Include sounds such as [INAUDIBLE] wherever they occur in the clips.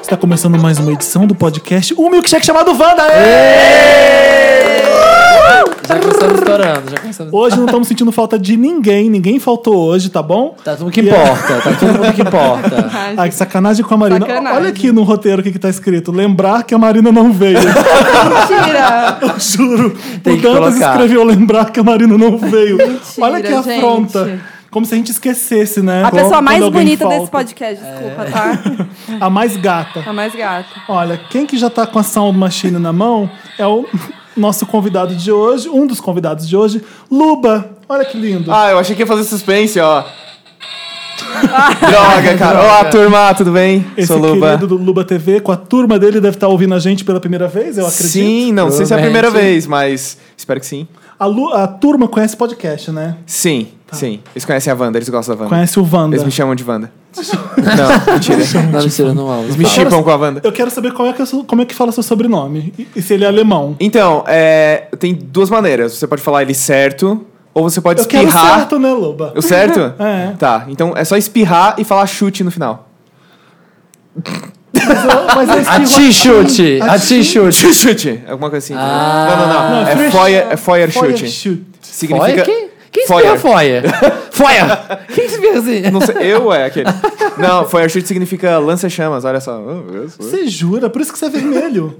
Está começando mais uma edição do podcast Um Milkshake chamado Wanda! É. Já começamos estourando, já começamos. Hoje não estamos sentindo falta de ninguém, ninguém faltou hoje, tá bom? Tá tudo que importa, tá tudo que [LAUGHS] importa. Ai, que sacanagem com a Marina. Sacanagem. Olha aqui no roteiro o que, que tá escrito. Lembrar que a Marina não veio. Mentira! Eu [LAUGHS] juro. Tem o que Dantas colocar. escreveu lembrar que a Marina não veio. Olha que gente. afronta. Como se a gente esquecesse, né? A Quando- pessoa mais quando alguém bonita falta. desse podcast, É. desculpa, tá? A mais gata. A mais gata. Olha, quem que já tá com a Sound Machine na mão é o [LAUGHS] nosso convidado de hoje, um dos convidados de hoje, Luba. Olha que lindo. Ah, eu achei que ia fazer [LAUGHS] suspense, ó. Droga, cara. Olá, turma, tudo bem? Esse Sou Luba. querido do Luba TV, com a turma dele, deve estar ouvindo a gente pela primeira vez, eu acredito. Sim, não sei se é a Provavelmente. primeira vez, mas espero que sim. A, Lu- a turma conhece podcast, né? Sim, sim. Eles conhecem a Wanda, eles gostam da Wanda. Conhece o Wanda. Tá. Eles me chamam de Wanda. não, mentira. Não, mentira, não é. amo. Eles me chipam com a Wanda. Eu quero saber qual é que é seu- como é que fala seu sobrenome e, e se ele é alemão. Então, é, tem duas maneiras. Você pode falar ele certo, ou você pode Eu quero espirrar. certo, né, Luba? O certo? [LAUGHS] É. Tá, então é só espirrar e falar chute no final. Mas eu, mas eu espirro- Ati chute, ati chute. Chute, chute. Alguma coisa assim. Ah. Não, não, não. Não, é, fresh- foyer, é foyer Feuer chute. chute. Foia? Significa. Quem, quem espirra [LAUGHS] foia? Foia! Quem espirra assim? Não sei, eu é aquele. Não, fire chute significa lança-chamas, olha só. Hum, Você jura? Por isso que você é vermelho.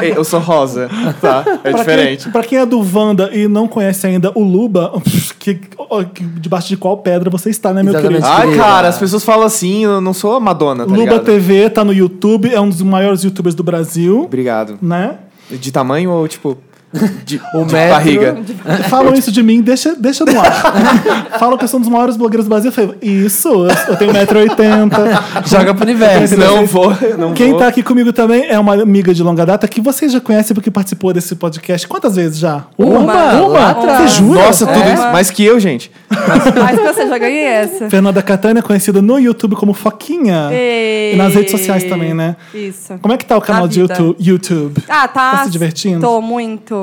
Ei, Eu sou rosa, tá? [LAUGHS] É Pra diferente. Quem, pra quem é do Wanda e não conhece ainda o Luba, [LAUGHS] que, ó, que- debaixo de qual pedra você está, né, meu Exatamente. querido? Ai, Querida. cara, as pessoas falam assim, eu não sou a Madonna, Ah, tá Luba ligado? TV tá no YouTube, é um dos maiores youtubers do Brasil, Obrigado. né? De tamanho ou, tipo, [LAUGHS] de, de metro- barriga? Falam isso de mim, deixa, deixa no [LAUGHS] ar. Falam que eu sou um dos maiores blogueiros do Brasil. Eu falei, isso, eu- eu tenho 1,80m. Joga pro universo. Não vou, não Quem vou. tá aqui comigo também é uma amiga de longa data que você já conhece porque participou desse podcast. Quantas vezes já? Uma? Lá Uma? atrás. Você jura? Nossa, tudo É? isso. Mais que eu, gente. Mas você já ganhei essa. Fernanda Catania, conhecida no YouTube como Foquinha. E... E nas redes sociais também, né? Isso. Como é que tá o canal É. Na de vida. YouTube? YouTube? Ah, tá. Tá se divertindo? Tô muito.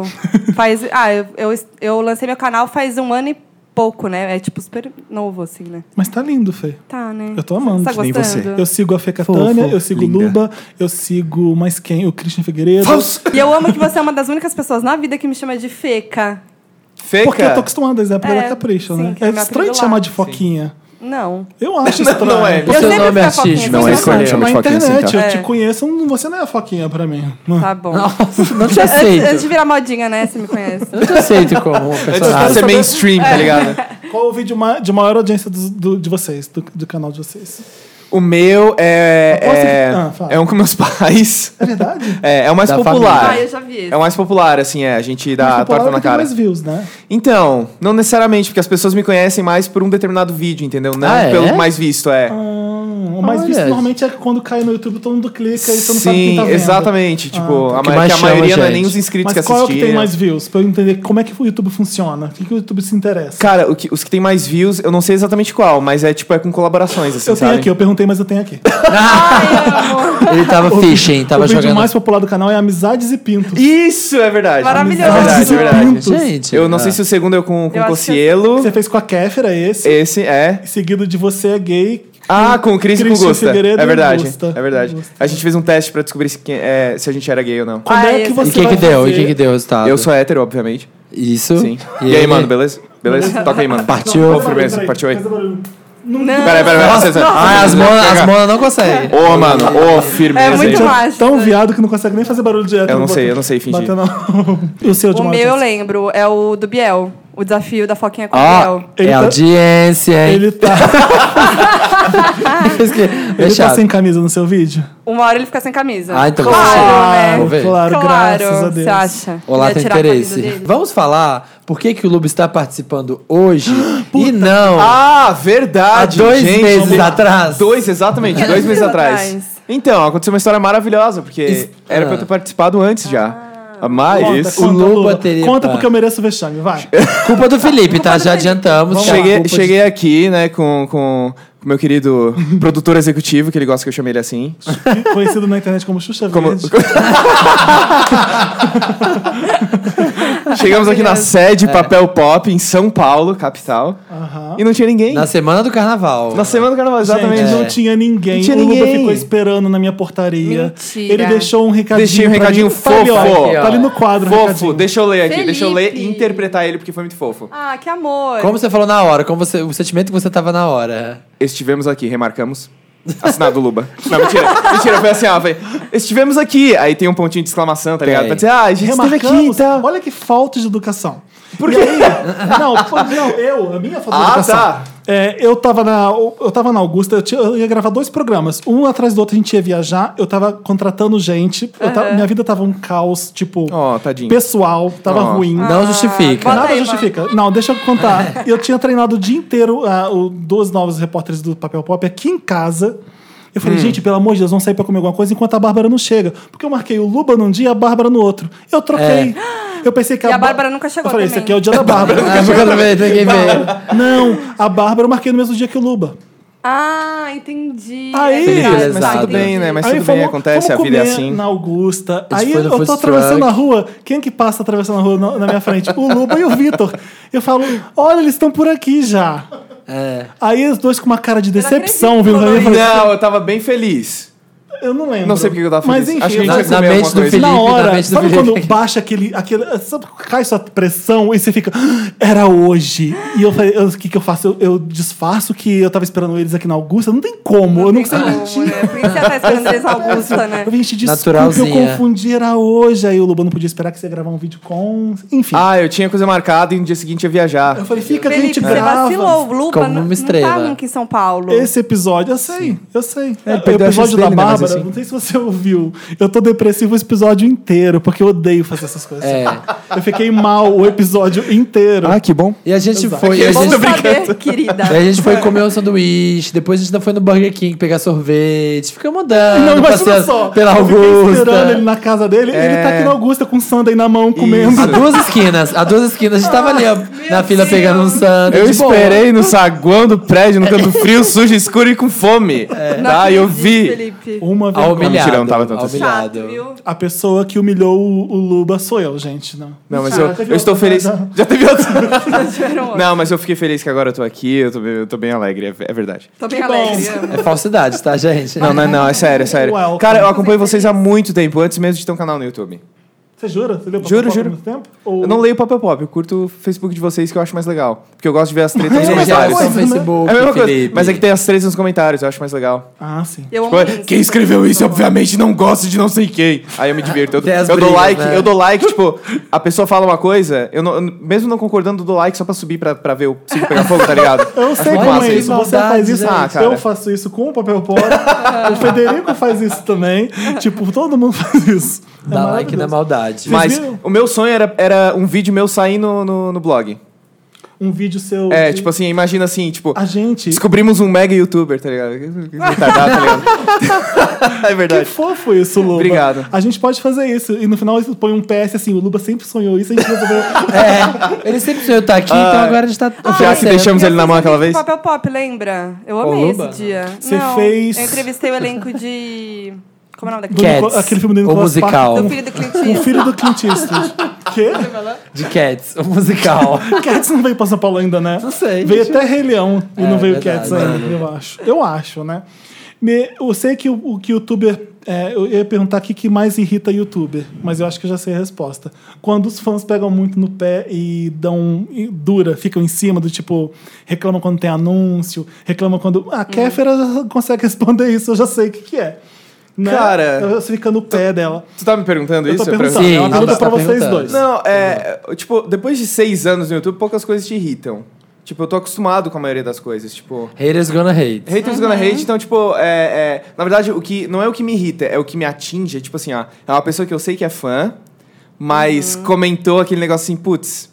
Faz. Ah, eu, eu, eu lancei meu canal faz um ano e pouco, né? É tipo super novo, assim, né? Mas tá lindo, Fê. Tá, né? Eu tô amando. tipo, Tá Nem gostando? você. Eu sigo a Fê Catânia, Fofo, eu sigo linda. Luba, eu sigo mais quem? O Christian Figueiredo. Falso! E eu amo que você é uma das únicas pessoas na vida que me chama de feca. Feca. Porque eu tô acostumada, né? Porque É, ela capricha, sim, né? que é É meu estranho apelido te lá. chamar de Foquinha. Não. Eu acho Não, estranho. não é. eu O seu sempre nome é fico a foquinha, artístico, Não, é sempre estranho fui. chamar Na de Foquinha, sim, internet, tá? eu É. te conheço, você não é Foquinha pra mim. Tá bom. Nossa, não te Antes, antes de aceito. virar modinha, né? Você me conhece. Não te aceito como um Antes de personagem. ser mainstream, [LAUGHS] tá ligado? Qual é o vídeo ma- de maior audiência dos- do- de vocês, do, do canal de vocês? O meu é. Eu posso- É, Ah, fala. é um com meus pais. É verdade? É, é o mais Da popular. Ah, eu já vi esse. É o mais popular, assim, é. A gente dá a Mas popular é torta o na que tem cara. mais views, né? Então, não necessariamente, porque as pessoas me conhecem mais por um determinado vídeo, entendeu? Não Ah, é? pelo mais visto, é. Ah, o mais Olha. visto normalmente é quando cai no YouTube, todo mundo clica e você não sabe quem Sim, tá vendo. exatamente. Tipo, a, O que ma- mais que a chama, maioria não é gente? nem os inscritos Mas que qual é o que assistiram. tem mais views? Pra eu entender como é que o YouTube funciona. O que, que o YouTube se interessa? Cara, o que- os que tem mais views, eu não sei exatamente qual, mas é tipo, é com colaborações, assim, eu tenho sabe? aqui, eu perguntei, mas eu tenho aqui. Ele tava fishing, tava o vídeo jogando. mais popular do canal é Amizades e Pintos. Isso, é verdade. Maravilhoso. É verdade, é verdade. Gente, Eu não sei ah. se o segundo é com, com Eu acho que eu- Cocielo. Você fez com a Kéfera esse, Esse é. seguido de Você é Gay. Ah, com o Cris e com o Christian Gusta. Figueiredo É e verdade. Gusta. É verdade. Gusta. A gente fez um teste pra descobrir se, quem- é, se a gente era gay ou não. Quando Ah, é que esse. você E o que vai que deu? E ver- o que que deu o resultado? Eu sou hétero, obviamente. Isso. Sim. E, aí, ele- mano, beleza? Beleza? Toca aí, mano. Partiu. Ô, firmeza, Peraí, partiu aí. faz barulho. Não. Peraí, peraí, peraí. vocês- Ah, as monas as mona não conseguem. Ô, mano, ô, firmeza. É muito hein? baixo. Tão viado que não consegue nem fazer barulho de hétero. Eu não sei, eu não sei fingir. Batendo... [LAUGHS] o seu Tipo de O uma meu eu audiência. lembro, é o do Biel. O desafio da Foquinha com o Ó, Biel. Ele é tá- audiência, hein? Ele [LAUGHS] tá, Ah. ele tá Fechado. sem camisa no seu vídeo? Uma hora ele fica sem camisa. Ah, então claro, você- É. né? Vou ver. claro, graças a Você Deus. acha? Olá, Ia tem tirar a camisa interesse. dele? Vamos falar por que, que o Luba está participando [GASPS] hoje e não Ah, há verdade, dois gente. meses atrás. Dois, exatamente, Era dois dois meses meses atrás. atrás. Então, aconteceu uma história maravilhosa, porque Isso- era pra eu Ah. ter participado antes já. Mas. O Lobo Lula. teria- Conta porque eu mereço vexame, vai. [LAUGHS] Culpa do Felipe, tá? Já adiantamos. Vamos Tchau. lá. Cheguei, culpa de- cheguei aqui, né, com, com o meu querido produtor executivo, que ele gosta que eu chame ele assim. Conhecido na internet como Xuxa Como- [LAUGHS] Verde. Chegamos aqui na Maravilhoso. sede Papel Pop, em São Paulo, capital. Aham. E não tinha ninguém. Na semana do carnaval. Na semana do carnaval, exatamente. Gente, não É. tinha ninguém. Não tinha o Luba ninguém. ficou esperando na minha portaria. Mentira. Ele deixou um recadinho. Deixei um pra recadinho mim. Tá ali, ó. fofo. Tá ali no quadro. o Fofo, recadinho. deixa eu ler aqui, deixa eu ler e Felipe. interpretar ele porque foi muito fofo. Ah, que amor. Como você falou na hora, como você, o sentimento que você tava na hora. Estivemos aqui, remarcamos. [LAUGHS] Assinado Luba. Não, mentira. mentira, foi assim, ó. Foi, Estivemos aqui. Aí tem um pontinho de exclamação, tá ligado? Tem. Pra dizer, ah, a gente esteve aqui e Remarcamos. tal. Olha que falta de educação. Por quê? [LAUGHS] Não, pô, não, eu, a minha falta de Ah, educação. tá. É, eu, tava na, eu tava na Augusta, eu, tinha- eu ia gravar dois programas. Um atrás do outro a gente ia viajar, eu tava contratando gente. eu tava- minha vida tava um caos, tipo, Ó, tadinho. pessoal, tava Ó. ruim. Ah, Não justifica. bota Nada aí, justifica. Não, deixa eu contar. Eu tinha treinado o dia inteiro ah, o, dois novos repórteres do Papel Pop aqui em casa. Eu Hum. falei, gente, pelo amor de Deus, vamos sair pra comer alguma coisa enquanto a Bárbara não chega. Porque eu marquei o Luba num dia, a Bárbara no outro. Eu troquei. Eu pensei que É. E a Bá- Bárbara nunca chegou Eu falei, também. esse aqui é o dia da Bárbara. [LAUGHS] Ah, nunca também, ninguém veio. não, a Bárbara eu marquei no mesmo dia que o Luba. Ah, entendi. Aí, É verdade, Beleza, mas tudo exato. bem, né? Mas tudo fomos- bem, acontece, a fomos vida é comer assim. Na Augusta. A gente aí foi eu no tô food atravessando truck. a rua. Quem que passa atravessando a rua na, na minha frente? O Luba e o Vitor. Eu falo, olha, eles estão por aqui já. É. Aí os dois com uma cara de não acredito decepção, viu? que Eu, falou falei, Não, eu tava bem feliz. eu não lembro. Não sei porque eu tava feliz. Mas enfim, Acho que a gente na- ia na comer mente alguma do coisa. Felipe, na na hora, mente do sabe Felipe. quando baixa aquele, aquele. Sabe, cai sua pressão e você fica. "Ah, Era hoje. E eu falei, eu- o que, que eu faço? Eu, eu disfarço que eu tava esperando eles aqui na Augusta. Não tem como, eu não sei Ah, mentir. Né? Por isso você tá esperando eles na Augusta, [LAUGHS] né? Eu vim te desculpa, eu Naturalzinha. confundi, era hoje. Aí o Luba não podia esperar que você ia gravar um vídeo com. Enfim. Ah, eu tinha coisa marcada e no dia seguinte ia viajar. eu falei, fica que a Felipe, gente você grava. vacilou. O Lupa Como não, uma não estrela. tá nunca em São Paulo. Esse episódio, eu sei, eu sei. É, ele o perdeu a chance episódio da dele, né, mas Bárbara, assim. não sei se você ouviu. Eu tô depressivo o episódio inteiro, porque eu odeio fazer essas coisas. É. Eu fiquei mal o episódio inteiro. Ah, que bom. E a gente foi. e a Vamos gente, [LAUGHS] saber, querida. e a gente foi comer um sanduíche, depois a gente ainda foi no Burger King pegar sorvete, ficamos andando, passeando pela eu fiquei esperando ele Augusta. na casa dele, ele tá aqui É. na Augusta com o Sunday na Ah, mão, A comendo. duas esquinas, a duas esquinas, a gente tava ali ó, na fila pegando um sanduíche. Eu de boa. esperei no saguão do prédio, no canto frio, [LAUGHS] sujo, escuro e com fome. É. Não Tá, eu acredito, vi. Felipe. Uma A vergonha. Tá humilhado, Mentira, não tava tanto a assim. humilhado. Chato, viu? A pessoa que humilhou o, o Luba sou eu, gente. Não. Não, Ah, mas Já eu, teve eu estou outra, feliz. já. Já teve outro. Tiveram outro. Não, mas eu fiquei feliz que agora eu tô aqui, eu tô, bem- eu tô bem alegre, é, é verdade. Tô bem alegre. amo. É falsidade, tá, gente? Não, não, não, é sério, é sério. Welcome. Cara, eu acompanho vocês há muito tempo, antes mesmo de ter um canal no YouTube. Você jura? Você leu pra Juro, Copa juro. ao mesmo tempo? Ou- Eu não leio papel pop, eu curto o Facebook de vocês que eu acho mais legal. Porque eu gosto de ver as tretas nos Eles Mas é uma comentários. são coisa, né? Facebook, É a mesma coisa, Felipe. mas é que tem as tretas nos comentários, eu acho mais legal. Ah, sim. Eu amo Tipo, isso. quem escreveu isso, obviamente, não gosta de não sei quem. Aí eu me divirto. Eu, Tem as eu dou brigas, like, né? eu dou like, tipo, a pessoa fala uma coisa, eu, não- eu não- mesmo não concordando, eu dou like só pra subir pra, pra ver o sítio pegar fogo, tá ligado? Eu sei Olha como isso, é isso. Você maldade, faz isso, gente. Ah, cara. eu faço isso com o papel pop. o Federico faz isso [LAUGHS] também. Tipo, todo mundo faz isso. É Dá like na maravilhoso. [LAUGHS] maldade. Mas- Mas viram? o meu sonho era, era um vídeo meu sair no, no, no blog. Um vídeo seu. É, de- tipo assim, imagina assim, tipo, A gente. descobrimos um mega youtuber, tá ligado? Retardado, tá ligado? [LAUGHS] é Que verdade. fofo isso, Luba. Obrigado. A gente pode fazer isso. E no final isso põe um PS assim, o Luba sempre sonhou isso, a gente resolveu. É, ele sempre sonhou estar aqui, então Ah, agora a gente tá Já que oferecendo. deixamos Eu ele na fiz mão um aquela vídeo vez. com Papel Pop, lembra? Eu amei Luba? esse dia. Você Não, fez- Eu entrevistei o elenco de... Como é o nome Do daquele? Cats, Nico- aquele filme do o Nicolas musical. Parker. Do filho do Clint O Eastwood. É filho do Clint [LAUGHS] Eastwood. Quê? De Cats, o musical. Cats não veio pra São Paulo ainda, né? Não sei. Veio até Rei Leão e É, não veio verdade, Cats ainda, eu acho. Eu acho, né? Me- eu sei que o, o que youtuber. é, eu ia perguntar aqui que mais irrita youtuber, mas eu acho que eu já sei a resposta. Quando os fãs pegam muito no pé e dão. um, e dura, ficam em cima do tipo. reclamam quando [LAUGHS] tem anúncio, reclamam quando. Ah, A Kéfera consegue responder isso, eu já sei o que, que é. né? Cara. Eu- Você fica no pé dela. Tu tá me perguntando Eu isso? tô pra- perguntando, Sim, é uma não, pergunta você pra tá vocês perguntando. dois. Não, é. Tipo, depois de seis anos no YouTube, poucas coisas te irritam. Tipo, eu tô acostumado com a maioria das coisas. Tipo. Haters gonna hate. Haters gonna hate, então, tipo, é, é, na verdade, o que não é o que me irrita, é o que me atinge. É tipo assim, ó, é uma pessoa que eu sei que é fã, Uhum. mas comentou aquele negócio assim, putz,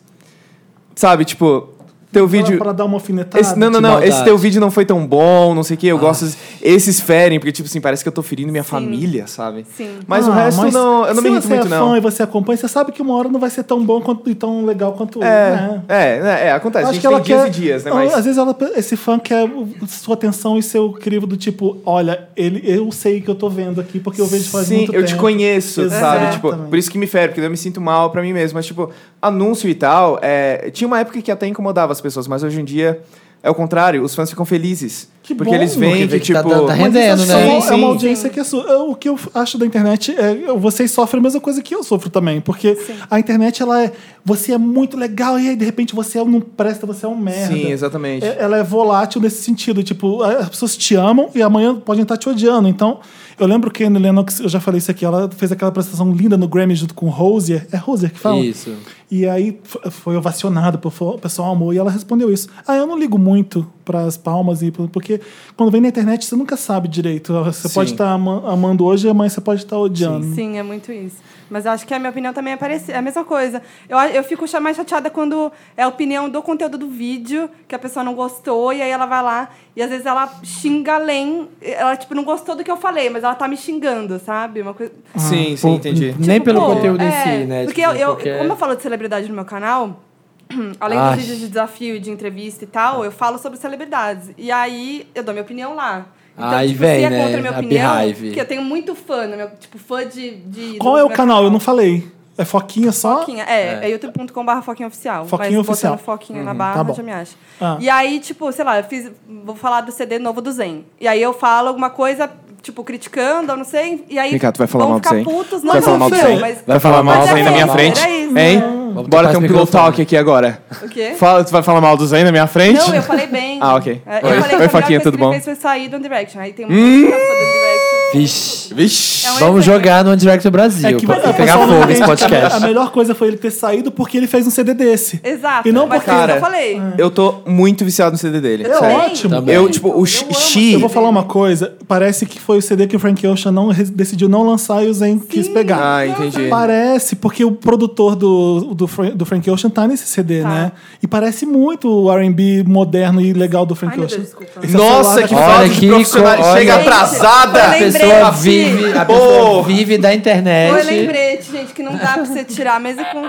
sabe, tipo, teu vídeo. Pra, pra dar Ah. uma alfinetada. Esse- não, não, que não. maldade. Esse teu vídeo não foi tão bom, não sei o que. Eu gosto. des- Esses ferem, porque, tipo assim, parece que eu tô ferindo minha família, sabe? Sim. Mas o Ah, resto mas não. Eu não me irrito muito, Se você é não. fã e você acompanha, você sabe que uma hora não vai ser tão bom quanto, e tão legal quanto É, né? é, é, é, acontece. a gente tem dias e dias, né? Não, Mas. Às vezes ela- esse fã quer o- sua atenção e seu crivo do tipo, olha, ele, eu sei que eu tô vendo aqui, porque eu vejo faz Sim, muito eu tempo. te conheço, sabe? Exatamente. Tipo, por isso que me fere, porque daí eu me sinto mal pra mim mesmo. Mas, tipo, anúncio e tal, é, tinha uma época que até incomodava as pessoas, mas hoje em dia é o contrário, os fãs ficam felizes. Que porque bom, eles porque veem que, vê que tá tipo. dando- tá Mas isso Entendendo, é, só né? uma- Sim, é sim. uma audiência que é sua. Eu- O que eu acho da internet é eu- vocês sofrem a mesma coisa que eu sofro também. Porque a internet, ela é. Você é muito legal e aí, de repente, você é um não presta, você é um merda. Sim, exatamente. É- Ela é volátil nesse sentido. Tipo, as pessoas te amam e amanhã podem estar te odiando. Então, eu lembro que a Annie Lennox, eu já falei isso aqui, ela fez aquela apresentação linda no Grammy junto com o Rosier. É Rosier que fala? Isso. E aí f- foi ovacionado, por fo- o pessoal amou, e ela respondeu isso. Ah, eu não ligo muito para as palmas, e pro- porque quando vem na internet você nunca sabe direito. Ah, Você Sim. pode estar amando hoje, mas você pode estar odiando. Sim, é muito isso. Mas eu acho que a minha opinião também é, pareci- é a mesma coisa. Eu, a- eu fico cha- mais chateada quando é a opinião do conteúdo do vídeo, que a pessoa não gostou, e aí ela vai lá, e às vezes ela xinga além. Ela, tipo, não gostou do que eu falei, mas ela tá me xingando, sabe? Uma coisa. Sim, sim, Ah, Pô, entendi. um Nem Tipo, pelo pô, conteúdo em é, si, né? Porque Tipo, eu, eu- qualquer- como eu falo de celebridade no meu canal, [CLEARS THROAT] além Ai. dos vídeos de desafio, de entrevista e tal, eu falo sobre celebridades. E aí eu dou minha opinião lá. Então, Aí tipo, vem, se é né, contra a minha a opinião, Beehive. porque eu tenho muito fã, no meu, tipo, fã de. de Qual do é o meu canal? Eu não falei. É Foquinha só? Foquinha, é, é, youtube.com.br Foquinha Oficial. Foquinha mas Oficial. botando Foquinha na tá barra, bom. já me acha. Ah. E aí, tipo, sei lá, eu fiz, vou falar do CD novo do Zen. E aí eu falo alguma coisa, tipo, criticando, eu não sei, e aí Vem cá, tu vai falar vão mal do ficar Zen? putos. Tu Não, vai não, falar mal do não, Zen? mas- Vai falar mal mas do é Zen na minha isso, frente? era isso, hein? né? Vamos tapar Bora ter um esse pillow microfone. talk aqui agora. O É. quê? Fala, tu vai falar mal do Zayn na minha frente? Não, eu falei bem. Ah, ok. É, Eu falei Oi. que Oi, a melhor Foquinha, coisa tudo que ele bom? Hum. fez foi sair do One Direction. Aí tem muito coisa do One Direction. Vixe. Vixe! É um Vamos exemplo. jogar no One Direct Brasil. É que pra- o pra pessoal pegar não fogo entende esse que podcast. A melhor coisa foi ele ter saído porque ele fez um CD desse. Exato. E não mas assim, porque- eu Cara, falei. Eu tô muito viciado no CD dele. É sério. Tá ótimo. Também. Eu, tipo, o Eu Xi. amo Xi- Eu vou falar uma coisa. Parece que foi o CD que o Frank Ocean não res- decidiu não lançar e o Zen quis pegar. Ah, entendi. Parece, porque o produtor do, do, Fra- do Frank Ocean tá nesse CD, Tá. né? E parece muito o R&B moderno e legal do Frank Ai, meu Ocean. Deus, desculpa. Esse é Nossa, celular que da- Olha falta de que profissional. co- Chega olha. atrasada. A Eu lembrei, pessoa Xi. vive, a Pô. pessoa vive da internet. Foi lembrete, gente, que não dá pra você tirar, mas eu com...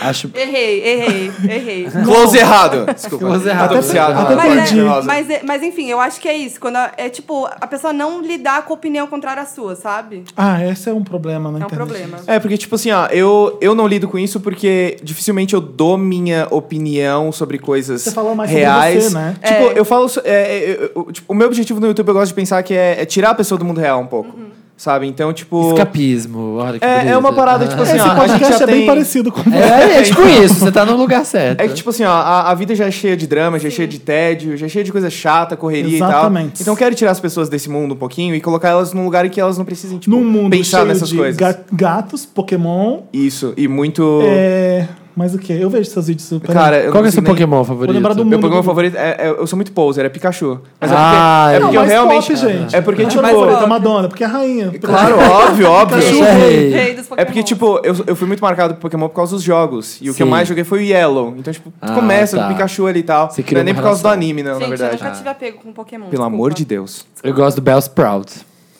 Acho errei, errei, errei. Close errado. Desculpa. Close Eu tô errado. Até- viciado, até tá? Mas, perdi. é- Nervosa. mas, é- mas, enfim, eu acho que é isso. Quando a- é tipo, a pessoa não lidar com a opinião contrária à sua, sabe? Ah, esse é um problema na É um internet. problema. É, porque, tipo assim, ó, eu, eu não lido com isso porque dificilmente eu dou minha opinião sobre coisas Você fala mais sobre reais. você, né? Tipo, É. eu falo. so- é, é, eu- eu- tipo, o meu objetivo no YouTube eu gosto de pensar que é, é tirar a pessoa do mundo real um pouco. Sabe? Então, tipo. escapismo. Olha que É, é beleza. uma parada, tipo assim, Esse ó, a gente podcast já é bem tem- parecido com... É, é [LAUGHS] tipo isso, você tá no lugar certo. É que, tipo assim, ó, a, a vida já é cheia de drama, já é cheia de tédio, já é cheia de coisa chata, correria e Exatamente. tal. Então eu quero tirar as pessoas desse mundo um pouquinho e colocar elas num lugar em que elas não precisem, tipo, Num mundo pensar cheio nessas de coisas. ga- gatos, Pokémon... Isso, e muito. É... Mas o quê? Eu vejo seus vídeos... peraí. Cara, eu Qual que não é o seu sei nem- Pokémon favorito? lembrar do Meu mundo Pokémon do- favorito é, é- Eu sou muito poser, é Pikachu. Mas Ah, é eu- Não, porque, é porque eu mais realmente. pop, gente. Tá É porque, Não, tipo. mais pop, a Madonna, porque é a rainha. [LAUGHS] Claro, óbvio, Pikachu. óbvio. errei. É, Rei dos É porque, Pokémon. tipo, eu, eu fui muito marcado por Pokémon por causa dos jogos. E o que eu Sim. mais joguei foi o Yellow. Então, tipo, tu Ah, começa tá. com o Pikachu ali e tal. Você não criou é nem uma por causa do relação. anime, não, Gente, na verdade. ah, eu nunca tive apego com Pokémon. Pelo amor de desculpa. Deus. Eu gosto do Bell Sprout.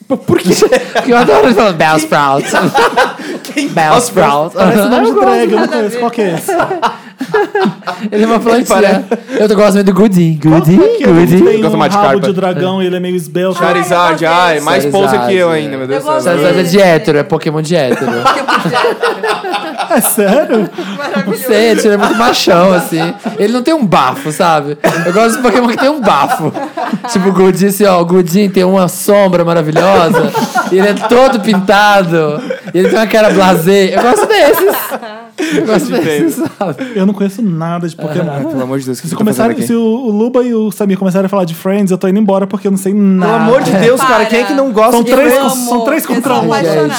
Por quê? Porque [LAUGHS] eu adoro falar Bell Sprout. [LAUGHS] Bell Sprout. Parece o nome de drag, eu não nada a conheço. ver. Qual que é esse? Ele é uma plantinha. Eu gosto muito do Goodin. Goodin, Qual que é? Ele Goodin. tem Gosto um mais de né? rabo carpa. de dragão e ele é meio esbelto. Charizard, eu gosto ai, mais Charizard, poser que eu é. ainda, meu Deus Eu do gosto céu. Sabe, dele. É de hétero, é Pokémon de hétero. [LAUGHS] É sério? Não [LAUGHS] Maravilhoso. sei, ele é muito machão, assim. Ele não tem um bafo, sabe? Eu gosto de Pokémon que tem um bafo. Tipo, o Goodin, assim, ó, o Goodin tem uma sombra maravilhosa. e ele é todo pintado. e ele tem uma cara blasé. Eu gosto desses. Negócio de desse, peido. sabe? Eu não conheço nada de Pokémon. Pelo amor de Deus, o que Se, você tá fazendo começarem, aqui? se o, o Luba e o Samir começarem a falar de Friends, eu tô indo embora porque eu não sei nada. Pelo amor de Deus, cara, Para. quem é que não gosta São de três Friends? com- são três contra um.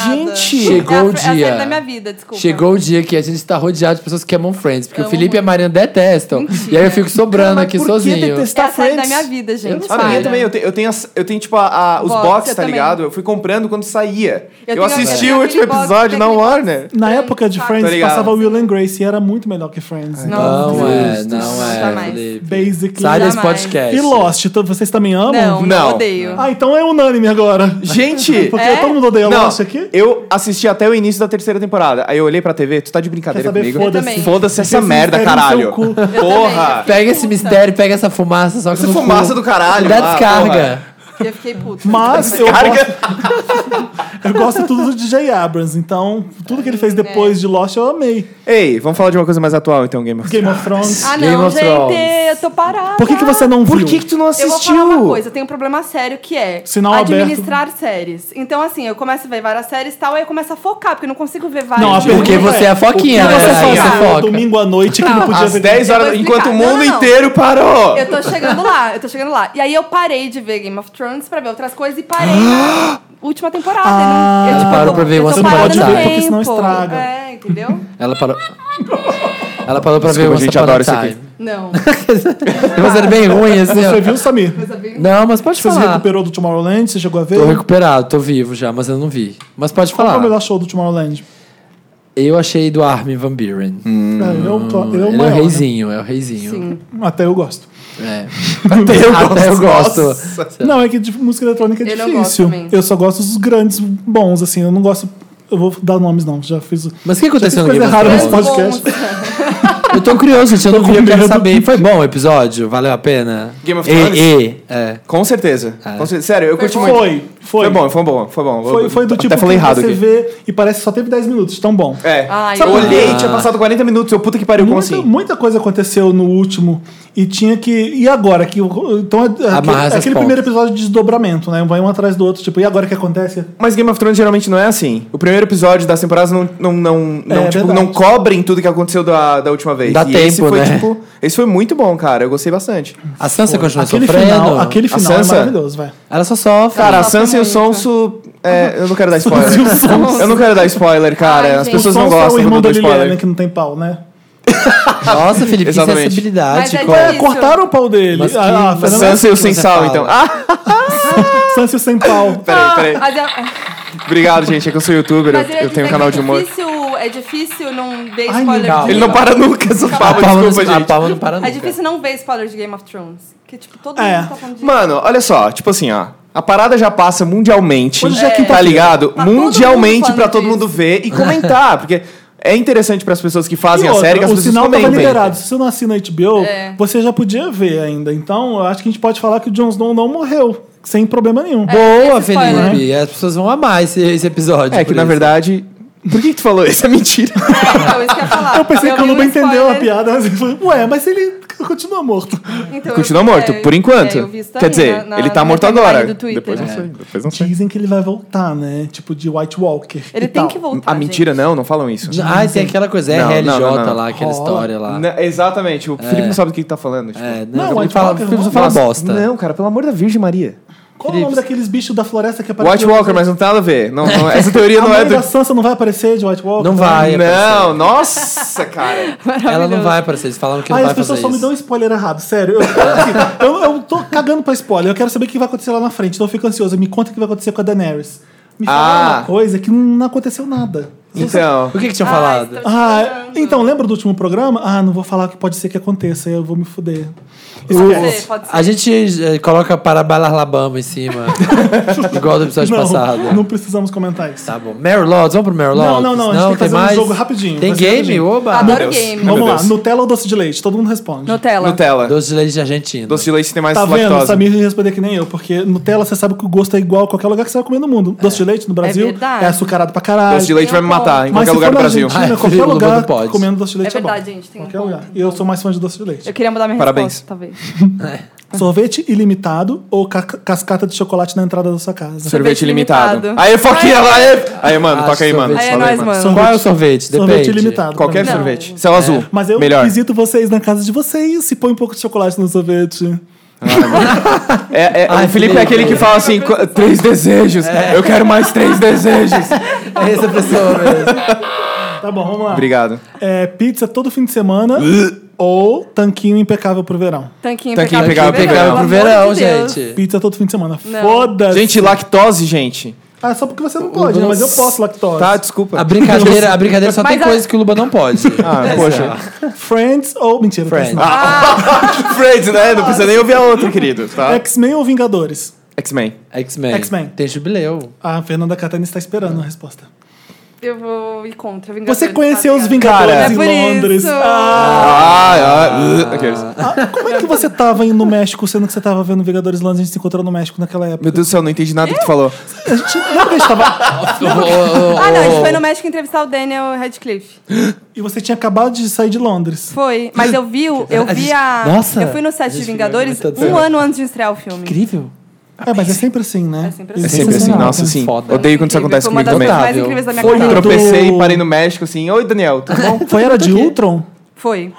Gente, chegou o é a, É a dia. série da minha vida, desculpa. Chegou o dia que a gente tá rodeado de pessoas que amam Friends, porque o Amo Felipe e a muito. Mariana detestam. E aí eu fico sobrando Mas aqui por que sozinho. É detestar a série da Friends? minha vida, gente. A Ah, minha para. também, eu, te- eu tenho, as- eu tenho tipo, a- a- os Box, boxes, eu tá também. ligado? Eu fui comprando quando saía. Eu tenho- Eu, assisti eu o tenho último aquele box, episódio na aquele box. Warner. Na época de Tá Friends, ligado. passava Will and Grace e era muito melhor que Friends. Então, Não. Não é, Justus, não é, jamais. Felipe. Basically. Sai desse Jamais. podcast. E Lost, então, vocês também amam? Não, Não. não odeio. Ah, então é unânime agora. Gente, [LAUGHS] Porque É? todo mundo odeia não, Lost aqui? eu assisti até o início da terceira temporada. Aí eu olhei pra TV, tu tá de Quer brincadeira saber? comigo? foda-se. Foda-se. também. Foda-se essa Esse merda, mistério no seu caralho. cu. Porra! Pega esse mistério, pega essa fumaça, só que Essa no cu. fumaça do caralho. Dá ah, lá, descarga. Eu fiquei puta. Mas eu Carga. gosto, eu gosto tudo do DJ Abrams, então tudo que ele fez depois de Lost eu amei. Ei, vamos falar de uma coisa mais atual então, Game of Game of Thrones. Ah, Game não, of gente, Thrones. eu tô parada. Por que, que você não viu? Por que, que tu não Eu assistiu? vou falar uma coisa, eu tenho um problema sério que é Sinal administrar séries. Então, assim, eu começo a ver várias séries e tal, aí eu começo a focar, porque eu não consigo ver várias. Não, a de uma. Porque pergunta você é a foquinha, O que né? você Aí fazia você foca. domingo à noite que não podia Às ver? 10 Eu horas, vou enquanto o explicar. mundo Não, não, não. inteiro parou! Eu tô chegando lá, eu tô chegando lá. E aí eu parei de ver Game of Thrones pra ver outras coisas e parei [GASPS] na última temporada. né? Ah, eu, não- eu, Ela parou eu- pra ver eu tô Once Upon a parada no Time. Porque senão tempo. estraga. É, entendeu? Ela parou. Ela parou pra ver Desculpa, o Once gente, Upon a adoro isso aqui. Time. Não. Tá fazendo bem ruim, assim. Você ó. viu, Samir? Não, mas pode Você se falar. recuperou do Tomorrowland? Você chegou a ver? Tô recuperado, tô vivo já, mas eu não vi. Mas pode Qual foi falar. o melhor show do Tomorrowland? Eu achei do Armin Van Buren. Hum. É, eu tô- eu Ele é maior, o né? reizinho, é o reizinho. [LAUGHS] Sim. Até eu gosto. É. Até [LAUGHS] eu gosto. Não, é que de música eletrônica é Eu não gosto difícil. também. eu só gosto dos grandes bons, assim. Eu não gosto. Eu vou dar nomes, não. Já fiz. o- Mas o que aconteceu no Já Game fiz of é coisa errada Thrones? nesse podcast. Eu tô curioso, gente. Eu não Tô vi, com eu quero medo. saber. Foi bom o episódio? Valeu a pena? Game of E- Thrones? E, é. Com certeza. Ah. Com cer- Sério, eu curti Foi, muito. foi. Foi bom, foi bom, foi bom. Foi, foi do Até tipo falei que errado você aqui. vê e parece que só teve 10 minutos. Tão bom. É. Ai, eu eu- olhei, Ah. tinha passado 40 minutos, eu puta que pariu, como Muita, assim? muita coisa aconteceu no último e tinha que. E agora? Que, o- então, é- é aquele, Amarrar essas aquele pontas. primeiro episódio de desdobramento, né? Vai um atrás do outro. Tipo, e agora o que acontece? Mas Game of Thrones geralmente não é assim. O primeiro episódio das temporadas não, não, não, não, É, tipo, verdade. não cobrem tudo que aconteceu da, da última vez. Dá e tempo, esse foi, né? tipo. Esse foi muito bom, cara. Eu gostei bastante. A Sansa continua Aquele sofrendo. final, aquele A final é Sansa? maravilhoso, vai. Ela só sofre. Cara, a gosto Sansa e o muito. Sonso. É, eu não quero dar [LAUGHS] spoiler. Sansa e o Sonso. eu não quero dar spoiler, cara. Ai, As gente. pessoas o não Sansa é o gostam irmão quando da eu dou Liliana, spoiler. que não tem pau, né? Nossa, Felipe, que Exatamente. sensibilidade. Mas é cara. É, cortaram o pau dele. Mas que- Ah, mas Fernanda- Sansa é- e o que sem você sal, fala. então. Ah, Sansa e o sem pau. peraí, [LAUGHS] peraí. Mas é- Obrigado, gente. É que eu sou youtuber, eu, Mas ia eu tenho dizer um canal que de é humor. Difícil, é difícil não ver Ai, spoiler não. de Ele não para nunca, essa A palma, palma, desculpa, não, a gente. palma não para nunca. É difícil não ver spoiler de Game of Thrones. Que, tipo, todo É. mundo tá falando de... Mano, olha só, tipo assim, ó. A parada já passa mundialmente. Hoje já é tá quinta-feira. ligado? Tá todo mundo mundialmente falando pra todo disso. mundo ver e comentar, porque é interessante pras pessoas que [LAUGHS] fazem E a outra, série que as o pessoas sinal comentem. tava liberado. Se você não assina HBO, É. você já podia ver ainda. Então, eu acho que a gente pode falar que o Jon Snow não morreu, sem problema nenhum. É, É. Boa, Esse spoiler. Felipe. As pessoas vão amar esse, esse episódio. É que por na isso. verdade, por que que tu falou isso? É mentira. Então, isso que eu ia falar. Eu pensei que o vi Luba um entendeu a spoiler- piada, mas ele falou, ué, mas ele continua morto. Então, [LAUGHS] Continua eu- morto, é, por enquanto. é, eu vi isso Quer também dizer, na- na- ele tá na morto timeline agora. do Twitter. né? Depois não É. sei, depois não sei. Dizem que ele vai voltar, né? Tipo de White Walker. Ele e tem tal. que voltar, A Ah, mentira gente. não, não falam isso. Ah, e tem aquela coisa, é Não, RLJ não, não, não. lá, aquela Rola. história lá. Não, exatamente, o Felipe não sabe do que ele tá falando. tipo. É, né? Não, não, não White fala, Walker, Felipe só não. fala Nossa, bosta. Não, cara, pelo amor da Virgem Maria. Qual é o nome daqueles bichos da floresta que aparecem? White Walker, mas não tem nada a ver. Não, [LAUGHS] não- essa teoria A não mãe é do. da Sansa não vai aparecer de White Walker? Não vai. Não, [LAUGHS] nossa, cara. Ela não vai aparecer, eles falaram que não Ai, vai as fazer pessoas só me isso. dão spoiler errado, sério. Eu, assim, eu, eu tô cagando pra spoiler. Eu quero saber o que vai acontecer lá na frente. Então eu fico ansioso. Me conta o que vai acontecer com a Daenerys. Me fala Ah. uma coisa que não aconteceu nada. Então. O que que tinham Ah, falado? estou- Ah, Esperando. então, lembra do último programa? Ah, não vou falar o que pode ser que aconteça. Eu vou me fuder. Ah, então, Pode Esquece. ser, pode ser. A gente eh, coloca para bailar Alabama em cima. [LAUGHS] igual do episódio passado. não precisamos comentar isso. Tá bom. Mary Lodds, vamos pro Mary Lodds? Não, não, não, a gente tem que fazer um Tá, jogo rapidinho, Tem fazer game? rapidinho. Oba! Adoro Meu Deus. game. Meu Vamos lá, Deus. Nutella ou doce de leite? Todo mundo responde. Nutella. Nutella. Doce de leite de Argentina. Doce de leite tem mais Tá vendo? lactose. Samir ia responder que nem eu, porque Nutella você sabe que o gosto é igual a qualquer lugar que você vai comer no mundo. Doce de leite no Brasil é verdade. açucarado pra caralho. É. Doce de leite vai me matar em Mas qualquer se lugar for do na Brasil. Argentina, Ah, qualquer Felipe, lugar não pode. comendo doce de leite É verdade, bom. gente, tem um qualquer ponto, lugar. tem E eu um É sou mais fã de doce de leite. Eu queria mudar minha Parabéns. resposta, talvez. Sorvete ilimitado ou ca- cascata de chocolate na entrada da sua casa? [LAUGHS] Sorvete Sorvete ilimitado. limitado. Aí, Foquinha, lá. Aí, é- aí mano, Acho toca aí, mano. sorvete Aí é Fala nóis, mano. Qual é o sorvete? Depende. Sorvete ilimitado. pra Qualquer mim. Não. sorvete. Céu azul. Mas eu Melhor. visito vocês na casa de vocês e põe um pouco de chocolate no sorvete. É, é, Ai, o Felipe Felipe. é aquele que fala assim: "Qu- três desejos. Eu quero mais três desejos. É [LAUGHS] essa pessoa mesmo. Tá bom, vamos lá. Obrigado. É, pizza todo fim de semana ou tanquinho impecável pro verão. Tanquinho, Tanquinho impecável impecável pro Pegava pro pelo verão, amor de Deus. gente. Pizza todo fim de semana. Não. Foda-se. É. Gente, lactose, gente. Ah, só porque você não pode, né? Mas eu posso lactose. Tá, desculpa. A brincadeira, é a brincadeira só Mas tem a- coisas que o Luba não pode. Ah, poxa. Friends ou. Mentira, Friends. não. Friends, né? Não precisa nem ouvir a outra, querido. Tá? X-Men ou Vingadores? X-Men. Ah, X-Men. X-Men. Tem jubileu. A Fernanda Catani está esperando a resposta. Eu vou ir contra. Vingadores, Você conheceu os tá Vingadores Cara, em é por Londres. isso. Ah, Ah, ah, uh, aqueles. ah, como é que você tava indo no México, sendo que você tava vendo Vingadores Londres? A gente se encontrou no México naquela época. Meu Deus do céu, não entendi nada do que tu falou. É A gente, lembra que a gente tava, Ah, não, a gente foi no México entrevistar o Daniel Radcliffe. e você tinha acabado de sair de Londres. Foi, mas eu vi, o- eu A vi gente- a. Nossa! eu fui no set A de gente Vingadores viu muito um tanto. ano antes de estrear o filme. Incrível. É, mas é sempre assim, né? É sempre assim. É sempre assim, Sensacional. nossa, sim. Foda. Odeio quando isso Incrível, acontece foi uma das comigo também. coisas mais Também. incríveis da minha Foi carreira. muito- Tropecei, parei no México assim. Oi, Daniel, tudo bom? Foi era de Ultron? Foi.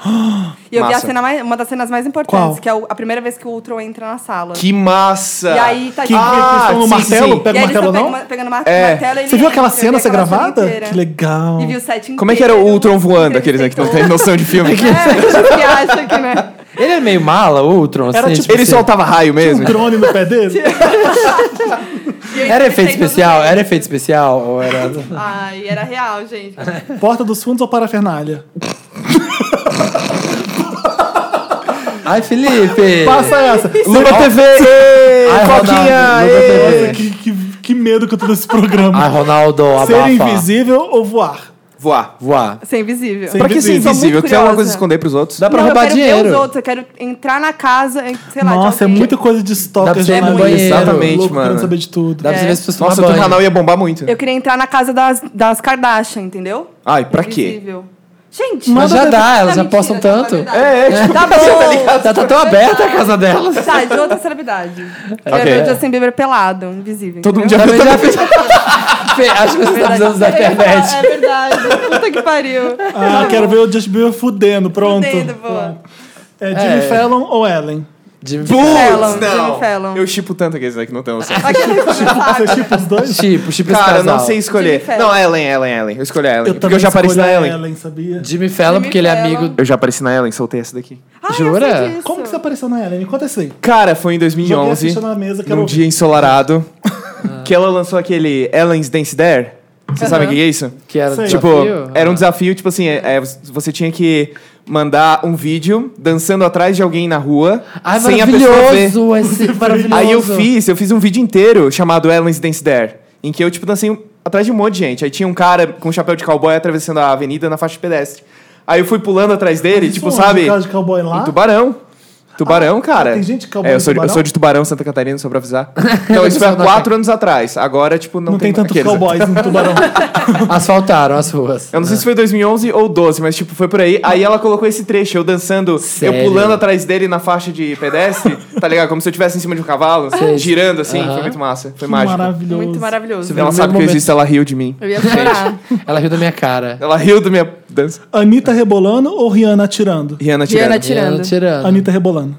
E eu vi a Massa. cena mais, uma das cenas mais importantes, Qual? que é o- a primeira vez que o Ultron entra na sala. Que massa! E aí tá Que tipo- Ah, ah, no sim, martelo? sim. E Pega aí o eles martelo, tão não? pegando- pegando mar- É. martelo, ele Você viu aquela entra, eu vi cena ser aquela cena gravada? inteira. Que legal. E viu o set Como é que era o inteiro, Ultron voando, aqueles entrevistei né, que não todo tem noção de filme? É, a gente acha que, né? [LAUGHS] Ele é meio mala, o Ultron. Era assim, tipo- Ele assim, soltava raio mesmo? Um drone no pé dele? E eu Era entrevistei efeito todo especial? mundo. Era efeito especial? Ou era... Ai, era real, gente. Porta dos fundos ou parafernália? Ai, Felipe! Passa essa. Luba TV! ei, Ai, Ronaldo, Foquinha! Luba ei. TV. Nossa, que, que, que medo que eu tô nesse programa. Ai, Ronaldo, Ah, Ser abafa. invisível ou voar? Voar. Voar. Ser invisível. Sim. Pra que ser Invisível. invisível? Tô muito Que é uma coisa curiosa. esconder pros outros? Dá pra Não, eu roubar quero ver os dinheiro. outros, eu quero entrar na casa, em- sei lá, de Nossa, é alguém. muita coisa Dá de stalker pra você ir no jornalista. banheiro. Exatamente, Louco, mano. querendo saber de tudo. Dá pra você É. ver as pessoas Nossa, o tomar teu banho. canal ia bombar muito. Eu queria entrar na casa das, das Kardashian, entendeu? Ai, pra quê? Invisível. Gente, Mas já Nada dá, tá elas já mentira, postam tá, na tanto. verdade. É, é, tipo, Tá bom. Já tá tão aberta a casa delas. Tá, de outra celebridade. Eu Ok. ia ver o Justin Bieber pelado, invisível. todo mundo já Também já fez... [LAUGHS] Fê, acho que você tá entendeu? precisando da Eu ia falar, internet. É verdade. Puta que pariu. Ah, quero ver o Justin Bieber fudendo, pronto. Fudendo, boa. É Jimmy É. Fallon ou Ellen? De Fallon, Putz, Jimmy não. Fallon. Eu chipo tanto aqueles né, que não tem noção. Aquele que Você chupa É os dois? tipo, tipo esse [LAUGHS] Cara, eu casal. não sei escolher. Jimmy Fallon. Não, é Ellen, Ellen, Ellen. Eu escolhi a Ellen. porque eu já escolho apareci na a Ellen. sabia? Jimmy Fallon, Jimmy porque ele é Fallon. amigo... Eu já apareci na Ellen, soltei essa daqui. Ah, eu sei tipo, Jura? disso. Como que você apareceu na Ellen? Me conta isso aí. Cara, foi Joguei em a 2011, ficha na mesa, quero num ouvir. dia ensolarado, que ela lançou aquele Ellen's Dance Dare. Vocês sabem o que que é isso? Que era Sei. um Tipo, desafio? era um desafio, tipo assim, é- é, você tinha que mandar um vídeo dançando atrás de alguém na rua, Ai, é sem a pessoa ver. maravilhoso [LAUGHS] esse maravilhoso. Aí eu fiz, eu fiz um vídeo inteiro chamado Ellen's Dance Dare, em que eu, tipo, dancei um- atrás de um monte de gente. Aí tinha um cara com um chapéu de cowboy atravessando a avenida na faixa de pedestre. Aí eu fui pulando atrás dele, Isso tipo, onde? sabe? Caso um de cowboy lá? Em Tubarão. Tubarão, cara. ah, tem gente que cowboy é, eu sou, de de- eu Tubarão? sou de Tubarão, Santa Catarina, só pra [LAUGHS] avisar. Então, isso foi há Só na quatro anos atrás. Agora, tipo, não, Não tem, tanto mais- aqueles, né? cowboys em [LAUGHS] Tubarão. Asfaltaram as ruas. Eu não sei se foi 2011 ou 12, mas tipo, foi por aí. Aí ela colocou esse trecho, eu dançando, Sério? eu pulando atrás dele na faixa de pedestre, tá ligado? Como se eu estivesse em cima de um cavalo, girando assim. Foi muito massa, foi mágico. Maravilhoso. É Muito maravilhoso. Ela No sabe que eu mesmo existo, ela riu de mim. Eu ia chorar. Ela riu da minha cara. Ela riu da minha dança. Anitta rebolando ou Rihanna atirando? Rihanna tirando. Rihanna tirando. Ela tirando. Anitta rebolando.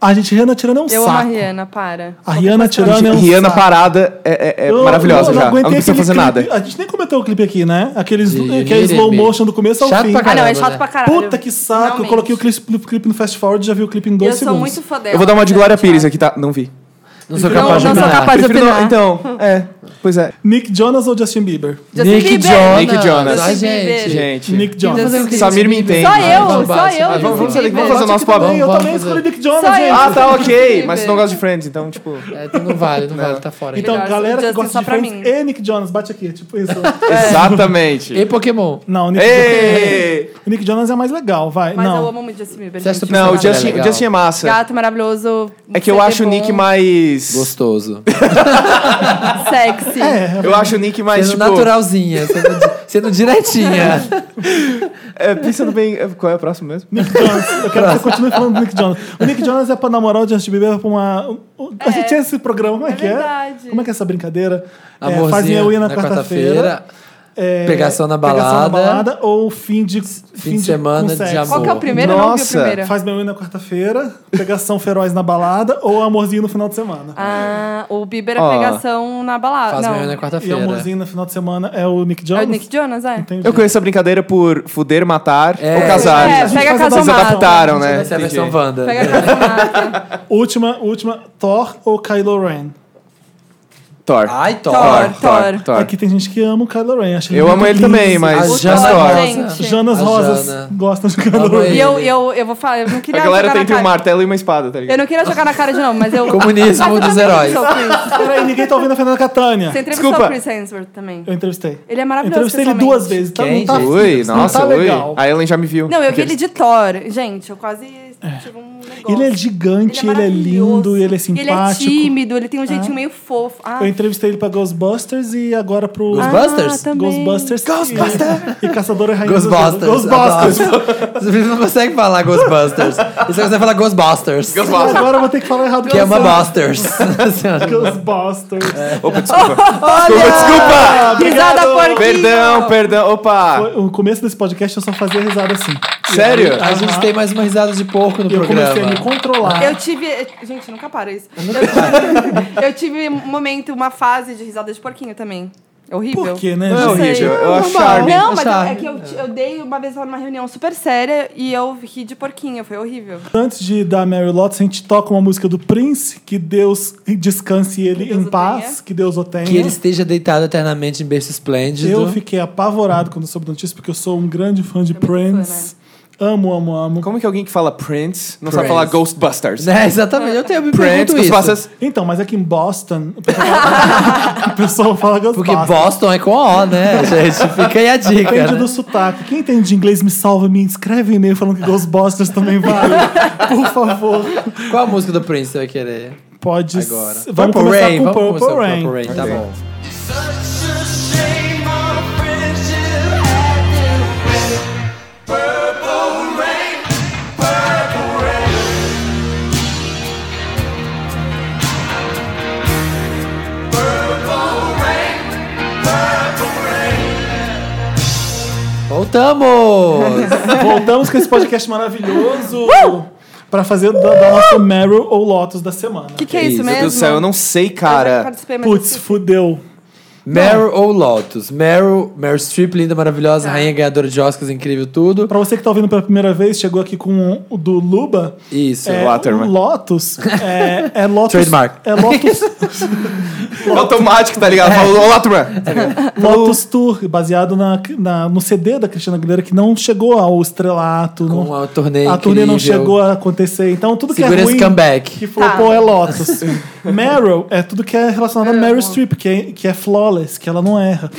A gente, Rihanna atirando é um Eu amo a saco. Rihanna, para. A Rihanna atirando é um Tipo, Rihanna, saco. parada é, é- é Eu- maravilhosa eu já. Ela aguentei não precisa aquele fazer clipe. nada. A gente nem comentou o clipe aqui, né? Aqueles, De- que é slow Miriam. motion do começo ao Chato fim. pra Ah, não, Caramba, é chato né? pra caralho. Puta que saco. Realmente. Eu coloquei o clipe, o clipe no fast forward e já vi o clipe em dois Eu sou segundos. muito fã dela. Eu vou dar uma de Glória gente, Pires ó. aqui, tá? Não vi. Não sou Não, capaz de não sou opinar. capaz. Faz Prefiro não- opinar. [LAUGHS] Então, é. Pois é. Nick Jonas ou Justin Bieber? Justin Nick Bieber. Jonas. Nick Jonas. Ai, Justin gente. Bieber. Gente. Nick Vamos fazer um Jonas. clipe Samir de me Bieber. entende. né? Só eu, Ai, só eu. Ai, vamos- Vamos vamos- fazer, vamos Eu fazer o nosso aqui papo. também, Eu Vamos também fazer. escolhi Nick Jonas, Só gente. eu. Ah, tá, ok. Incrível. Mas não gosto de Friends, então, tipo. É, então não vale, não vale, tá fora. Então, Melhor, galera que Justin gosta só de pra Friends mim. e Nick Jonas, bate aqui. Tipo [LAUGHS] isso. E É. Exatamente. Pokémon? Não, o Nick, Ei! o Nick Jonas é mais legal, vai. Mas não. eu amo muito Justin Bieber. Você acha gente. [LAUGHS] que- Não, o Mas é Justin, o legal. Justin é massa. Gato maravilhoso. É que eu CD acho o bom, Nick mais. Gostoso. Sexy. assim. É, né? Eu acho o Nick mais, sendo tipo... naturalzinha, sendo, di- sendo [LAUGHS] direitinha. É, pensando bem... é, Qual é o próximo mesmo? Nick Jonas. Eu quero que você continue falando do Nick Jonas. O Nick Jonas é pra namorar o Justin Bieber pra uma. um- um- A gente tinha esse programa, como é, É que verdade. é? Como é que é essa brincadeira? Amorzinho, é, fazem eu ir na, na quarta-feira. quarta-feira. é, Pegação na balada. balada ou fim de. Fim, semana com de sexo. amor. Qual que é o primeiro? Eu Não vi o Nossa, primeiro. Faz meu ir na quarta-feira, pegação feroz na balada ou amorzinho no final de semana. Ah, o Bieber é Ó. pegação na balada. Faz Ah, não. melhor na e quarta-feira. amorzinho no final de semana é o Nick É Jonas? o Nick Jonas, é? Entendi. Eu conheço a brincadeira por fuder, matar É. ou casar. É, A gente pega faz a casal Vocês adaptação. mato. adaptaram, né? Essa é a Entendi. versão Wanda. Pega casal mato. Última, última, Thor ou Kylo Ren? Thor. Ai, Thor. Thor. Aqui tem gente que ama o Kylo Ren. acho ele Eu muito amo ele lindo. também, mas... A O mas Jana Thor. Thor, Rosa. gente. Jonas A Rosas Jana. gostam de Kylo Amo Ren. E eu, eu, eu vou falar, eu não queria A galera jogar tem na entre um é cara. martelo e uma espada, tá ligado? Eu não queria jogar na cara de novo, mas eu. Comunismo Mas eu dos também heróis. sou Chris. Peraí, ninguém tá ouvindo a Fernanda Catânia. Você entrevistou Desculpa. o Chris Hemsworth também. Eu entrevistei. Ele é Eu maravilhoso. entrevistei ele pessoalmente. duas vezes. Tá, não é Quem, tá, um gente? Ui, não nossa, tá ui. legal. A Ellen já me viu. Não, eu vi ele Aqueles- de Thor. Gente, eu quase tive um negócio. Ele é gigante, ele é, lindo, maravilhoso. ele é Ele é simpático. Ah. tímido, ele tem um jeitinho meio fofo. Ah, Eu entrevistei ele pra Ghostbusters e agora pro... Ghostbusters? Ah, também. Ghostbusters. Ghostbusters. E, e Caçadora Rainha do Gelo. Ghostbusters. Ghostbusters. adoro. Você não consegue falar Ghostbusters. Você consegue falar Ghostbusters. Agora eu vou ter que falar errado. Que é uma É. Ghostbusters. Busters. [LAUGHS] Ghostbusters. Opa, desculpa. Olha! Desculpa! Risada porquinho! Perdão, perdão. Opa! Foi- O começo desse podcast eu só fazia risada assim. Sério? A gente tem mais uma risada de porco no E eu comecei a me programa. controlar. Eu tive. Gente, nunca para isso. [LAUGHS] Eu, eu tive um momento, uma fase de risada de porquinho também. É horrível. Por quê, né? Não, gente? é horrível. Eu acho charme. Não, mas Achar. é que eu, eu dei uma vez numa reunião super séria e eu ri de porquinho, foi horrível. Antes de dar Mary Lotus, a gente toca uma música do Prince, que Deus descanse ele Deus em o paz, tenha. que Deus o tenha. Que ele esteja deitado eternamente em berço esplêndido. Eu fiquei apavorado quando soube da notícia, porque eu sou um grande fã de Também sou, Prince. Amo, amo, amo. Como que alguém que fala Prince não sabe Prince. falar Ghostbusters? É, exatamente. Eu tenho eu me Prince, pergunto isso. Ghostbusters. Então, mas aqui em Boston, o pessoal, [LAUGHS] o pessoal fala Ghostbusters. Porque Boston é com O, né, gente? Fica aí a dica. Depende né? do sotaque. Quem entende de inglês, me salva, me escreve um e-mail falando que Ghostbusters [LAUGHS] também vale. Por favor. Qual a música do Prince você vai querer? Pode Agora. ser. Vamos começar com Purple, começar com Rain. Purple Rain, tá Ok. bom. [LAUGHS] Voltamos! Voltamos com esse podcast [LAUGHS] maravilhoso pra fazer da, da nossa Meryl ou Lotus da semana. O que, que é isso Meu mesmo? Deus do céu, eu não sei, Eu já cara. participei, mas Putz, eu- fudeu. Meryl ou Lotus? Meryl, Meryl Streep, linda, Tá. maravilhosa, rainha ganhadora de Oscars, incrível, tudo. Pra você que tá ouvindo pela primeira vez, chegou aqui com o do Luba. Isso. É, Waterman. o Lotus é, é Lotus. Trademark. É [LAUGHS] Lotus, Automático, tá É. ligado? Falou, olá, turma. Tá Lotus Tour, baseado na, na- no CD da Cristina Aguilera, que não chegou ao estrelato. Com não- a turnê a incrível. turnê não chegou a acontecer. Então, tudo que Segura é esse ruim, comeback. que flopou é Lotus. [LAUGHS] Meryl é tudo que é relacionado a Meryl Streep, que é, que é flawless, que ela não erra.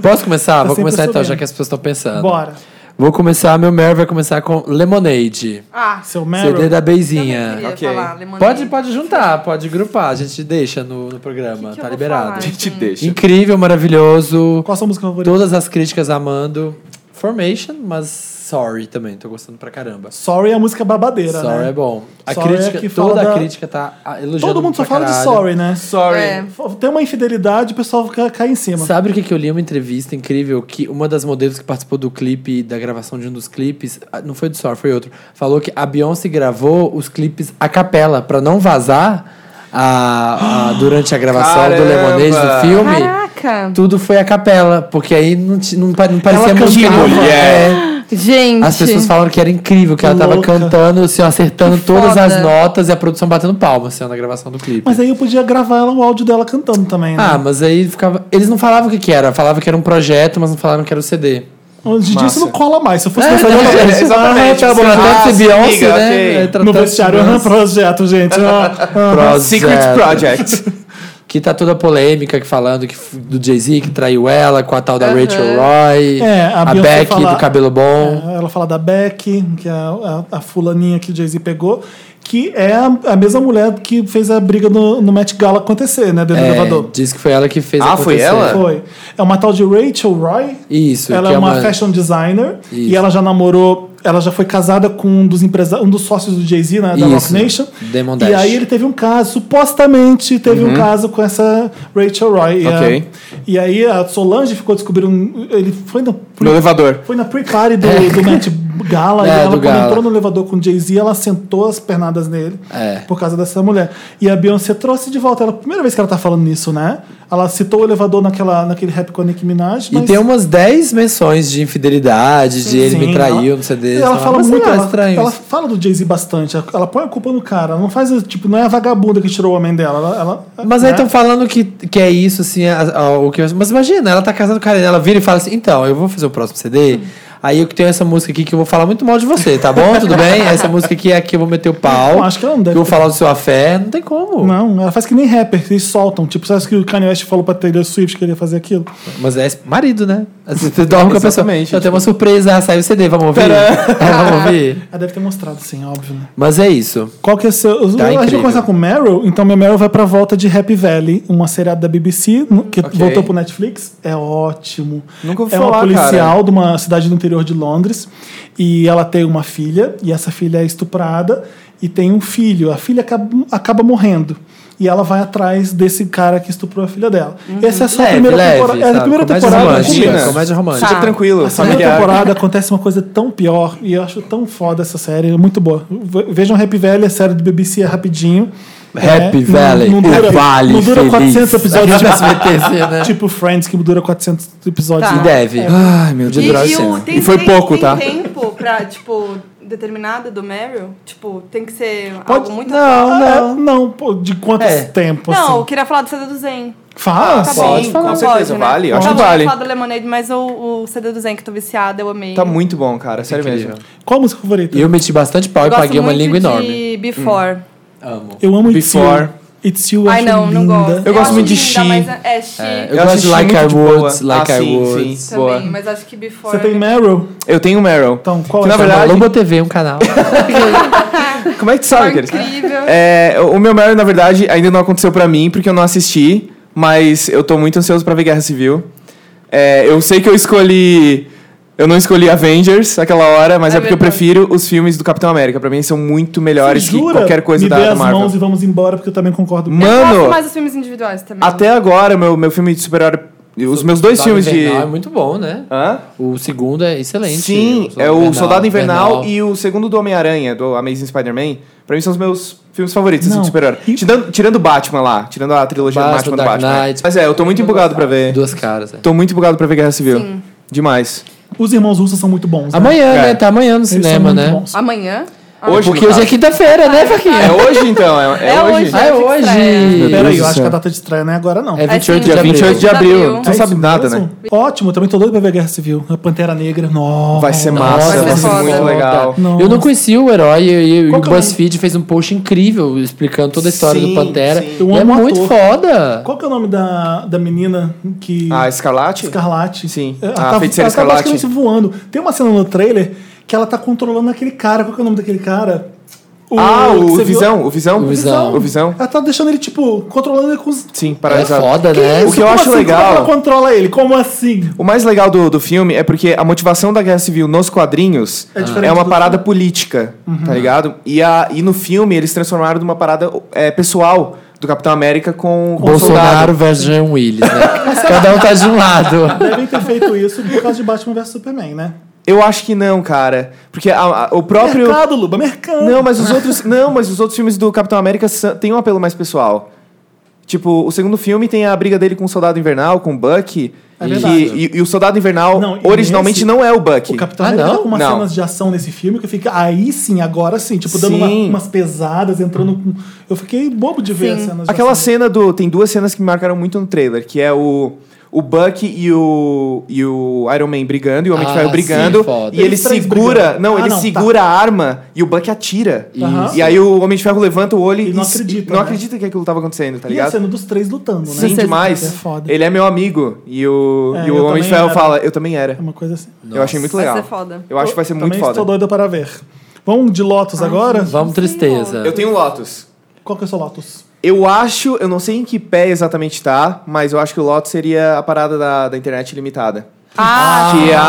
Posso começar? Vou Tá sempre começar então, soubendo. já que as pessoas estão pensando. Bora. Vou começar, meu Meryl vai começar com Lemonade. Ah, Seu CD Meryl. da é. eu Beizinha. queria Ok. falar Lemonade. Pode, pode juntar, pode grupar, a gente deixa no, no programa, Que que eu tá vou liberado. A falar? gente deixa. Incrível, maravilhoso. Qual a sua música favorita? Todas as críticas amando. Formation, mas Sorry também, tô gostando pra caramba. Sorry é a música babadeira, Sorry né? é bom. A Sorry crítica, é que fala toda a da- crítica tá ah, elogiando Todo mundo só pra fala de caralho. sorry, né? Sorry. É. Tem uma infidelidade, o pessoal fica- cai em cima. Sabe o que, que eu li uma entrevista incrível? Que uma das modelos que participou do clipe, da gravação de um dos clipes, ah, não foi do Sorry, foi outro, falou que a Beyoncé gravou os clipes a capela pra não vazar [GASPS] a, a- durante a gravação do Caramba! Lemonade do filme. Caraca! Tudo foi a capela, porque aí não, ti- não, pa- não parecia Ela música cantava. nenhuma. É. Gente! As pessoas falaram que era incrível, que ela tava Louca. cantando, assim, ó, acertando Que todas foda. as notas e a produção batendo palma, assim, ó, na gravação do clipe. Mas aí eu podia gravar ela, o áudio dela cantando também, né? Ah, mas aí ficava. Eles não falavam o que, que era, falavam que era um projeto, mas não falavam que era o CD. Hoje em dia massa. isso não cola mais. Se eu fosse pensar, não, eu é, [LAUGHS] não- é, exatamente. Ah, tá bom, Sim, tratando ah, de Beyoncé, amiga, né? ok. É, no tratando de vestiário, aham, Beyoncé. projeto, gente. Ah, ah. Projeto. [LAUGHS] Secret Project. O Que tá toda polêmica que falando que, f- do Jay-Z que traiu ela com a tal da Aham. Rachel Roy, É, a a, Beyoncé Beck fala- do cabelo bom. É, Ela fala da Beck, que é a, a- a fulaninha que o Jay-Z pegou, que é a, a mesma mulher que fez a briga no, no Met Gala acontecer, né? Dentro É, do elevador. diz que foi ela que fez Ah, foi acontecer. ela? Foi. É uma tal de Rachel Roy. Isso, Ela que é uma, fashion designer e Isso. ela já namorou, ela já foi casada com um dos empresa um dos sócios do Jay-Z, né, da Rock Isso, Nation. Damon E Dash. Uhum. aí ele teve um caso, supostamente teve um caso com essa Rachel Roy. E, a- Ok. e aí a Solange ficou descobrindo, ele foi no No elevador. foi na pre-party do, do Matt [LAUGHS] É, Gala e ela, do quando Gala. entrou no elevador com o Jay-Z, ela sentou as pernadas nele É. por causa dessa mulher. E a Beyoncé trouxe de volta ela. Primeira vez que ela tá falando nisso, né? Ela citou o elevador naquela, naquele rap com a Nicki Minaj. E mas- tem umas 10 menções de infidelidade, de ele Sim, me traiu, não sei desse. Ela não, fala mas sei muito, lá, ela, estranho. ela fala do Jay-Z bastante. Ela, ela põe a culpa no cara. Ela não faz, tipo, não é a vagabunda que tirou o homem dela. Ela, ela- Mas aí então né? estão falando que, que é isso, assim, a- a- o que, mas imagina, ela tá casada com o cara, ela vira e fala assim, então, eu vou fazer o próximo CD, aí eu que tenho essa música aqui que eu vou falar muito mal de você, tá bom? Tudo bem? Essa música aqui é a que eu vou meter o pau. Eu acho que ela não deve eu vou ter- falar do seu afé, não tem como. Não, ela faz que nem rapper, que eles soltam. Tipo, sabe o que o Kanye West falou pra Taylor Swift que ele ia fazer aquilo? Mas é marido, né? Assim, você dorme com a pessoa. Então Exatamente, tem uma surpresa, ah, saiu o CD, vamos ouvir? [LAUGHS] É, vamos ouvir? Ela deve ter mostrado, sim, óbvio, né? Mas é isso. Qual que é Tá seu. a gente vai incrível. começar com Meryl, então meu Meryl vai pra volta de Happy Valley, uma seriada da BBC, no- que Ok. voltou pro Netflix. É ótimo. Nunca ouvi é falar, uma policial cara. de uma cidade do interior de Londres. E ela tem uma filha, e essa filha é estuprada e tem um filho. A filha acaba, acaba morrendo. E ela vai atrás desse cara que estuprou a filha dela. Uhum. Essa é só a Leve, primeira leve, temporada. Essa é a sabe? primeira Comédia temporada no romântica, começo. comédia romântica. Super Tá. tranquilo, é- A segunda familiar. temporada acontece uma coisa tão pior e eu acho tão foda essa série, é muito boa. Ve- Vejam Rap Valley, a série do BBC é rapidinho. né? Happy É, não- Valley, não, dura, o vale não dura feliz. [LAUGHS] 400 episódios, Vai tipo, [LAUGHS] SBTC, né? tipo Friends, que dura 400 episódios. Tá. E deve. Ai, meu Podia Deus. E, durar e, o, assim. tem, E foi tem- pouco, tem um tá? tempo pra, tipo, determinada do Meryl? Tipo, tem que ser Pode- algo muito... Não, Ah, não. é, não, pô, de quanto É. tempo, Não, Tá eu assim? queria falar do CD do Zen. Fala, Ah, sim. Acabou. pode falar. Não com certeza, pode, vale, Né? eu acho Não que vale. Eu falar do Lemonade, mas o, o CD do Zen que eu tô viciada, eu amei. Tá muito bom, cara. Sério Incrível. mesmo. Qual a música favorita? E eu meti bastante pau Eu e gosto paguei uma muito língua de enorme. Hum. Before. Amo. Eu amo It's Before. You. It's You, eu Ai, acho não, não linda. gosto. Eu gosto muito de acho linda, She. Mas é, é She Eu gosto de assisti Like muito I de Would, boa. Like ah, I sim, Would. Sim, também, boa. mas acho que Before... é Você tem Meryl? Eu tenho o Meryl. Então, qual é Que na a sua? verdade- Lobo TV, um canal. Como é que tu Foi sabe, Cris? incrível. É, o meu Meryl, na verdade, ainda não aconteceu pra mim, porque eu não assisti, mas eu tô muito ansioso pra ver Guerra Civil. É, eu sei que eu escolhi. Eu não escolhi Avengers aquela hora, mas É é, porque eu verdade. prefiro os filmes do Capitão América. Pra mim, eles são muito melhores Você que jura? qualquer coisa Me da, dê da as Marvel. mãos e vamos embora, porque eu também concordo. Eu gosto mais Mano, dos filmes individuais também. até agora, meu, meu filme de super-herói. Os meus dois Soldado filmes de. Invernal É muito bom, né? Hã? O segundo é excelente. Sim, é o Soldado Invernal, e o segundo do Homem-Aranha, do Amazing Spider-Man. Pra mim são os meus filmes favoritos, assim, Não. de super-herói. E- Tirando, tirando Batman lá, tirando a trilogia Batman, do Batman do Dark Batman. né? Knight. Mas é, eu tô muito empolgado pra ver. Duas caras. é. Tô muito empolgado pra ver Guerra Civil. Demais. Os irmãos russos são muito bons. né? Amanhã, É. né? Tá amanhã no Eles são cinema, muito né? bons. Amanhã? Hoje, Porque no hoje é caso. quinta-feira, né, Faquinha? É hoje, então. É, é Ah, É hoje. hoje. Ah, é hoje. Estreia. Peraí, Meu Deus eu do acho céu. que a data de estreia não é agora, não. É 28 sim. de Dia abril. 28 de abril. Tu É não sabe isso nada, mesmo? né? Ótimo, também tô doido pra ver Guerra Civil. A Pantera Negra. Nossa. Vai ser Nossa, massa, vai ser foda. muito legal. Nossa. Eu não conhecia o herói e, e Qual o que é o nome? BuzzFeed fez um post incrível explicando toda a história Sim, do Pantera. sim. Eu E é amo o muito ator. foda. Qual que é o nome da, da menina que. Ah, Escarlate? Escarlate. Sim. Ela A tá, Feiticeira ela tá Escarlate. basicamente voando. Tem uma cena no trailer que ela tá controlando aquele cara. Qual que é o nome daquele cara? O- Ah, que o você viu? Visão, o Visão. O Visão. O Visão. Ela tá deixando ele, tipo, controlando ele com os. Sim, É paralisado. foda, né? isso? O que eu Como acho assim? legal- Como ela controla ele? Como assim? O mais legal do, do filme é porque a motivação da guerra civil nos quadrinhos É é, diferente uma do Uhum. parada política, tá ligado? E, a, e no filme eles transformaram numa parada é, pessoal do Capitão América com, com é o Bolsonaro soldado. versus Jean Willis, [LAUGHS] né? Cada um tá de um lado. Devem ter feito isso por causa de Batman vs Superman, né? Eu acho que não, cara. Porque a- a- o próprio. Mercado, Luba, mercado. Não, mas os outros. Não, mas os outros filmes do Capitão América sa- têm um apelo mais pessoal. Tipo, o segundo filme tem a briga dele com o Soldado Invernal, com o Buck. É que- verdade. e, e o Soldado Invernal Não, e originalmente nesse- não é o Buck. O Capitão Ah, América não? tá com umas Não. cenas de ação nesse filme que fica aí sim, agora sim, tipo, dando uma- Sim. umas pesadas, entrando com. Eu fiquei bobo de ver Sim. as cenas. de Aquela ação. cena do. Tem duas cenas que me marcaram muito no trailer, que é o. o Buck e o, e o Iron Man brigando, e o Homem de Ah, Ferro sim, brigando. foda. e ele Eles três segura. brigando. Não, Ah, ele não, tá. segura a arma e o Buck atira. Aham. E aí o Homem de Ferro levanta o olho e, E não s- acredita, Não né? acredita que aquilo tava acontecendo, E tá a ligado? cena dos três lutando, né? Sim, demais. É foda. Ele é meu amigo. E o, É, e o eu Homem de também Ferro era. fala, eu também era. É uma coisa assim. Eu achei muito Vai legal. ser foda. Eu acho que vai ser Também muito estou foda. doida para ver. Vamos de Lotus agora? Vamos, tristeza. Eu tenho um Lotus. Qual que é o seu Lotus? Eu acho, eu não sei em que pé exatamente tá, mas eu acho que o Lotus seria a parada da, da internet limitada. Ah, que a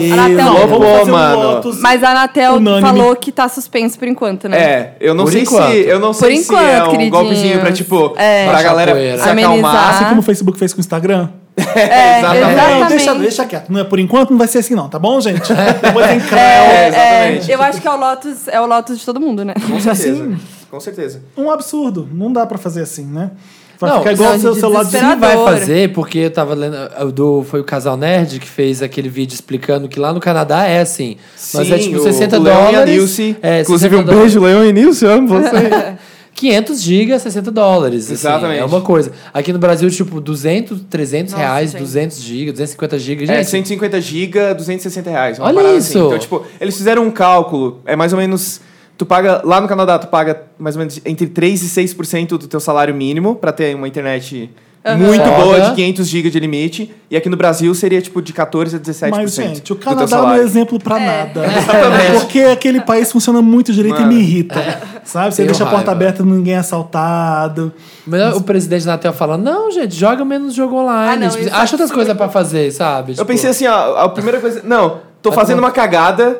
meu Deus. Anatel. Vamos flopou, fazer um mano. Lotus. mas a Anatel Unânime. falou que tá suspenso por enquanto, né? É, eu não Por sei enquanto. se. Eu não Por sei se é um enquanto, queridinhos. golpezinho pra, tipo, É. pra Baixar a galera poeira. se acalmar. Amenizar. Assim como o Facebook fez com o Instagram? É, Ah. exatamente. Não, deixa, deixa quieto. Não é por enquanto, não vai ser assim, não, tá bom, gente? Depois tem Creu. É, É, exatamente. eu acho que é o Lotus, é o Lotus de todo mundo, né? Com certeza. Com certeza. Um absurdo. Não dá pra fazer assim, né? Vai Não, ficar igual não, o seu de celular de desesperar. Quem vai Adoro. fazer, porque eu tava lendo. ah, Do, foi o Casal Nerd que fez aquele vídeo explicando que lá no Canadá é assim. Mas é tipo o- 60 o Leon dólares. e a Nilce. é, Inclusive, 60 um beijo, Leon e Nilce, eu amo você. [LAUGHS] 500 gigas, 60 dólares. assim, Exatamente. é uma coisa. Aqui no Brasil, tipo, 200, 300 Nossa, reais, gente. 200 gigas, 250 gigas. É, Gente, 150 GB, 260 reais. uma Olha parada isso! Assim. Então, tipo, eles fizeram um cálculo, é mais ou menos. Tu paga, lá no Canadá, tu paga mais ou menos entre 3% e 6% do teu salário mínimo pra ter uma internet muito Foda. boa, de 500 GB de limite. E aqui no Brasil seria, tipo, de 14% a 17%. Mas, gente, o do teu Canadá não é salário. exemplo pra É. [LAUGHS] nada. Porque aquele país funciona muito direito Mano. e me irrita. É. Sabe? Você Tenho deixa a porta raiva. aberta, ninguém é assaltado. mas o presidente da Natel falando, não, gente, joga menos jogo Ah, online. não, Tipo, isso acha é outras coisas pra fazer, sabe? Tipo, Eu pensei assim, ó, a primeira coisa. Não, tô fazendo uma cagada.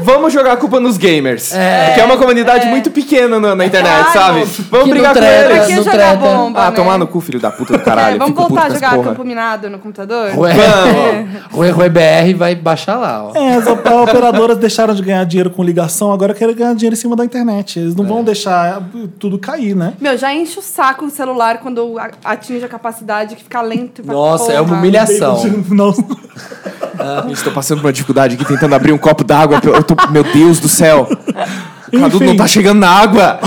Vamos jogar a culpa nos gamers. que é uma comunidade muito pequena na, na internet, Ai, sabe? não. Vamos Que brigar não com treta, eles. Pra que não jogar treta. bomba? Ah, né? tomar no cu, filho da puta do [LAUGHS] caralho. É, vamos Fico voltar a puto com essa jogar porra. campo minado no computador? Rue, Vamos. [LAUGHS] Rue, Rue BR vai baixar lá, ó. É, as op- operadoras [LAUGHS] deixaram de ganhar dinheiro com ligação, agora querem ganhar dinheiro em cima da internet. Eles É. não vão deixar tudo cair, né? Meu, já enche o saco o celular quando a- atinge a capacidade que fica lento. e fala, Nossa, é uma porra. humilhação. Não. Gente, tô passando por uma dificuldade aqui tentando abrir um copo d'água. Eu tô- Meu Deus do céu! O Cadu Enfim. não tá chegando na água!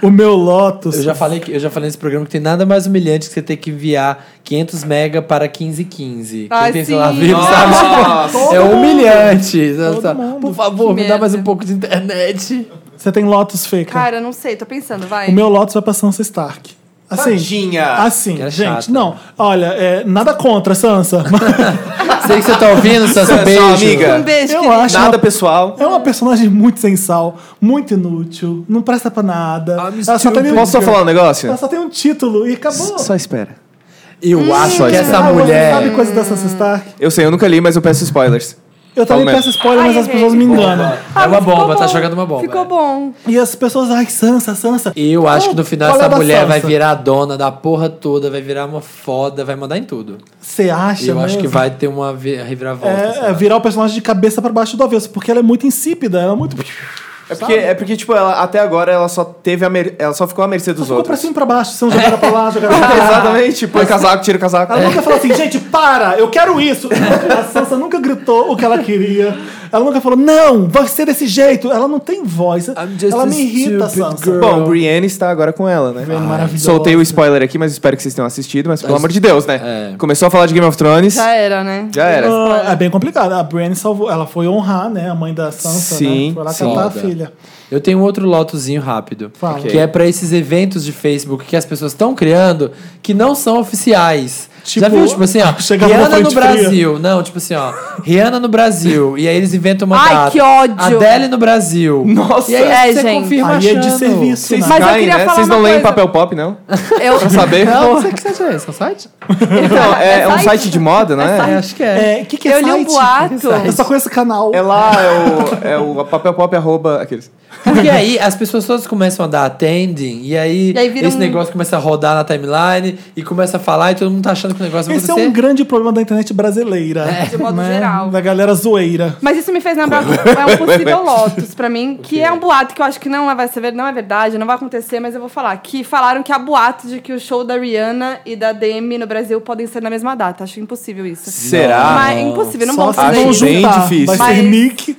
O meu Lotus. Eu já falei que eu já falei nesse programa que tem nada mais humilhante que você ter que enviar 500 mega para 1515. Quem Ai, tem Ah, sim. celular vivo, sabe? Nossa. é humilhante. Todo sabe? mundo. Por favor, Que me dá merda. mais um pouco de internet. Você tem Lotus feca. Cara, não sei, tô pensando, vai. O meu Lotus vai pra Sansa Stark. Assim, Tadinha. assim, Que é chata. gente, não. Olha, é, nada contra, Sansa. mas Sei que você tá ouvindo, Sansa, Sansa, é beijo. amiga. Um beijo, eu querido. acho uma Nada pessoal. É uma personagem muito sem sal, muito inútil, não presta pra nada. I'm Ela só, tem um, Posso só falar um negócio? ela só tem um título e acabou. espera. Eu Hum. acho que essa Ah, você mulher. sabe coisa da Sansa Stark? Eu sei, eu nunca li, mas eu peço spoilers. Eu também Fala peço spoiler, mas Ai, as pessoas me enganam. Ah, É uma mas ficou bomba, tá bom. jogando uma bomba. Ficou bom. E as pessoas, ai, Sansa, Sansa. Eu acho Qual- que no final qual é essa a da mulher vai Sansa? virar a dona da porra toda, vai virar uma foda, vai mandar em tudo. Você acha? E eu acho mesmo? que vai ter uma vi- reviravolta. assim. É, é, virar o personagem de cabeça pra baixo do avesso, porque ela é muito insípida, ela é muito. É porque, é porque tipo, ela, até agora ela só teve a mer- ela só ficou à mercê dos Ficou pra outros. cima e pra baixo, sendo jogada pra lá, jogada pra cá. [LAUGHS] Exatamente, põe casaco, tira o casaco. Ela nunca falou assim, gente, para, eu quero isso. A Sansa nunca gritou o que ela queria. Ela nunca falou, não, vai ser desse jeito. Ela não tem voz. I'm just Ela a me irrita, stupid Sansa. girl. Bom, Brienne está agora com ela, né? Brienne maravilhosa. Soltei o spoiler aqui, mas espero que vocês tenham assistido, mas pelo amor de Deus, né? É. Começou a falar de Game of Thrones. Já era, né? Já era. Ah, é bem complicado. A Brienne salvou. Ela foi honrar, né? A mãe da Sansa, Sim, né? Foi lá sim. catar a Foda. filha. Eu tenho um outro lotozinho rápido. Fala. Que é pra esses eventos de Facebook que as pessoas estão criando que não são oficiais. Tipo, Já viu? Tipo assim, [LAUGHS] ó. chegar numa Rihanna no fonte fria. Brasil. Não, tipo assim, ó. Rihanna no Brasil. E aí eles inventam uma Ai, data. que ódio. Adele no Brasil. Nossa. E aí É, você gente. confirma Aí é de achando. serviço. Vocês Mas eu caem, queria né? falar Vocês não uma leem coisa. papel pop, não? Eu... Pra saber? Não, não sei o que site é esse. É um site? Então, é, É um site? site de moda, não É, é? acho que é. É, o que, que é Eu li um site? boato. Eu só conheço canal. É lá, é o, é o papel pop arroba aqueles. Porque aí as pessoas todas começam a dar attending. E aí, E aí vira esse um- negócio começa a rodar na timeline. E começa a falar. E todo mundo tá achando que o negócio vai Esse é acontecer. um grande problema da internet brasileira. De É, modo geral. Da galera zoeira. Mas isso me fez [LAUGHS] lembrar que é um possível Lotus pra mim, que é um boato que eu acho que não vai ser, ver- não é verdade, não vai acontecer, mas eu vou falar. Que falaram que há boato de que o show da Rihanna e da Demi no Brasil podem ser na mesma data. Acho impossível isso. Será? Mas é impossível, não Ah, Só vão se Acho fazer vão isso. Tá. bem juntar. difícil. Tá, Vai ser Mas- Nick,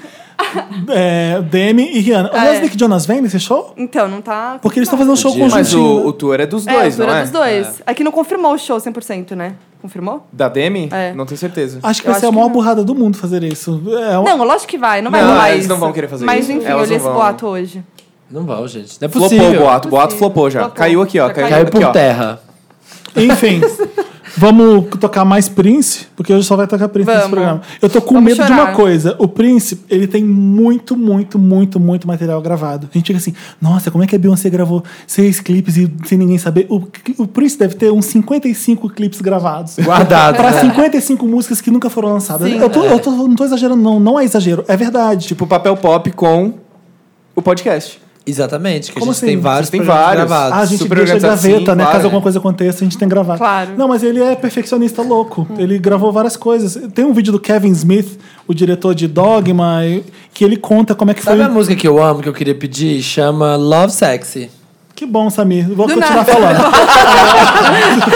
é, Demi e Rihanna. Aliás, É. Nick Jonas vem nesse show? Então, não tá. Porque eles estão fazendo um show Podia. conjuntinho. Mas o, o tour é dos É, dois, a altura não é? dos dois. É. que não confirmou o show 100%, né? Confirmou? Da Demi? É. Não tenho certeza. Acho que Eu vai ser a acho que maior não. burrada do mundo fazer isso. É, um- Não, lógico que vai, não vai Não, rolar eles isso. não vão querer fazer Mas, isso. Mas enfim, Elas olhei não esse vão. boato hoje. Não vão, gente. Não é Flopou possível. o boato. O boato Possível. flopou já. Flopou. Caiu aqui, ó. Já Caiu, caiu. Caiu aqui, por ó. terra. [LAUGHS] Enfim, vamos tocar mais Prince, porque hoje só vai tocar Prince nesse Vamos. programa. Eu tô com Vamos medo de uma chorar. coisa. O Prince, ele tem muito, muito, muito, muito material gravado. A gente fica assim, nossa, como é que a Beyoncé gravou seis clipes e sem ninguém saber? O, cli- o Prince deve ter uns 55 clipes gravados. Guardado. Pra né? 55 músicas que nunca foram lançadas. É. Sim. É. eu tô, eu tô- não tô exagerando, não. Não é exagero. É verdade. Tipo, Tipo, papel pop com o podcast. Exatamente, que Como a gente assim? tem vários Vocês têm programas vários. Ah, a gravados. gente super deixa organizado, gaveta, sim, né? claro. Caso alguma coisa aconteça, a gente tem que gravar. Claro. Não, mas ele é perfeccionista louco. Ele gravou várias coisas. Tem um vídeo do Kevin Smith, o diretor de Dogma, e- que ele conta como é que Sabe foi. a música que eu amo, que eu queria pedir? Chama Love Sexy. Que bom, Samir. Vou Do continuar nada. falando. [LAUGHS]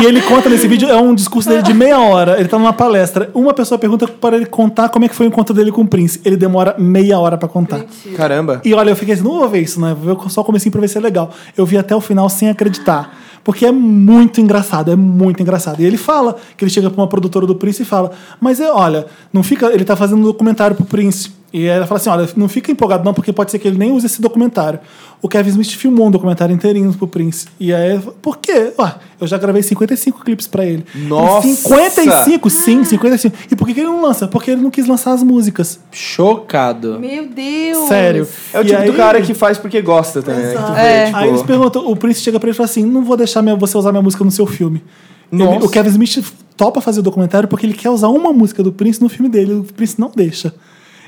e ele conta nesse vídeo, é um discurso dele de meia hora. Ele tá numa palestra. Uma pessoa pergunta para ele contar como é que foi o encontro dele com o Prince. Ele demora meia hora pra contar. Caramba. E olha, eu fiquei assim, não vou ver isso, né? Vou ver só o comecinho pra ver se é legal. Eu vi até o final sem acreditar. Porque é muito engraçado, é muito engraçado. E ele fala que ele chega pra uma produtora do Prince e fala: Mas é, olha, não fica. Ele tá fazendo um documentário pro Prince. E ela fala assim: olha, não fica empolgado, não, porque pode ser que ele nem use esse documentário. O Kevin Smith filmou um documentário inteirinho pro Prince. E aí, por quê? Ué, eu já gravei 55 clipes pra ele. Ele, Nossa! 55? Sim, 55. E por que, que ele não lança? Porque ele não quis lançar as músicas. Chocado. Meu Deus. Sério. É o E tipo do aí- cara que faz porque gosta também. Né? Que tu vê, É. tipo- Aí eles perguntam, o Prince chega pra ele e fala assim: não vou deixar minha- você usar minha música no seu filme. Ele- Nossa. o Kevin Smith topa fazer o documentário porque ele quer usar uma música do Prince no filme dele. O Prince não deixa.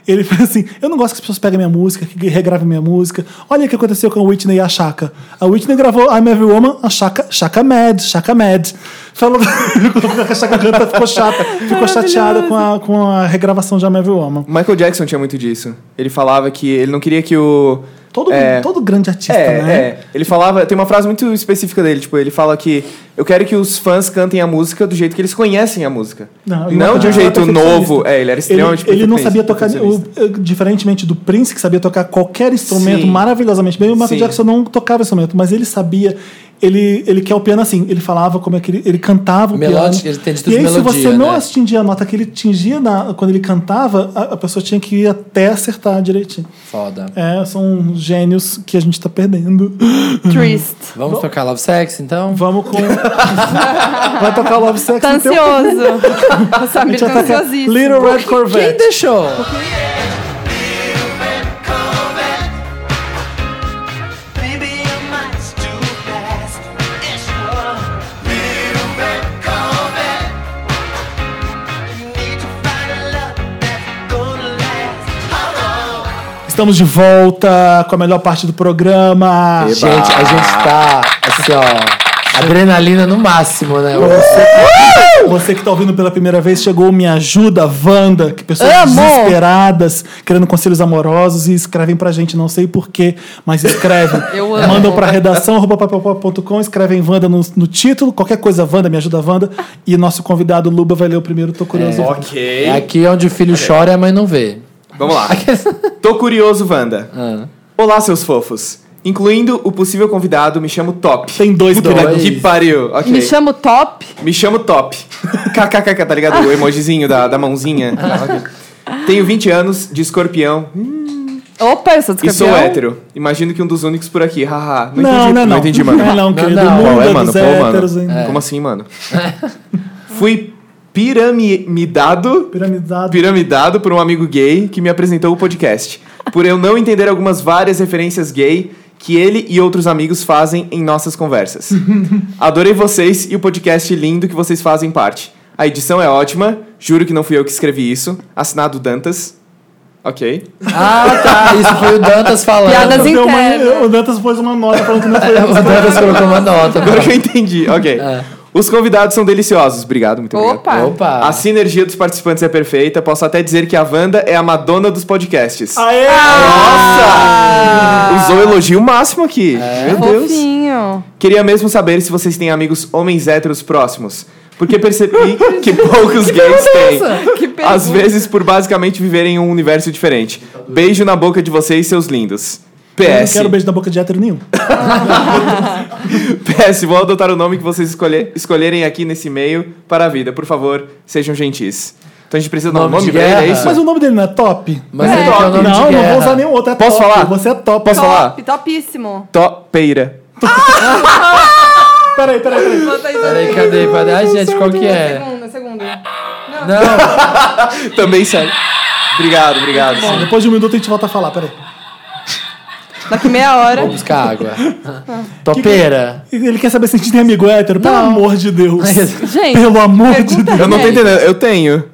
Ele fala assim: eu não gosto que as pessoas peguem minha música, que regravem minha música. Olha o que aconteceu com a Whitney e a Chaka. A Whitney gravou I'm Every Woman, a Chaka, Chaka Mad, Chaka Mad. Falou [LAUGHS] a Chaka canta, ficou chata, ficou chateada com a, com a regravação de I'm Every Woman. Michael Jackson tinha muito disso. Ele falava que ele não queria que o. Todo, é, todo grande artista, é, né? é. Ele falava, tem uma frase muito específica dele, tipo, ele fala que eu quero que os fãs cantem a música do jeito que eles conhecem a música. Não, e outra, Não, de ele um era jeito perfeccionista. novo. É, ele era Ele, extremamente ele não perfeccionista, sabia tocar, perfeccionista. o- eh, diferentemente do Prince, que sabia tocar qualquer instrumento Sim. maravilhosamente bem, o Michael Sim. Jackson não tocava instrumento, mas ele sabia. Ele, ele quer o piano assim, ele falava como é que ele, ele cantava o Melódico, piano. ele tem de tudo e aí, melodia, se você não né? atingia a nota que ele atingia na- quando ele cantava, a, a pessoa tinha que ir até acertar direitinho. Foda. É, são gênios que a gente tá perdendo. [LAUGHS] Trist. Vamos tocar Love Sexy, então? Vamos [LAUGHS] com. Vai tocar Love Sex Tá no teu- [LAUGHS] ansioso. [LAUGHS] O A Samir gente tá vai tocar ansiosíssimo. Little Red Quem Corvette. deixou? Baby, your mind's too fast. It's your little red Corvette. You need to find a love that's gonna last. Oh, oh. Estamos de volta com a melhor parte do programa. Gente, a gente tá assim, ó. Adrenalina no máximo, né? Você que tá ouvindo pela primeira vez, chegou o Me Ajuda, Wanda, que pessoas Amo! desesperadas, querendo conselhos amorosos e escrevem pra gente, não sei porquê, mas escrevem. Eu amo. Mandam pra redação, arroba papelpop.com, escrevem Wanda no, no título, qualquer coisa Wanda, Me Ajuda, Wanda. E nosso convidado Luba vai ler o primeiro, tô curioso. Wanda. Ok. É aqui onde o filho chora e a mãe não vê. Ah. Vamos lá. Tô curioso, Wanda. Olá, seus fofos. Incluindo o possível convidado, me chamo Top. Tem dois, Puta dois. que pariu. Ok. Me chamo Top. Me chamo Top. KKKK, tá ligado? O emojizinho da, da mãozinha. Tenho 20 anos, de escorpião, Opa, eu sou do e sou escorpião. é hétero. Imagino que um dos únicos por aqui, haha. Não, Não, entendi, não, não. entendi, mano. [LAUGHS] Não, não, Não, querido. não. O mundo Qual é, é mano? dos Pô, héteros, hein? mano. Como assim, mano? Fui piramidado Piramidado. piramidado por um amigo gay que me apresentou o podcast. Por eu não entender algumas várias referências gay que ele e outros amigos fazem em nossas [LAUGHS] conversas. Adorei vocês e o podcast lindo que vocês fazem parte. A edição é ótima, juro que não fui eu que escrevi isso. Assinado Dantas. Ok. Ah, tá. Isso foi o Dantas falando. Piadas Deu uma- internas. o Dantas pôs uma nota falando que não foi O Dantas colocou uma nota. Agora que eu entendi. Ok. Os convidados são deliciosos. Obrigado, muito obrigado. É. Opa. Opa. A Assim, sinergia dos participantes é perfeita. Posso até dizer que a Wanda é a Madonna dos podcasts. Aê! Nossa! Usou elogio máximo aqui. Meu Deus. É. Fofinho. Queria mesmo saber se vocês têm amigos homens héteros próximos. Porque percebi [LAUGHS] que poucos gays têm. é Que Às pergunta. vezes por basicamente viverem em um universo diferente. Beijo na boca de vocês, seus lindos. Eu não PS. quero beijo na boca de hétero nenhum. Ah. PS, vou adotar o nome que vocês escolher- escolherem aqui nesse e-mail para a vida. Por favor, sejam gentis. Então a gente precisa dar um Nome de nome pra ele, é guerra. isso? Mas o nome dele não é top? Mas É. é, que é o não, nome de não guerra. vou usar nenhum outro. É Posso top. falar? Você é top. Posso falar? Top, topíssimo. Topeira. Peraí, peraí, peraí. Bota aí, bota Peraí, aí. cadê? Cadê? Ai, gente, qual que é? Segunda, segunda. Não, Também serve. Obrigado, obrigado. Bom, depois de um minuto a gente volta a falar, peraí. Daqui meia hora. vou buscar [LAUGHS] água. Topeira. Ele quer saber se a gente tem amigo hétero? Pelo Não. amor de Deus. Gente, Pelo amor de pergunta Deus. Eu não tô Gente. entendendo, eu tenho.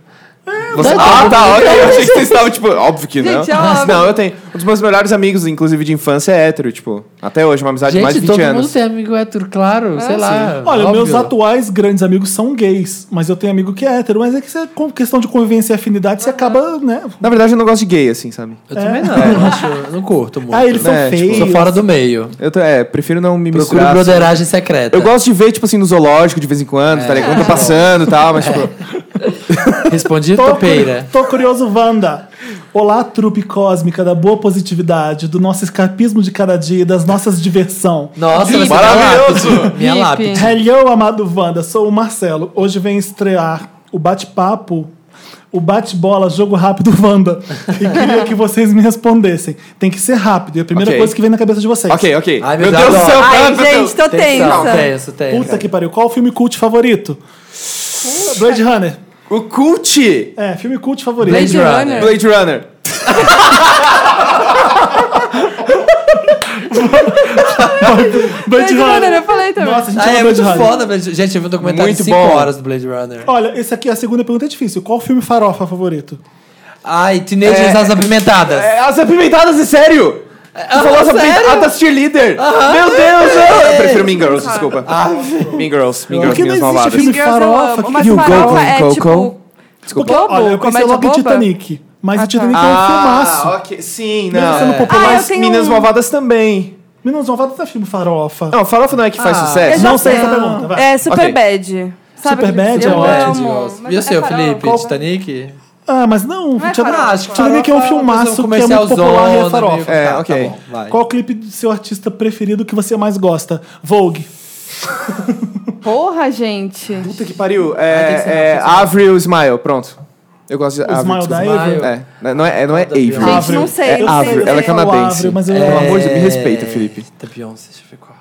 Você- não, Ah, não, tá, não, ok. Eu achei que vocês estavam, tipo, óbvio que não. Gente, é Mas óbvio. não, eu tenho. Um dos meus melhores amigos, inclusive de infância, é hétero, tipo, até hoje, uma amizade de mais de Gente, 20 todo anos. mundo tem amigo hétero, claro. Ah, sei lá. Olha, óbvio. meus atuais grandes amigos são gays, mas eu tenho amigo que é hétero. Mas é que isso é com questão de convivência e afinidade, você acaba, né? Na verdade, eu não gosto de gay, assim, sabe? Eu também não. eu acho- eu não curto muito. Ah, eles são É, tipo, feios. Sou fora do meio. Eu tô- é, prefiro não me Procuro misturar. assim. broderagem secreta. Eu gosto de ver, tipo assim, no zoológico de vez em quando, tá ligado? Quando tá passando e tal, mas tipo. Respondi Tô, topeira. curi- tô curioso, Wanda. Olá, trupe cósmica da boa positividade, do nosso escapismo de cada dia, e das nossas diversão. Nossa, mas Maravilhoso! Minha Vip. lápide. Uhum. Hello, amado Wanda, sou o Marcelo. Hoje vem estrear o bate-papo, o bate-bola, jogo rápido [LAUGHS] Wanda. E queria que vocês me respondessem. Tem que ser rápido, é a primeira Ok. coisa que vem na cabeça de vocês. ok, ok. Ai, meu meu Deus do Deus, céu, Ai, meu Deus. gente, tô Não, tensa. tenso, tenso. Puta que pariu, qual o filme cult favorito? Blade Runner. O cult! É, filme cult favorito. Blade Runner. Blade Runner. Blade Runner, eu falei também. Nossa, a gente Ah, ama é Blade muito Runner. foda, Blade Gente, eu vi um documentário Muito de 5 bom. horas do Blade Runner. Olha, esse aqui, a segunda pergunta é difícil. Qual filme farofa favorito? Ai, teenagers É. das apimentadas. É, As apimentadas, é sério! Tu falou ah, as apimentadas cheerleader! Meu Deus! Eu, eu prefiro Mean Girls, desculpa. mean Girls, Por Mean Girls, que não minhas existe malvadas. filme Girls eu farofa? amo, que- mas Hugo, farofa é Coco, tipo... Porque, bobo, olha, eu pensei comédia logo em boba. tá. Titanic. Mas o Titanic é um filmaço. Ah, ok. Sim, não. Mesmo sendo É. popular, Ah, Mas eu tenho Minas um. Malvadas também. Meninos Malvados é filme farofa. Não, farofa não é que faz Ah, Eu sucesso. já Não sei sei. essa pergunta, vai. É Super Ok. Bad. Sabe Superbad aquele é ótimo. filme? Eu Gente, eu amo. gosto. mas E o seu, é Felipe? farofa. Titanic? Ah, mas não. Não é Titan- farofa. Titanic é um Ah, Farofa, um filmaço que é muito comercialzão, popular e é né, meio- farofa. É, tá, ok. Tá bom, vai. Qual clipe do seu artista preferido que você mais gosta? Vogue. Porra, gente. Puta que tem pariu. que ser É, é rápido, Avril Smile, pronto. Eu gosto de Avril. Smile desculpa. da Avril. É, não- não é, é- não é Avril. Gente, não Avril. sei, Eu não sei. Avril, ela é Eu canadense. Avril, mas eu Pelo É. amo. amor de Deus, me respeita, Felipe. Da Beyoncé, deixa eu ver qual.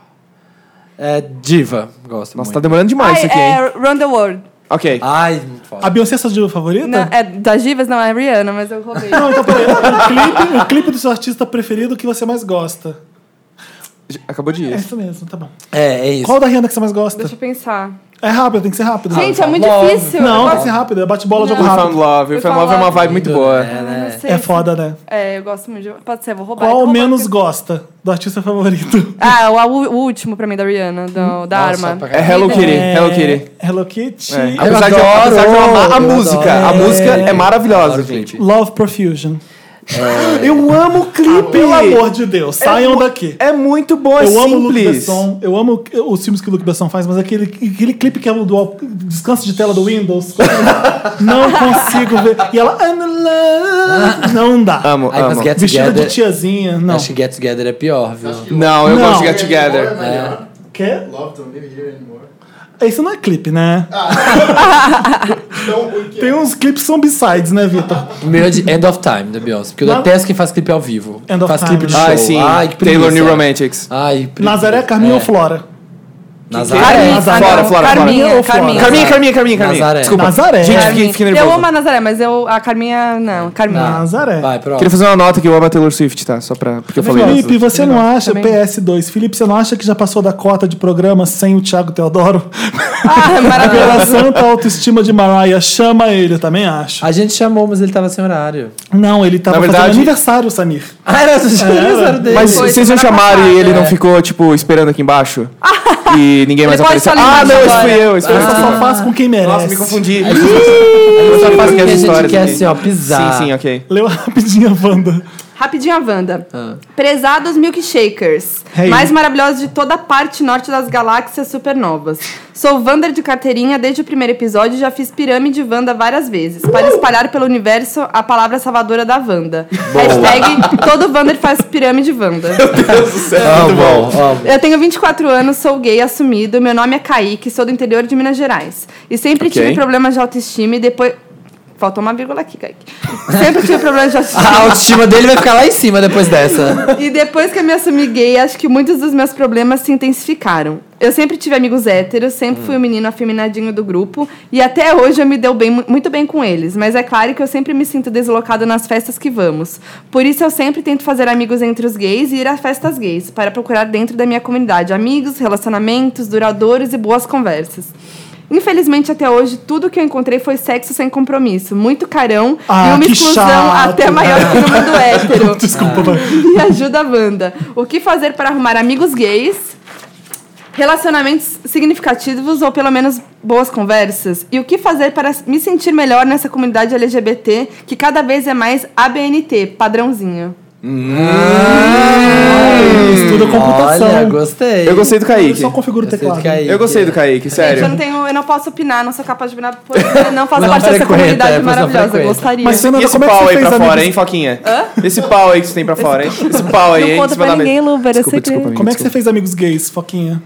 É Diva. Gosto Nossa, tá muito. Ah. demorando demais Ai, isso aqui, hein? é Run the World. Ok. Ai, muito foda. A Beyoncé é sua diva favorita? Não, é das divas? Não, é Rihanna, mas eu roubei. Não, então [LAUGHS] peraí. O clipe, o clipe do seu artista preferido que você mais gosta. Acabou de É ir. isso mesmo, tá bom. É, é isso. Qual da Rihanna que você mais gosta? Deixa eu pensar. É rápido, tem que ser rápido. Gente, é muito Love. difícil. Não, eu tem que gosto- ser rápido. É bate-bola, jogo We rápido. Found Love. We We Found Found Love é uma Love. vibe muito É, boa. Ah, né? não sei É se- foda, né? É, eu gosto muito. de- Pode ser, vou roubar. eu Qual tô roubando menos porque- gosta do artista favorito? Ah, o, o último pra mim da Rihanna, do- da Nossa, arma. pra caralho. É Hello Kitty. É, Hello Kitty. Hello Kitty. É. Eu Apesar, de, adoro, apesar de eu amar a eu música. A adoro. música é maravilhosa, Adoro o gente. Love Profusion. Eu amo o clipe. É. Ah, Pelo amor de Deus, saiam mu- daqui. É muito bom, é eu amo o Luke simples. Besson, eu amo os filmes que o Luke Besson faz, mas aquele, aquele clipe que é o do descanso de tela do Windows, [LAUGHS] não consigo ver. E ela, I'm in love. Não dá. Amo, Ai, mas amo. Get Ah. Vestida de Together... tiazinha, não. Acho que Get Together é pior, viu? É, Não, eu Não. gosto de Get Together. é Quê? Love Don't Live Here Anymore. Ah. Isso não é clipe, né? [LAUGHS] Então, o Ah. que Tem uns clipes que são b-sides, né, Vitor? O meu é de End of Time, da Beyoncé. Porque eu Não. detesto quem faz clipe ao vivo. End of faz Time, clipe de né? show. Ai, sim. Ai, que Taylor preguiça. New Romantics. Ai, que preguiça. Nazaré, Carminha É. ou Flora? Nazaré. Carminha, Nazaré. ah, não, Flora, Flora, Carminha, Flora. Carminha. Carminha, Carminha, Carminha, Carminha. Nazaré. Desculpa. Nazaré. Gente, Carminha. fiquei, fiquei nervoso. Eu amo a Nazaré, mas eu, a Carminha, não, Carminha. Nazaré. Vai, pronto. Queria fazer uma nota que eu amo a Taylor Swift, tá? Só pra... Porque eu falei Felipe, isso. você não acha, Também. PS2, Felipe, você não acha que já passou da cota de programa sem o Thiago Teodoro? Ah, [LAUGHS] maravilhoso. Pela santa autoestima de Mariah, chama ele, eu também acho. A gente chamou, mas ele tava sem horário. Não, ele tava Na verdade- fazendo aniversário, Samir. Ah, [LAUGHS] era do aniversário dele. Mas Foi vocês não semana chamaram e passada, ele não é. ficou, tipo, esperando aqui embaixo? E ninguém mais Ele pode apareceu. falar Ah, não, embaixo esse fui agora. eu. Esse fui eu. Eu só, Ah. só faço com quem merece. Nossa, me confundi. Eu só faço o que a Essas gente histórias quer, aqui. assim, ó, pisar. Sim, sim, ok. Leu rapidinho a Wanda. Rapidinho a Wanda. Prezados milkshakers. Hey. Mais maravilhosos de toda a parte norte das galáxias supernovas. Sou Wander de carteirinha desde o primeiro episódio e já fiz pirâmide Wanda várias vezes. Para espalhar pelo universo a palavra salvadora da Wanda. Hashtag todo Wander faz pirâmide Wanda. Tá Eu tenho 24 anos, sou gay assumido, meu nome é Kaique, sou do interior de Minas Gerais. E sempre Ok. tive problemas de autoestima e depois. Faltou uma vírgula aqui, Kaique. Sempre tive problemas de A autoestima. autoestima dele vai ficar lá em cima depois dessa. E depois que eu me assumi gay, acho que muitos dos meus problemas se intensificaram. Eu sempre tive amigos héteros, sempre fui o menino afeminadinho do grupo, e até hoje eu me deu bem, mu- muito bem com eles. Mas é claro que eu sempre me sinto deslocado nas festas que vamos. Por isso eu sempre tento fazer amigos entre os gays e ir a festas gays, para procurar dentro da minha comunidade amigos, relacionamentos duradouros e boas conversas. Infelizmente, até hoje, tudo que eu encontrei foi sexo sem compromisso, muito carão Ah, e uma que exclusão chato. até maior [LAUGHS] que no mundo hétero. Desculpa, vai. Me ajuda a Wanda. O que fazer para arrumar amigos gays? Relacionamentos significativos ou pelo menos boas conversas? E o que fazer para me sentir melhor nessa comunidade LGBT que cada vez é mais ABNT, padrãozinho? Estuda computação. Olha, gostei. Eu gostei do Eu Kaique. só configuro o Gostei do teclado. Kaique. Eu gostei do Kaique, Gente, eu não, sério. tenho, eu não posso opinar, não sou capaz de opinar, porque eu não faço Não parte frequenta, dessa comunidade é, você não maravilhosa. Eu frequenta. gostaria. Mas você E Fernanda, esse como é que pau você aí fez pra fora, amigos? hein, Foquinha? Esse pau aí que você tem pra fora, hein? Esse pau aí, não hein? conta Você pra vai dar ninguém, Luber, é Desculpa, segredo. desculpa, Como é que você fez amigos gays, Foquinha?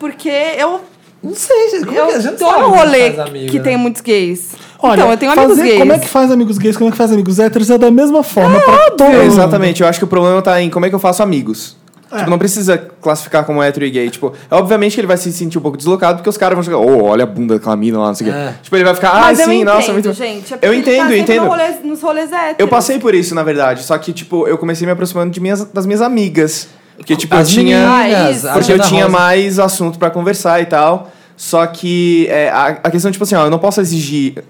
Porque eu, Não sei, gente. Como eu que a gente tô sabe no como rolê faz amigo, que né? tem muitos gays. Olha, então, eu tenho amigos fazer- gays. Como é que faz amigos gays? Como é que faz amigos héteros? É da mesma forma pra todo Hum. mundo. É, exatamente, eu acho que o problema tá em como é que eu faço amigos. É. Tipo, não precisa classificar como hétero e gay. Tipo, é obviamente que ele vai se sentir um pouco deslocado, porque os caras vão chegar, oh, olha a bunda daquela mina lá, não sei o É. quê. Tipo, ele vai ficar, ah, Mas sim, eu entendo, nossa, muito. gente. É porque eu ele tá entendo, sempre entendo. no rolê- nos rolês héteros. Eu passei por isso, na verdade. Só que, tipo, eu comecei me aproximando de minhas, das minhas amigas. Porque, tipo, As eu tinha. Ah, meninas, isso. a Porque eu Ana tinha Rosa. mais assunto pra conversar e tal. Só que é, a, a questão, tipo assim, ó, eu não posso exigir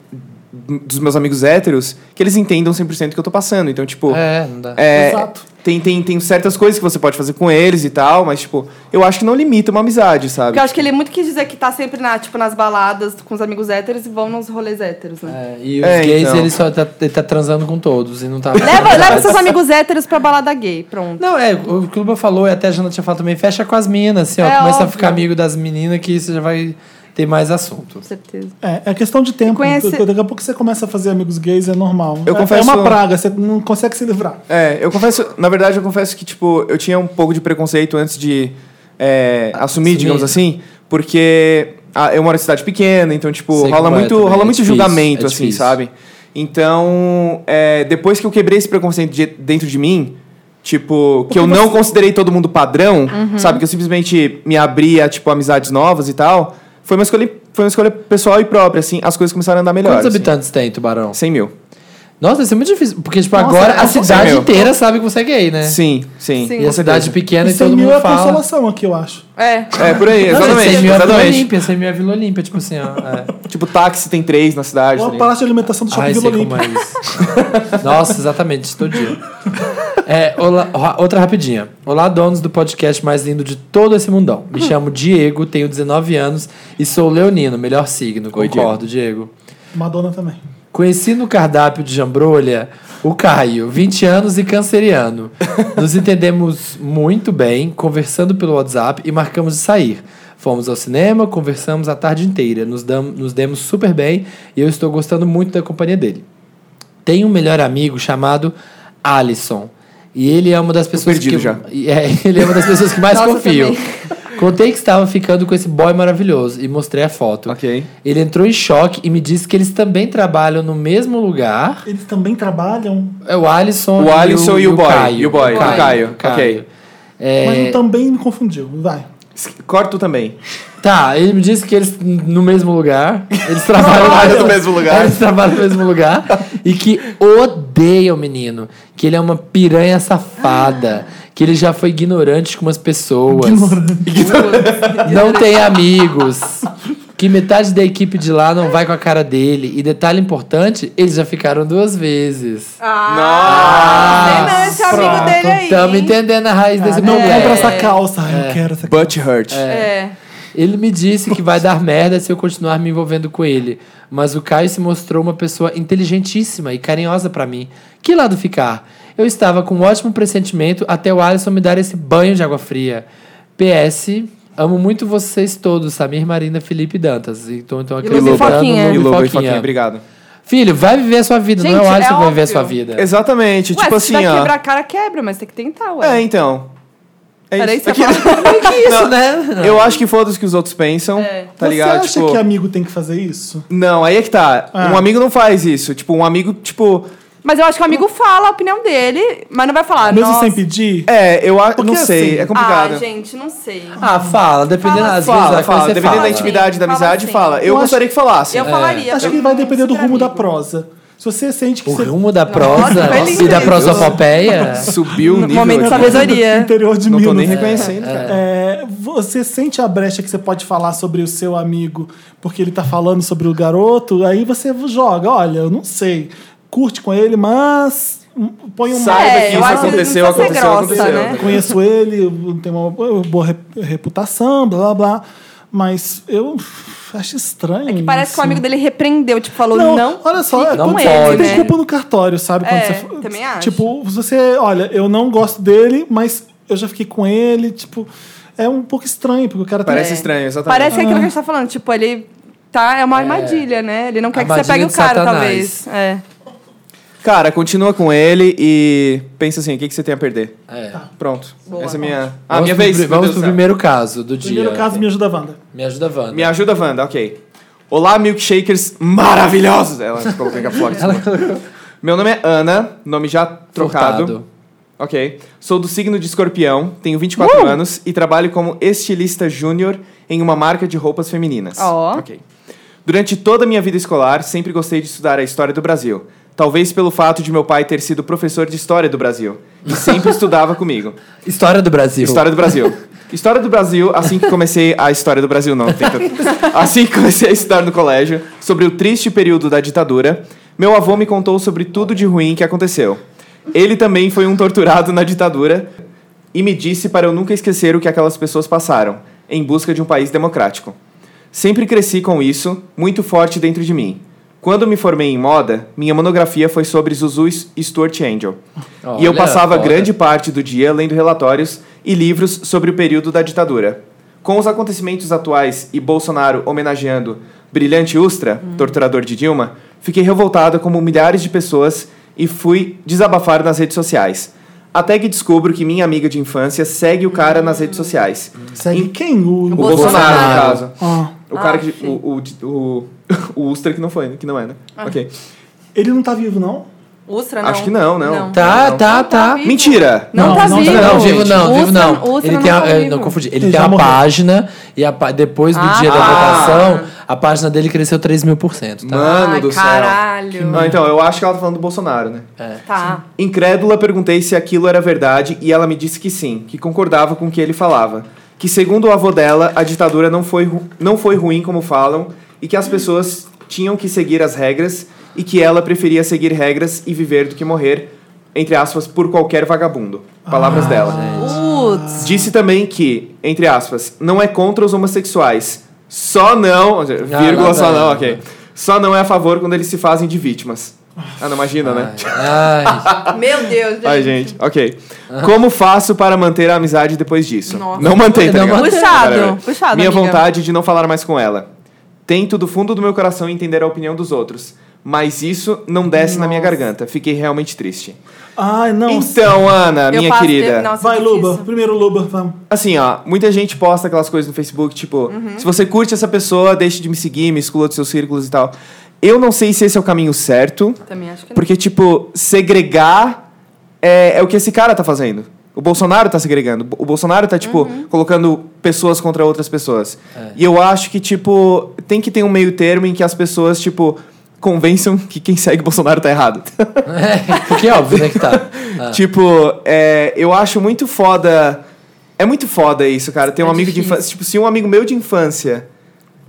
dos meus amigos héteros que eles entendam 100% o que eu tô passando. Então, tipo, É, não dá. é, Exato. Tem, tem, tem certas coisas que você pode fazer com eles e tal, mas, tipo, eu acho que não limita uma amizade, sabe? Porque eu acho que ele muito quis dizer que tá sempre na, tipo, nas baladas com os amigos héteros e vão nos rolês héteros, né? É, e os É, gays, então. ele só tá, ele tá transando com todos e não É. tá. Leva, leva seus amigos héteros pra balada gay, pronto. Não, é, o que o Luba falou, e até a Jana tinha falado também, fecha com as minas, assim, ó. É começa a óbvio. ficar amigo das meninas que você já vai ter mais assunto. Com certeza. É, é questão de tempo. Conhece- Daqui a pouco você começa a fazer amigos gays, é normal. Eu É- confesso- É uma praga, você não consegue se livrar. É, eu confesso, na verdade, eu confesso que, tipo, eu tinha um pouco de preconceito antes de é, assumir, Ah, assumir. digamos assim, porque ah, eu moro em cidade pequena, então, tipo, Sei rola como é muito, também, rola é muito difícil, julgamento, é assim, difícil. sabe? Então, é, depois que eu quebrei esse preconceito de- dentro de mim, tipo, que eu não considerei todo mundo padrão, sabe? Que eu simplesmente me abri a, tipo, amizades novas e tal, foi uma escolha, foi uma escolha pessoal e própria, assim, as coisas começaram a andar melhor. Quantos assim. habitantes tem, Tubarão? 100 mil. Nossa, isso é muito difícil, porque, tipo, Nossa, agora a é nossa, cidade meu. inteira sabe que você é gay, né? Sim, sim. Sim. E a cidade pequena E e 100 né, todo mil mundo é a fala. consolação aqui, eu acho. É. É, por aí, Não, exatamente. 100 mil é Vila exatamente. Olímpia, 100 mil é Vila Olímpia, tipo assim, ó. É. Tipo, táxi tem três na cidade. Ou tá a ligado? praça de alimentação do Shopping Ai, Vila sei como Olímpia. é isso. Nossa, exatamente, todo dia. É, olá- ó, outra rapidinha. Olá, donos do podcast mais lindo de todo esse mundão. Me chamo Diego, tenho 19 anos e sou leonino, melhor signo. Oi, Concordo, Diego. Madonna também. Conheci no cardápio de Jambrolha o Caio, 20 anos e canceriano. Nos entendemos muito bem, conversando pelo WhatsApp e marcamos de sair. Fomos ao cinema, conversamos a tarde inteira, nos, dam, nos demos super bem e eu estou gostando muito da companhia dele. Tem um melhor amigo chamado Alisson. E ele é uma das pessoas que. perdido já. E [LAUGHS] é, ele é uma das pessoas que mais Nossa, confio. também. Contei que estava ficando com esse boy maravilhoso e mostrei a foto. Ok. Ele entrou em choque e me disse que eles também trabalham no mesmo lugar. Eles também trabalham, É o Alisson, O Alisson e o boy, Caio. e o boy, O o Caio. Caio, o Caio. ok. É, mas não também me confundiu. Vai. Corta tu também. Tá, ele me disse que eles n- no mesmo lugar. [LAUGHS] Eles trabalham Trabalham no mesmo lugar. Eles trabalham no mesmo lugar. e que odeia o menino. Que ele é uma piranha safada. Que ele já foi ignorante com umas pessoas. Não tem amigos. Que metade da equipe de lá não vai com a cara dele. E detalhe importante, eles já ficaram duas vezes. Ah, não, esse amigo pronto. dele aí. Estamos entendendo a raiz desse É Ah, não problema. compra essa calça. Ai, Eu quero essa calça. Butt hurt. É. Tipo Ele me disse que vai dar merda se eu continuar me envolvendo com ele. Mas o Caio se mostrou uma pessoa inteligentíssima e carinhosa pra mim. Que lado ficar? Eu estava com um ótimo pressentimento até o Alisson me dar esse banho de água fria. PS, amo muito vocês todos, Samir, Marina, Felipe e Dantas. Então, então Lulu e Foquinha. E Lulu Lobo e Foquinha, obrigado. Filho, vai viver a sua vida, não é Gente, o Alisson é que vai viver a óbvio. sua vida. Exatamente, Ué, tipo se assim, tiver que ó. quebrar a cara, quebra, mas tem que tentar, É, ué. então. É Era isso. isso que [LAUGHS] eu ia falar. Isso, né? Eu acho que foda-se o que os outros pensam, É. tá Você ligado? acha tipo, que amigo tem que fazer isso? Não, aí é que tá. Ah. Um amigo não faz isso. Tipo, um amigo, tipo... Mas eu acho que o amigo fala a opinião dele, mas não vai falar. Mesmo Ah, Nossa. sem pedir? É, eu acho... Porque Não sei, assim- é complicado. Ah, gente, não sei. Ah, fala, dependendo Fala, às Fala, vezes, é é fala. você Dependendo da fala. intimidade, da Fala amizade, sim. fala. assim. Eu Eu gostaria que falasse. É. Eu falaria. Acho É, eu- que vai depender do Super rumo da é amigo. prosa. Se você sente que O você... rumo da Nossa, prosa vai e lindo da isso. prosopopeia. Subiu o No nível momento aqui. da sabedoria. interior de Não tô Minas. né? nem reconhecendo, cara. É, você sente a brecha que você pode falar sobre o seu amigo porque ele tá falando sobre o garoto, aí você joga, olha, eu não sei, curte com ele, mas hum, põe um Saiba É, que eu acho isso que não aconteceu, precisa ser aconteceu, grossa, aconteceu. né? Conheço ele, tem uma boa rep- reputação, blá blá blá. Mas eu acho estranho. É Que parece que o amigo dele repreendeu, tipo, falou Não, não. olha só, fica é não quando com pode. ele, Você tem né? culpa no cartório, sabe? Quando É, você, também acho. Tipo, você, olha, eu não gosto dele, mas eu já fiquei com ele, tipo, é um pouco estranho, porque o cara Parece tem... É, estranho, exatamente. É. Parece aquilo que a gente tá falando, tipo, ele tá, é uma armadilha, né? Ele não quer que você pegue Armadilha o de cara, Satanás. talvez. É. Cara, continua com ele e pensa assim, o que, que você tem a perder? É. Pronto. Boa. Essa é minha... Ah, Vamos minha pro vez. pri- meu Vamos Deus pro do céu. primeiro caso do dia. Primeiro caso, me ajuda, Wanda. Me ajuda, Wanda. Me ajuda, Wanda, ok. Olá, milkshakers maravilhosos! Ela colocou a flor. né? Meu nome é Ana, nome já trocado. Furtado. Ok. Sou do signo de escorpião, tenho 24 Uh! anos e trabalho como estilista júnior em uma marca de roupas femininas. Ó. Ok. Durante toda a minha vida escolar, sempre gostei de estudar a história do Brasil. Talvez pelo fato de meu pai ter sido professor de história do Brasil. E sempre [LAUGHS] estudava comigo. História do Brasil. História do Brasil. História do Brasil, assim que comecei a história do Brasil, [LAUGHS] não. tenta- Assim que comecei a estudar no colégio, sobre o triste período da ditadura, meu avô me contou sobre tudo de ruim que aconteceu. Ele também foi um torturado na ditadura e me disse para eu nunca esquecer o que aquelas pessoas passaram, em busca de um país democrático. Sempre cresci com isso, muito forte dentro de mim. Quando me formei em moda, minha monografia foi sobre Zuzu e Stuart Angel. e eu Olha, passava foda. grande parte do dia lendo relatórios e livros sobre o período da ditadura. Com os acontecimentos atuais e Bolsonaro homenageando Brilhante Ustra, Hum. torturador de Dilma, fiquei revoltado como milhares de pessoas e fui desabafar nas redes sociais. Até que descubro que minha amiga de infância segue o cara nas Hum. redes sociais. Segue Em- quem? O, O Bolsonaro, Bolsonaro. no caso. Ah, O cara Ah, que. sim. O, o, o, o Ustra que não foi, né? que não é, né? Ah. Ok. ele não tá vivo, não? Ustra, não. Acho que não, não. Tá, Não. tá, tá. Não Mentira! Não, tá não, vivo. Não, Não, vivo não, vivo Ustra- não. Ustra ele tem não a, tá eu- vivo. não confundi. Ele Ele tem já a morreu. página e a, pá- depois do Ah, dia da tá. votação, a página dele cresceu 3 mil por cento, tá? Mano Ai, do céu. caralho. Não, então, eu acho que ela tá falando do Bolsonaro, né? Tá. Incrédula, perguntei se aquilo era verdade e ela me disse que sim, que concordava com o que ele falava. Que, segundo o avô dela, a ditadura não foi, ru- não foi ruim como falam e que as pessoas tinham que seguir as regras e que ela preferia seguir regras e viver do que morrer, entre aspas, por qualquer vagabundo. Palavras Ah, dela. Putz. Disse também que, entre aspas, não é contra os homossexuais. Só não. Vírgula, Ah, lá só vai, não, lá ok. vai. Só não é a favor quando eles se fazem de vítimas. Ah, não imagina, né? Ai, [LAUGHS] Meu Deus, gente. Ai, gente, ok. Como faço para manter a amizade depois disso? Nossa. Não mantém, tá Não ligado? mantém. Puxado, Pera, pera. puxado, Minha amiga. vontade de não falar mais com ela. Tento do fundo do meu coração entender a opinião dos outros. Mas isso não desce na minha garganta. Fiquei realmente triste. Ai, não. Então, Ana, Eu minha passo querida. de- nossa, Vai, difícil. Luba. Primeiro, Luba, vamos. Assim, ó, muita gente posta aquelas coisas no Facebook, tipo, Uhum. se você curte essa pessoa, deixe de me seguir, me exclua dos seus círculos e tal. Eu não sei se esse é o caminho certo, Também acho que não. porque, tipo, segregar é, é o que esse cara tá fazendo. O Bolsonaro tá segregando. O Bolsonaro tá, tipo, Uhum. colocando pessoas contra outras pessoas. E eu acho que, tipo, tem que ter um meio termo em que as pessoas, tipo, convençam que quem segue Bolsonaro tá errado. porque [LAUGHS] é óbvio, né, que tá. Ah. Tipo, é, eu acho muito foda. É muito foda isso, cara. É Ter um amigo de infância. Tipo, se um amigo meu de infância,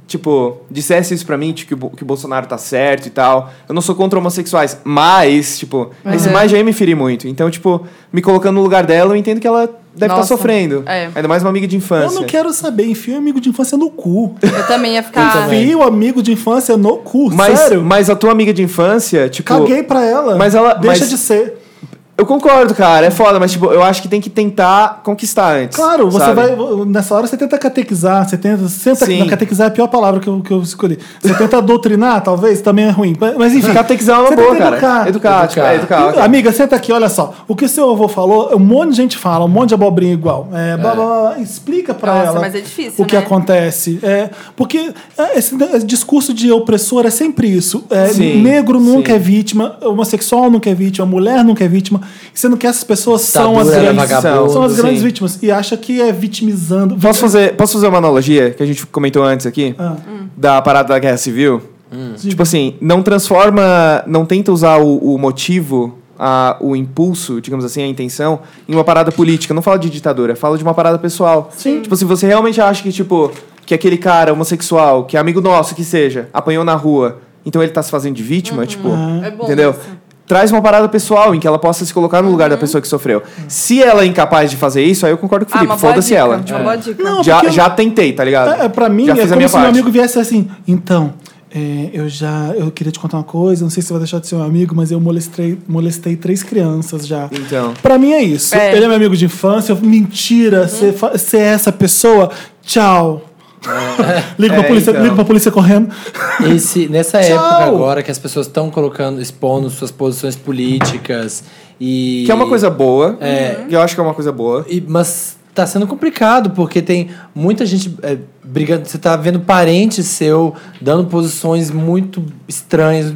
tipo, dissesse isso pra mim, tipo, que o Bo- que o Bolsonaro tá certo e tal. Eu não sou contra homossexuais, mas, tipo, esse mais já ia me ferir muito. Então, tipo, me colocando no lugar dela, eu entendo que ela deve estar Nossa. sofrendo. É. Ainda mais uma amiga de Eu infância. não quero saber, enfia o amigo de infância no [LAUGHS] cu. Eu também ia ficar. Enfia o amigo de infância no cu, Mas, sério. mas a tua amiga de infância, tipo. Caguei pra ela. Mas ela- Deixa mas- de ser. Eu concordo, cara, é foda, mas tipo, eu acho que tem que tentar conquistar antes. Claro, você sabe? vai. Nessa hora você tenta catequizar, você tenta. Senta, Sim. não, catequizar é a pior palavra que eu, que eu escolhi. Você tenta [LAUGHS] doutrinar, talvez, também é ruim. Mas, mas enfim. Catequizar é uma você boa, tenta cara. Educar, educar, tipo, é, educar, ok. Amiga, senta aqui, olha só. O que o seu avô falou, um monte de gente fala, um monte de abobrinha igual. É, blá, blá, blá, blá. explica pra Nossa, ela mas é difícil, o que né? acontece. É, porque é, esse ne- discurso de opressor é sempre isso. É, Sim, negro nunca sim. é vítima, homossexual nunca é vítima, mulher nunca é vítima. Sendo que essas pessoas são as Ditadura era grandes, vagabundo, são as grandes sim. vítimas. E acha que é vitimizando. Posso fazer, posso fazer uma analogia que a gente comentou antes aqui? Hum. Ah. Da parada da guerra civil? Tipo assim, não transforma, não tenta usar o, o motivo, a, o impulso, digamos assim, a intenção, em uma parada política. Não fala de ditadura, fala de uma parada pessoal. Sim. Tipo, se você realmente acha que, tipo, que aquele cara homossexual, que é amigo nosso, que seja, apanhou na rua, então ele tá se fazendo de vítima, tipo, É bom entendeu? isso. Uhum. Traz uma parada pessoal em que ela possa se colocar no lugar da pessoa que sofreu. Se ela é incapaz de fazer isso, aí eu concordo com o Ah, Felipe. uma boa Foda-se dica. ela. Uma boa dica. Não, Já, porque eu- já tentei, tá ligado? É, é, pra mim, já é fiz como a minha se parte. meu amigo viesse assim, então, é, eu já eu queria te contar uma coisa, não sei se você vai deixar de ser meu amigo, mas eu molestei, molestei três crianças já. Então. Pra mim é isso. É. Ele é meu amigo de infância, eu- mentira, você fa- você é essa pessoa, tchau. [LAUGHS] ligo, pra É, polícia, então. ligo pra polícia correndo. E se nessa Tchau! época agora que as pessoas estão colocando, expondo suas posições políticas e. Que é uma coisa boa. Uhum. Que eu acho que é uma coisa boa. E- mas tá sendo complicado, porque tem muita gente é, brigando. Você tá vendo parente seu dando posições muito estranhas.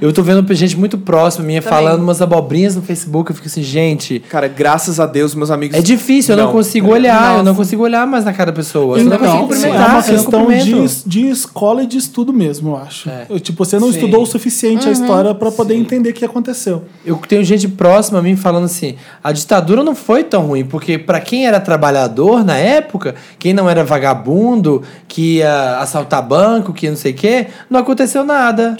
Eu tô vendo gente muito próxima minha Também. falando umas abobrinhas no Facebook. Eu fico assim, gente. Cara, graças a Deus, meus amigos. É difícil, eu não, consigo olhar, eu não Nossa. consigo olhar mais na cara da pessoa. Eu não Então, consigo é cumprimentar. uma eu não um questão cumprimento. de, de escola e de estudo mesmo, eu acho. É. Eu, tipo, você não Sim. estudou o suficiente a história pra poder entender o que aconteceu. Eu tenho gente próxima a mim falando assim: a ditadura não foi tão ruim, porque pra quem era trabalhador na época, quem não era vagabundo, que ia assaltar banco, que não sei o quê, não aconteceu nada.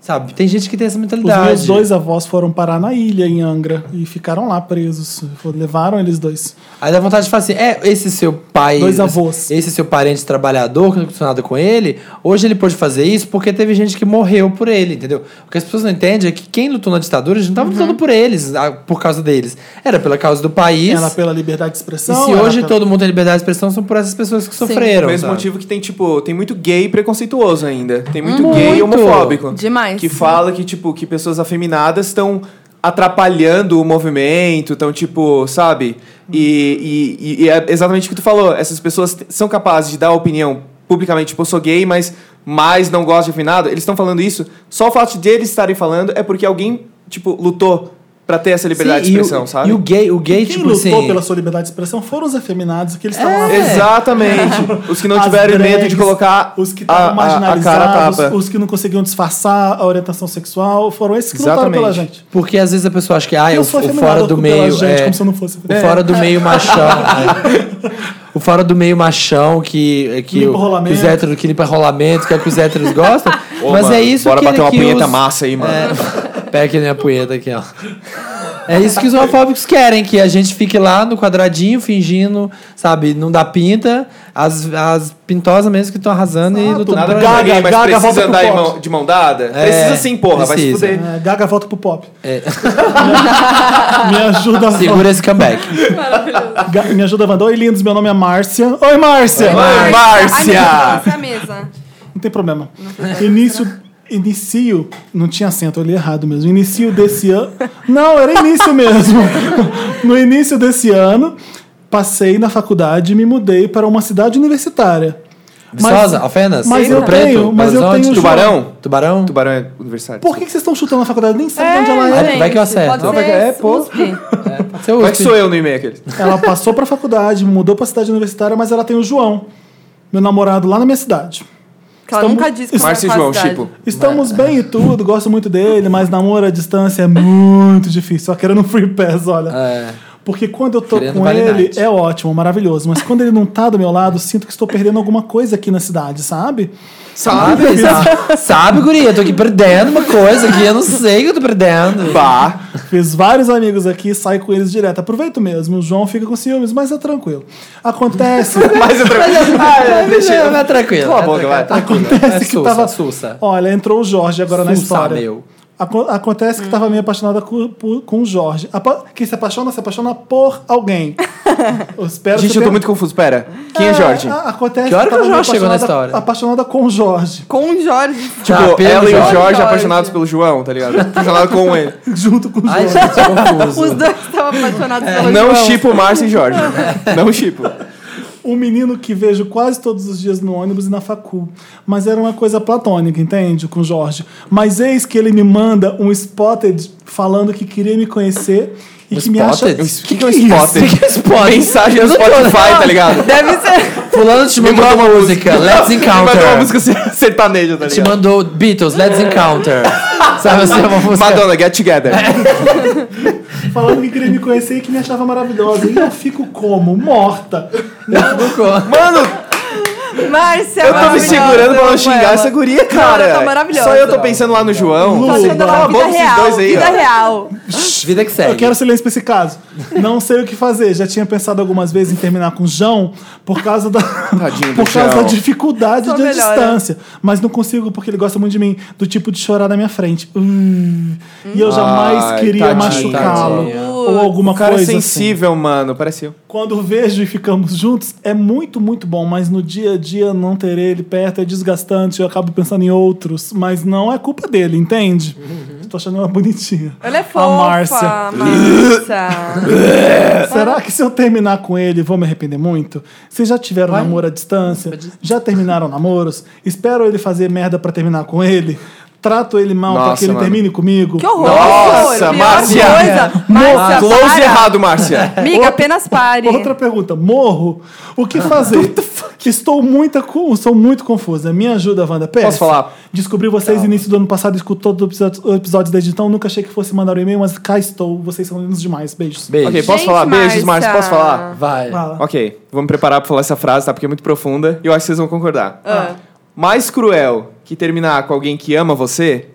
Sabe? Tem gente que tem essa Os mentalidade. meus dois avós foram parar na ilha, em Angra, e ficaram lá presos. Fo- Levaram eles dois. Aí dá vontade de falar assim: é, esse seu pai. Dois avôs. Esse seu parente trabalhador, que não aconteceu nada com ele, hoje ele pôde fazer isso porque teve gente que morreu por ele, entendeu? O que as pessoas não entendem é que quem lutou na ditadura, a gente não tava Uhum. lutando por eles, ah, por causa deles. Era pela causa do país. Era pela liberdade de E expressão. se era hoje pela- todo mundo tem liberdade de expressão, são por essas pessoas que sofreram. O mesmo sabe? motivo que tem, tipo, tem muito gay preconceituoso ainda. Tem muito, gay Muito. homofóbico. Demais. Que fala que, tipo, que pessoas afeminadas estão atrapalhando o movimento, estão, tipo, sabe? E, e- e- e é exatamente o que tu falou. Essas pessoas t- são capazes de dar opinião publicamente, tipo, eu sou gay, mas mais não gosto de afeminado. Eles estão falando isso. Só o fato de eles estarem falando é porque alguém, tipo, lutou pra ter essa liberdade Sim, de e o- expressão, sabe? E o gay, o gay Quem tipo lutou assim. É. pela sua liberdade de expressão foram os afeminados, que eles estavam lá. Exatamente. Os que não É. As tiveram medo drags, de colocar os que a, estavam a, a marginalizados, cara a tapa. os que não conseguiam disfarçar a orientação sexual, foram esses que lutaram pela Exatamente. gente. Porque às vezes a pessoa acha que ah, Eu eu, o sou afeminado, fora eu do luto pela meio. gente, é, como se eu não fosse. O fora do [LAUGHS] meio machão. é. O fora do meio machão que, é que, Limpa o- rolamento. os héteros que limpa rolamento, que é o que os héteros gostam. Ô, mas mano, é isso Bora que, bater uma que punheta os- massa aí, mano. É, pega aqui na minha punheta aqui, ó. É isso que os homofóbicos querem, que a gente fique lá no quadradinho, fingindo, sabe, não dá pinta. As, as pintosas mesmo que estão arrasando e lutando Nada pra gaga, Gaga, mas gaga, volta precisa pro andar em foco. mão- de mão dada? precisa sim, porra, precisa. vai se fuder. É, Gaga volta pro pop. É. [LAUGHS] Me ajuda, a Segura esse comeback. [LAUGHS] Maravilhoso. Ga- Me ajuda, Wanda. Oi, lindos. Meu nome é Márcia. Oi, Márcia! Vai, Márcia! Ai, meu Deus, essa é mesa. Não tem problema. Início. Inicio. Não tinha acento, eu li errado mesmo. Início desse ano. Não, era início mesmo. [LAUGHS] No início desse ano, passei na faculdade e me mudei para uma cidade universitária. Viçosa, Alfenas, mas Rio eu Preto, tenho- mas Belo eu Horizonte, um tenho Tubarão? Tubarão. Tubarão é universitário. Por que, que vocês estão chutando a faculdade? Nem sabe de onde ela é. gente. vai que eu acerto. Pode Não, vai ser que- é, é, pô. Seu Como é USP. que sou eu no e-mail aquele? Ela passou para faculdade, mudou para cidade universitária, mas ela tem o João, meu namorado lá na minha cidade. Que ela Estamos- nunca disse que era Márcia e João, qualidade. Chipo. Estamos bem e tudo, gosto muito dele, mas namoro à distância é muito difícil. Só querendo um free pass, olha. É. Porque quando eu tô Querendo com validade. ele, é ótimo, maravilhoso. Mas quando ele não tá do meu lado, sinto que estou perdendo alguma coisa aqui na cidade, sabe? Sabe, sabe, [LAUGHS] sabe, guria, eu tô aqui perdendo uma coisa aqui, eu não sei o que eu tô perdendo. [LAUGHS] Bah. Fiz vários amigos aqui, saio com eles direto. Aproveito mesmo, o João fica com ciúmes, mas é tranquilo. [LAUGHS] Acontece. Mas eu ah, é, deixa eu. Vai tranquilo. Cala a vai boca, vai. tranquilo, Acontece é que sussa, tava. Sussa. Olha, entrou o Jorge agora na Sussa, história. meu. Aco- acontece que estava meio apaixonada com, por- com o Jorge. Apa- Quem se apaixona, se apaixona por [LAUGHS] alguém. Eu espero Gente, que eu tô tenha- muito confuso. Pera. Quem é Jorge? a- acontece Que hora que tava o meio Jorge chegou nessa apaixonada- hora? Apaixonada com o Jorge, [LAUGHS] Com o Jorge. Tipo, pelo ela e Jorge. o Jorge Jorge. apaixonados pelo João, tá ligado? Apaixonado com ele. junto com o Ai, Jorge. gente, confuso. Os dois estavam apaixonados pelo É, Não João. chipo Márcio e Jorge. Não chipo. um menino que vejo quase todos os dias no ônibus e na facul. Mas era uma coisa platônica, entende? Com o Jorge. Mas eis que ele me manda um spotted falando que queria me conhecer e Um que me acha... spotted? O que, que é um isso? [LAUGHS] spotter? Que que é spotter? Mensagem no Não tô- Spotify, tá ligado? Deve ser. Fulano te mandou uma música, Let's Ele Mandou uma Encounter. música ser- [LAUGHS] sertaneja, tá Te ligado? mandou Beatles, Let's Encounter. Sabe assim, uma música. É. Madonna, get together. Falando que queria me conhecer e que me achava maravilhosa. E eu fico como? Morta. Mano, Márcia, é eu tô me maravilhosa, segurando pra eu amo não xingar ela. essa guria, Não, ela cara. tá maravilhosa. Só eu tô pensando lá no João. Tá achando ela Cala a boca vida esses real, dois aí, vida ó. real. Vida que segue. Eu quero silêncio pra esse caso. Não sei o que fazer. Já tinha pensado algumas vezes em terminar com o João por causa da, [LAUGHS] Tadinho do por causa João. da dificuldade Só da melhora. distância. Mas não consigo porque ele gosta muito de mim, do tipo de chorar na minha frente. Hum. E eu jamais Ai, queria tadinho, machucá-lo tadinho. ou alguma O cara é coisa assim. sensível, mano. Pareceu. Quando vejo e ficamos juntos, é muito, muito bom, mas no dia a dia não ter ele perto é desgastante, eu acabo pensando em outros, mas não é culpa dele, entende? Tô achando ela bonitinha. Ela é A fofa, Márcia. [LAUGHS] Márcia. Será que se eu terminar com ele, vou me arrepender muito? Vocês já tiveram namoro à distância? Já terminaram namoros? Espero ele fazer merda pra terminar com ele? Trato ele mal pra Nossa, que ele mano. termine comigo? Que horror. Nossa, pior Márcia. Coisa. Márcia, Close para. errado, Márcia. Amiga, apenas pare. Outra pergunta, morro? O que fazer? Estou muita, co- estou muito confusa. Me ajuda, Wanda. PS. Posso falar? Descobri vocês no início do ano passado, escuto todos os episódios- episódios desde então. Nunca achei que fosse mandar um e-mail, mas cá estou. Vocês são lindos demais. Beijos. [LAUGHS] Beijo. Ok, posso Gente, falar? Beijos, Márcia. Márcia. Posso falar? Vai. Fala. Ok, vou me preparar pra falar essa frase, tá? Porque é muito profunda e eu acho que vocês vão concordar. Ah. Mais cruel que terminar com alguém que ama você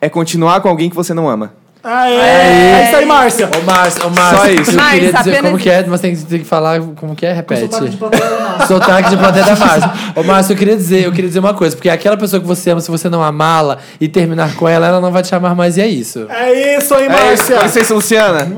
é continuar com alguém que você não ama. Aê! É isso aí, Márcia. Ô, Márcio, ô, Márcio. Só isso. Eu queria Márcio, dizer apenas- como que é, mas tem que, tem que falar como que é, repete. Sotaque de plateia, não. Sotaque de plateia da [LAUGHS] Márcia. Ô, Márcio, eu queria dizer, eu queria dizer uma coisa, porque aquela pessoa que você ama, se você não amá-la e terminar com ela, ela não vai te amar mais, e é isso. É isso aí, É isso, Márcia. com licença, Luciana.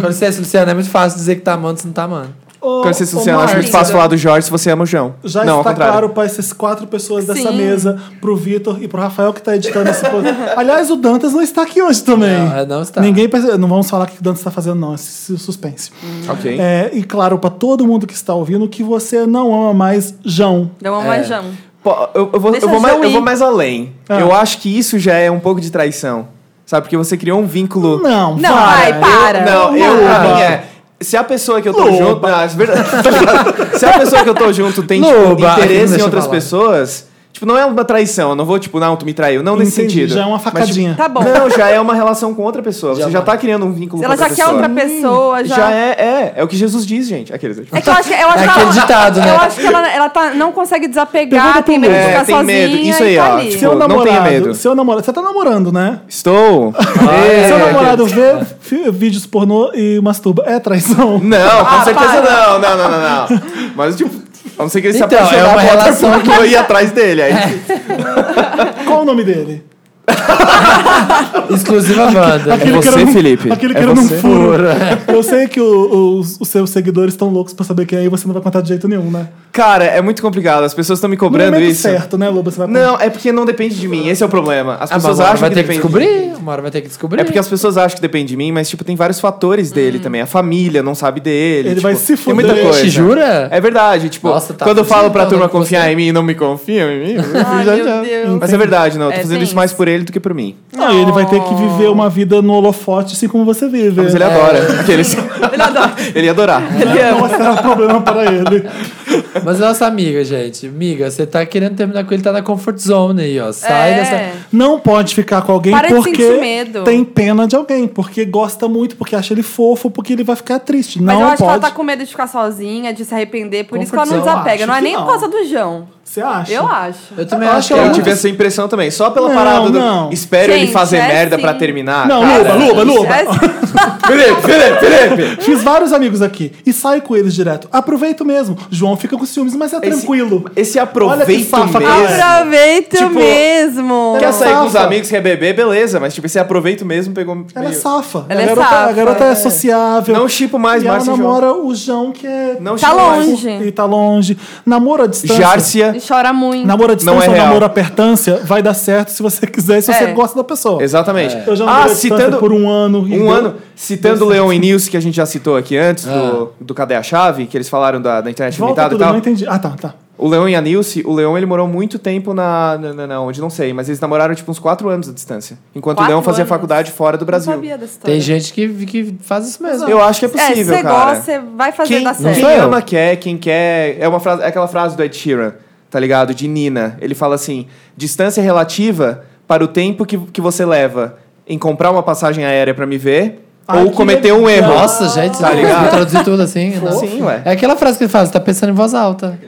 Com licença, Luciana, é muito fácil dizer que tá amando se não tá amando. Ô, Com licença, ô, Luciana. Acho Márcia, muito fácil falar do Jorge se você ama o João. Já não, ao está contrário. claro para essas quatro pessoas dessa Sim. mesa, pro Vitor e pro Rafael que tá editando esse [LAUGHS] pod- Aliás, o Dantas não está aqui hoje também. Não, não está. Ninguém percebe- Não vamos falar o que o Dantas está fazendo, não. Esse suspense. Ok. É, e claro, para todo mundo que está ouvindo, que você não ama mais João. Dá uma É. beijão. Pô, eu, eu vou, Deixa eu, vou o mais, João eu vou ir. mais além. Ah. Eu acho que isso já é um pouco de traição. Sabe? Porque você criou um vínculo. Não, Não, para. vai, para. Não, eu, pra Loba. mim é. Se a pessoa que eu tô Loba. junto. Ah, é verdade. [LAUGHS] se a pessoa que eu tô junto tem tipo, Loba. interesse Deixa em eu outras falar. pessoas, tipo, não é uma traição. Eu não vou, tipo, não, tu me traiu. Não nesse Entendi, sentido. já é uma Mas, tipo, facadinha. Tá bom. Não, já é uma relação com outra pessoa. Já Você já vai. tá criando um vínculo Ela com já outra quer pessoa. outra pessoa, já. Já é, é. É o que Jesus diz, gente. Aqueles. é, tipo, É que eu acho que, eu acho É que aquele ela, ditado, eu né? acho que ela, ela tá, não consegue Pergunta desapegar, pro tem medo de mundo. ficar É, tem sozinha medo. Isso aí, e tá ó, ali. tipo, Seu Não tenha namorado, medo. seu namorado, você tá namorando, né? [LAUGHS] Estou. É. seu namorado vê fi- vídeos pornô e masturba. É traição? Não, com Ah, para. certeza não, não, não, não, não. Mas, tipo, a não ser que ele se Então, é apaixonar uma por outra relação É. pessoa e ir atrás dele. Aí, tipo, Qual o nome dele? Exclusiva Wanda. Aquele É você, era num- Felipe. Aquele que É era um num você. furo. Furo, [LAUGHS] [LAUGHS] Eu sei que o- os, os seus seguidores estão loucos pra saber quem é e você não vai contar de jeito nenhum, né? Cara, é muito complicado. As pessoas estão me No cobrando momento isso. certo, né, Lobo? Você vai contar. Não, é porque não depende de mim. Esse é o problema. As Ah, mas pessoas uma hora acham vai que ter que depende. descobrir. Uma hora vai ter que descobrir. É porque as pessoas acham que depende de mim, mas tipo tem vários fatores dele também. A família não sabe dele. Ele tipo, vai se tem fuder. muita coisa. Gente, jura? É verdade. Tipo, Nossa, tá quando eu falo pra fudido, turma então, né, confiar você. em mim, e não me confiam em mim. Ai, já- meu já- Deus. Mas é verdade, não. Eu tô É, fazendo tem isso mais isso. por ele do que por mim. Não, e Ah, ele vai ter que viver uma vida no holofote, assim como você É. vive. Mas ele adora. Aqueles... Ele adora. ele ia adorar. é, Então será um problema para ele. [LAUGHS] Mas é nossa amiga, gente. Amiga, você tá querendo terminar com ele, tá na comfort zone aí, ó. Sai É. dessa. Não pode ficar com alguém Para de porque sentir medo. tem pena de alguém, porque gosta muito, porque acha ele fofo, porque ele vai ficar triste. Mas não eu acho que tá pode. ela tá com medo de ficar sozinha, de se arrepender, por isso que ela não Confortável. desapega. Eu Não é acho nem que por não. causa do João. Você acha? Eu acho. Eu também Eu acho que acho é Eu Não. tive essa impressão também. Só pela Não, parada do. não. Espero ele Gente, fazer é merda pra assim. terminar. Não, cara. Luba, Luba, Luba. É assim. Felipe, Felipe, Felipe. Fiz vários amigos aqui e saio com eles direto. Aproveito mesmo. João fica com ciúmes, mas é tranquilo. Esse aproveito Olha que safa, mesmo. cara. Aproveito Tipo, mesmo. Quer sair com os safa. amigos, quer beber, beleza. Mas, tipo, esse aproveito mesmo pegou. Meio... Ela é safa. Ela a é garota, safa. A garota é É. sociável. Não chipo mais, e ela Márcio e João. namora o João, que é. Não Tá chipo mais. longe. E tá longe. Namoro à distância. Járcia. E chora muito. Namoro à Não é distância ou real. namoro à pertância vai dar certo se você quiser, e se você É. gosta da pessoa. Exatamente. Eu já namorei Ah, à distância citando. por um ano. e Um deu- ano, citando o Leon e Nilce, que a gente já citou aqui antes, do, do Cadê a Chave, que eles falaram da, da internet Volta limitada tudo, e tal. não entendi. Ah, tá, tá. O Leon e a Nilce, o Leon ele morou muito tempo na, na, na- na- onde não sei, mas eles namoraram tipo uns quatro anos à distância. Enquanto o Quatro Leon fazia anos? faculdade fora do Brasil. Não sabia dessa é história. Tem gente que, que faz isso mesmo. Eu acho que é É, se possível, você cara. gosta, você vai fazer quem da quem sou série. eu. ama quer, quem quer. É uma frase, é aquela frase do Ed Sheeran, tá ligado? De Nina. Ele fala assim: distância relativa para o tempo que, que você leva em comprar uma passagem aérea pra me ver Ah, ou que cometer um erro. legal. Nossa, gente, Tá ligado? traduzir tudo assim. não. Sim, ué. É aquela frase que ele faz, você tá pensando em voz alta.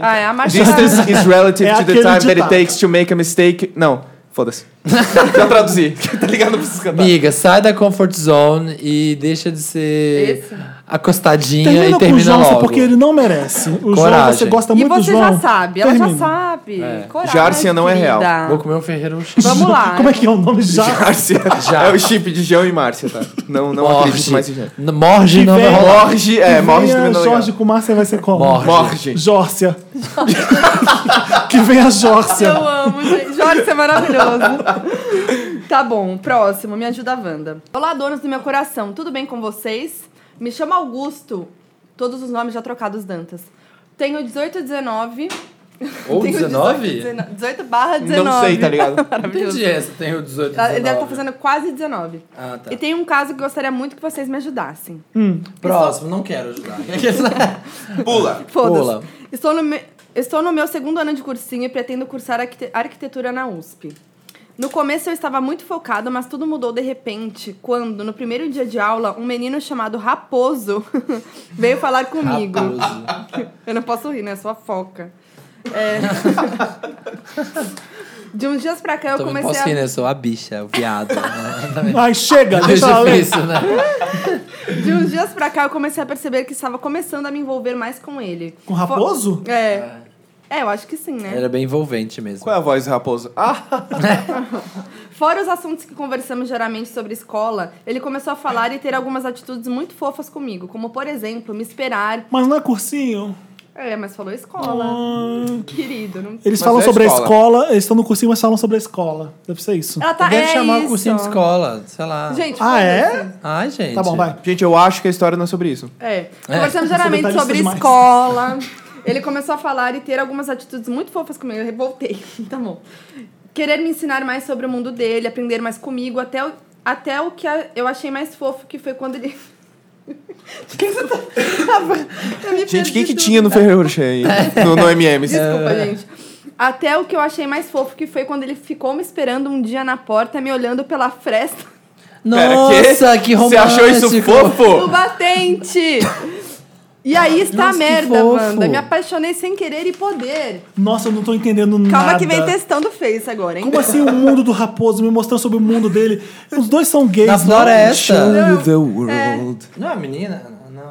Ah, é a marcha. Distance is relative É to the aquele time that it ditado. takes to make a mistake. Não, foda-se. Já traduzi. [LAUGHS] tá ligado? Não preciso cantar. Amiga, sai da comfort zone e deixa de ser Isso. acostadinha Termina e com o termina João só logo. porque ele não merece. O João, Coragem. você gosta E muito do você João. já sabe, ela já termina. sabe. Coragem, Járcia não é real. querida. Vou comer um ferreiro no chão. Vamos lá. Como é que é o nome? Já. Márcia. Já. É o chip de João e Márcia, tá? Não, não acredito mais em Jean. N- Morge Que não vai vem- rolar. Morge, é, Morge também venha não é legal. Jorge com Márcia vai ser como? Morge. Morge. [LAUGHS] Jórcia. que vem a Jórcia. Eu amo, gente. Jorge, você é [LAUGHS] maravilhoso. Tá bom, próximo. Me ajuda a Wanda. Olá, donos do meu coração. Tudo bem com vocês? Me chamo Augusto. Todos os nomes já trocados, Dantas. Tenho 18 e 19. Ou Tenho 19? 19? 18 barra 19. Não sei, tá ligado? Maravilhoso. Entendi essa, tem o 18 Ela- Ele deve estar 19. fazendo quase 19. Ah, tá. E tem um caso que gostaria muito que vocês me ajudassem. Próximo, não quero [LAUGHS] ajudar. Pula. Pula. Foda-se. Estou, no me- estou no meu segundo ano de cursinho e pretendo cursar arquite- arquitetura na USP. No começo eu estava muito focada, mas tudo mudou de repente quando, no primeiro dia de aula, um menino chamado Raposo [LAUGHS] veio falar [LAUGHS] comigo. Raposo. Eu não posso rir, né? Sou a foca. [LAUGHS] É. de uns dias pra cá eu Também comecei posso a. rir, né? Eu sou a bicha, o viado. [LAUGHS] né? Ai, chega, deixa Deixa ela ler. isso, né? De uns dias pra cá, eu comecei a perceber que estava começando a me envolver mais com ele. Com o Raposo? Fo- É. É, eu acho que sim, né? Era bem envolvente mesmo. Qual é a voz do raposo? Ah, Fora os assuntos que conversamos geralmente sobre escola, ele começou a falar e ter algumas atitudes muito fofas comigo, como, por exemplo, me esperar. Mas não é cursinho? É, mas falou escola. Hum. Ah, Querido, não. Eles Mas falam é sobre a escola. escola, eles estão no cursinho, mas falam sobre a escola. Deve ser isso. Ela tá Deve é chamar isso. o cursinho de escola, sei lá. Gente, Ah, é? foda-se. Ai, gente. Tá bom, vai. gente, eu acho que a história não é sobre isso. É. Conversamos geralmente Detalhista sobre demais. escola. Ele começou a falar e ter algumas atitudes muito fofas comigo. Eu revoltei. [LAUGHS] tá bom. Querer me ensinar mais sobre o mundo dele, aprender mais comigo, até o, até o que a- eu achei mais fofo, que foi quando ele. [LAUGHS] tá- Eu me Gente, perdi o que que tudo. tinha no É. Ferreiro Cheio? No, no MMs? Desculpa, gente. Até o que eu achei mais fofo, que foi quando ele ficou me esperando um dia na porta, me olhando pela fresta Nossa, Pera, quê? que romântico. Você achou isso do fofo? batente. E aí está Nossa, a que merda, fofo. Wanda. Me apaixonei sem querer e poder. Nossa, eu não tô entendendo Calma nada. que vem testando Face agora, hein? Como assim o mundo do Raposo me mostrando sobre o mundo dele? Os dois são gays. Na não? floresta. you the world. Não é a menina?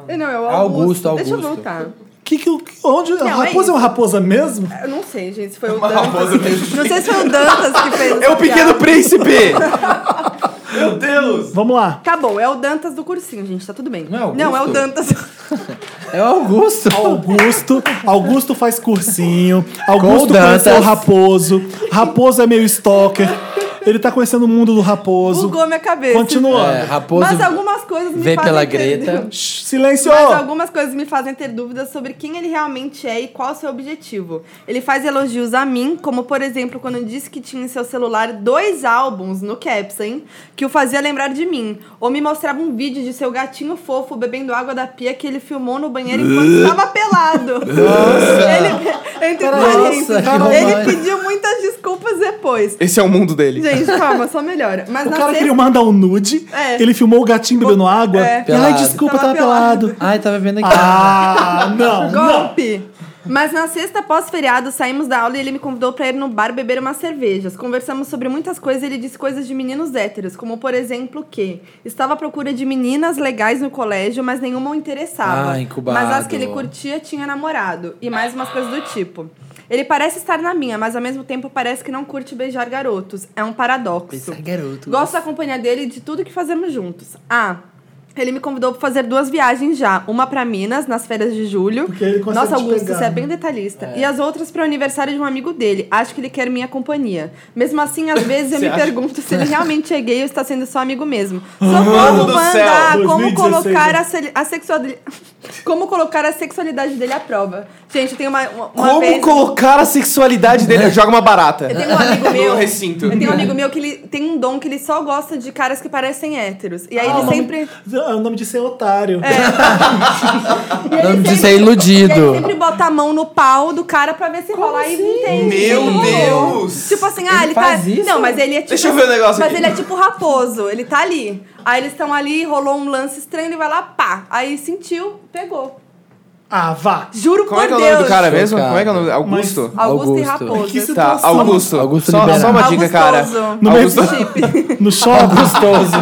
Não. Não, é o Augusto. Augusto, Deixa eu Augusto. voltar. Que, que, o- onde, é raposa é, uma raposa mesmo? Eu não sei, gente, se foi o Uma raposa Dantas. mesmo. Não sei se foi o Dantas que fez. É essa o piada. Pequeno Príncipe! Meu Deus! Vamos lá. Acabou, é o Dantas do cursinho, gente, tá tudo bem. Não é Augusto? Não, é o Dantas. [LAUGHS] É o Augusto. Augusto. Augusto faz cursinho. Augusto Com danças. conheceu o Raposo. Raposo é meio stalker. Ele tá conhecendo o mundo do Raposo. Bugou minha cabeça. Continuando. É, raposo Mas algumas coisas me vê fazem pela ter- greta. Shh, Silêncio! Mas algumas coisas me fazem ter dúvidas sobre quem ele realmente é e qual o seu objetivo. Ele faz elogios a mim, como por exemplo, quando disse que tinha em seu celular dois álbuns no Caps, hein? Que o fazia lembrar de mim. Ou me mostrava um vídeo de seu gatinho fofo bebendo água da pia que ele filmou no banheiro enquanto estava pelado. Nossa! Ele, entre Nossa, parênteses, que ele romântico. pediu muitas desculpas depois. Esse é o mundo dele. Gente, calma, só melhora. Mas O na cara sexta- queria mandar um nude, É. ele filmou o gatinho bebendo água. É. E, ai, Pelado. desculpa, Tava tava pelado. tá [LAUGHS] Ai, tava vendo aqui. Ah, não, não. Golpe! Mas na sexta pós-feriado saímos da aula e ele me convidou pra ir no bar beber umas cervejas. Conversamos sobre muitas coisas e ele disse coisas de meninos héteros, como por exemplo que estava à procura de meninas legais no colégio, mas nenhuma o interessava. Ah, incubado. Mas as que ele curtia tinha namorado e mais umas coisas do tipo. Ele parece estar na minha, mas ao mesmo tempo parece que não curte beijar garotos. É um paradoxo. garoto. Gosto da companhia dele e de tudo que fazemos juntos. Ah, ele me convidou pra fazer duas viagens já. Uma pra Minas, nas férias de julho. Porque ele consegue Nossa, te Augusto, pegar, você é né? bem detalhista. E as outras pro aniversário de um amigo dele. Acho que ele quer minha companhia. Mesmo assim, [LAUGHS] às vezes eu Você me acha? pergunto se ele realmente é gay ou está sendo só [LAUGHS] amigo mesmo. Socorro, do Wanda! céu! Como 2016, colocar né? a, se- a sexualidade... [LAUGHS] Como colocar a sexualidade dele à prova? Gente, tem uma, uma uma Como vez... colocar a sexualidade dele? Joga uma barata. Eu tenho um amigo meu. [LAUGHS] No recinto. Eu tenho um amigo meu que ele tem um dom que ele só gosta de caras que parecem héteros. E Ah, aí o ele nome- sempre. Ah, O nome disso é otário. e ele Nome de sempre- é ser iludido. e Ele sempre bota a mão no pau do cara pra ver se rola assim? e entende. Meu Tipo, Deus! Tipo assim, ah, Ele ele, tá. faz isso? Não, mas ele é tipo. Deixa eu ver o negócio Mas aqui. ele é tipo raposo, ele tá ali. Aí eles estão ali, rolou um lance estranho, ele vai lá, pá. Aí sentiu, pegou. Ah, vá. Juro Como por é que é o Deus. nome do cara mesmo? Chocado. Como é que é o nome? Augusto? Augusto, e Augusto. Raposo. Que se- Tá, Nossa, Augusto. Augusto só, Liberato. só uma dica, cara. Augustoso. No meio- Chip. No shopping. Augustoso.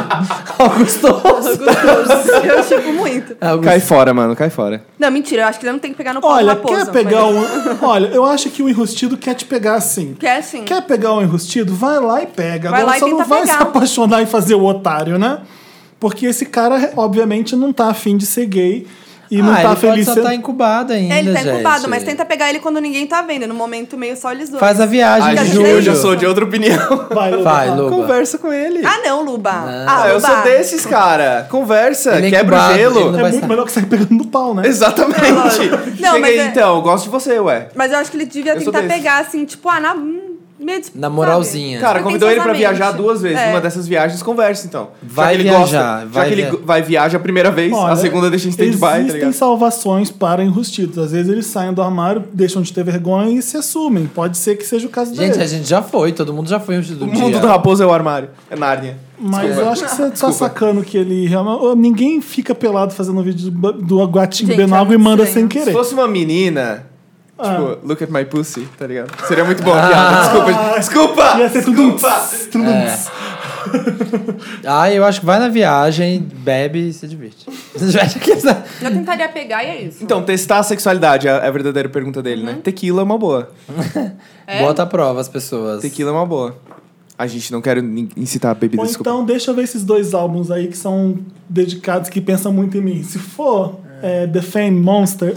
Augustoso. Augustoso. tá Eu tipo muito. Augustoso. Cai fora, mano, cai fora. Não, mentira, eu acho que ele não tem que pegar no pau Olha, do raposo. quer pegar um. Olha, eu acho que o enrustido quer te pegar assim. Quer sim. Quer pegar o enrustido? Vai lá e pega. Vai Agora lá e só não tenta vai pegar. se apaixonar e fazer o otário, né? Porque esse cara, obviamente, não tá afim de ser gay e não ah, tá ele feliz. pode só sendo- tá incubado ainda, Ele tá incubado, gente. mas tenta pegar ele quando ninguém tá vendo. No momento meio só eles dois. Faz a viagem, Ai, Ai, de gente, Júlio. eu já sou de outra opinião. Vai, Luba. Vai, Luba. Conversa com ele. Ah, não, Luba. Ah, Ah, eu Luba. sou desses, cara. Conversa, Ele é quebra incubado, o ele gelo. não É vai muito sair. melhor que sair pegando no pau, né? [LAUGHS] Exatamente. Não, Chega mas aí, é- então, eu gosto de você, ué. Mas eu acho que ele devia Eu sou tentar desse. pegar, assim, tipo, ah, na. hum, meio de- Na sabe? moralzinha. Cara, convidou ele pra Atenciosamente. viajar duas vezes. É. Numa dessas viagens, conversa, então. Já Vai que ele viajar, gosta, vai já que ele via- go- vai viajar a primeira vez, Olha, a segunda deixa em stand-by, tá Existem ligado? salvações para enrustidos. Às vezes eles saem do armário, deixam de ter vergonha e se assumem. Pode ser que seja o caso Gente, a dele. gente já foi, todo mundo já foi um do O dia. mundo do raposo é o armário. É Nárnia. Mas Desculpa. eu acho que você tá Desculpa. sacando que ele realmente. Ô, Ninguém fica pelado fazendo vídeo do, do Guatinho Gente, bebendo é água e muito manda estranho. sem Se querer. fosse uma menina, Ah. tipo, look at my pussy, tá ligado? Seria muito bom, Ah. piada. Desculpa, desculpa! Ia ser tudo um tss, tudo um É. tss. Ah, eu acho que vai na viagem, bebe e se diverte. é- Eu tentaria pegar e é isso. Então, testar a sexualidade é a verdadeira pergunta dele, Uhum. né? Tequila é uma boa. Bota à prova as pessoas. Tequila é uma boa. A gente não quer in- incitar a bebida, Ou desculpa. então, deixa eu ver esses dois álbuns aí que são dedicados, que pensam muito em mim. Se for é, The Fame Monster. [LAUGHS]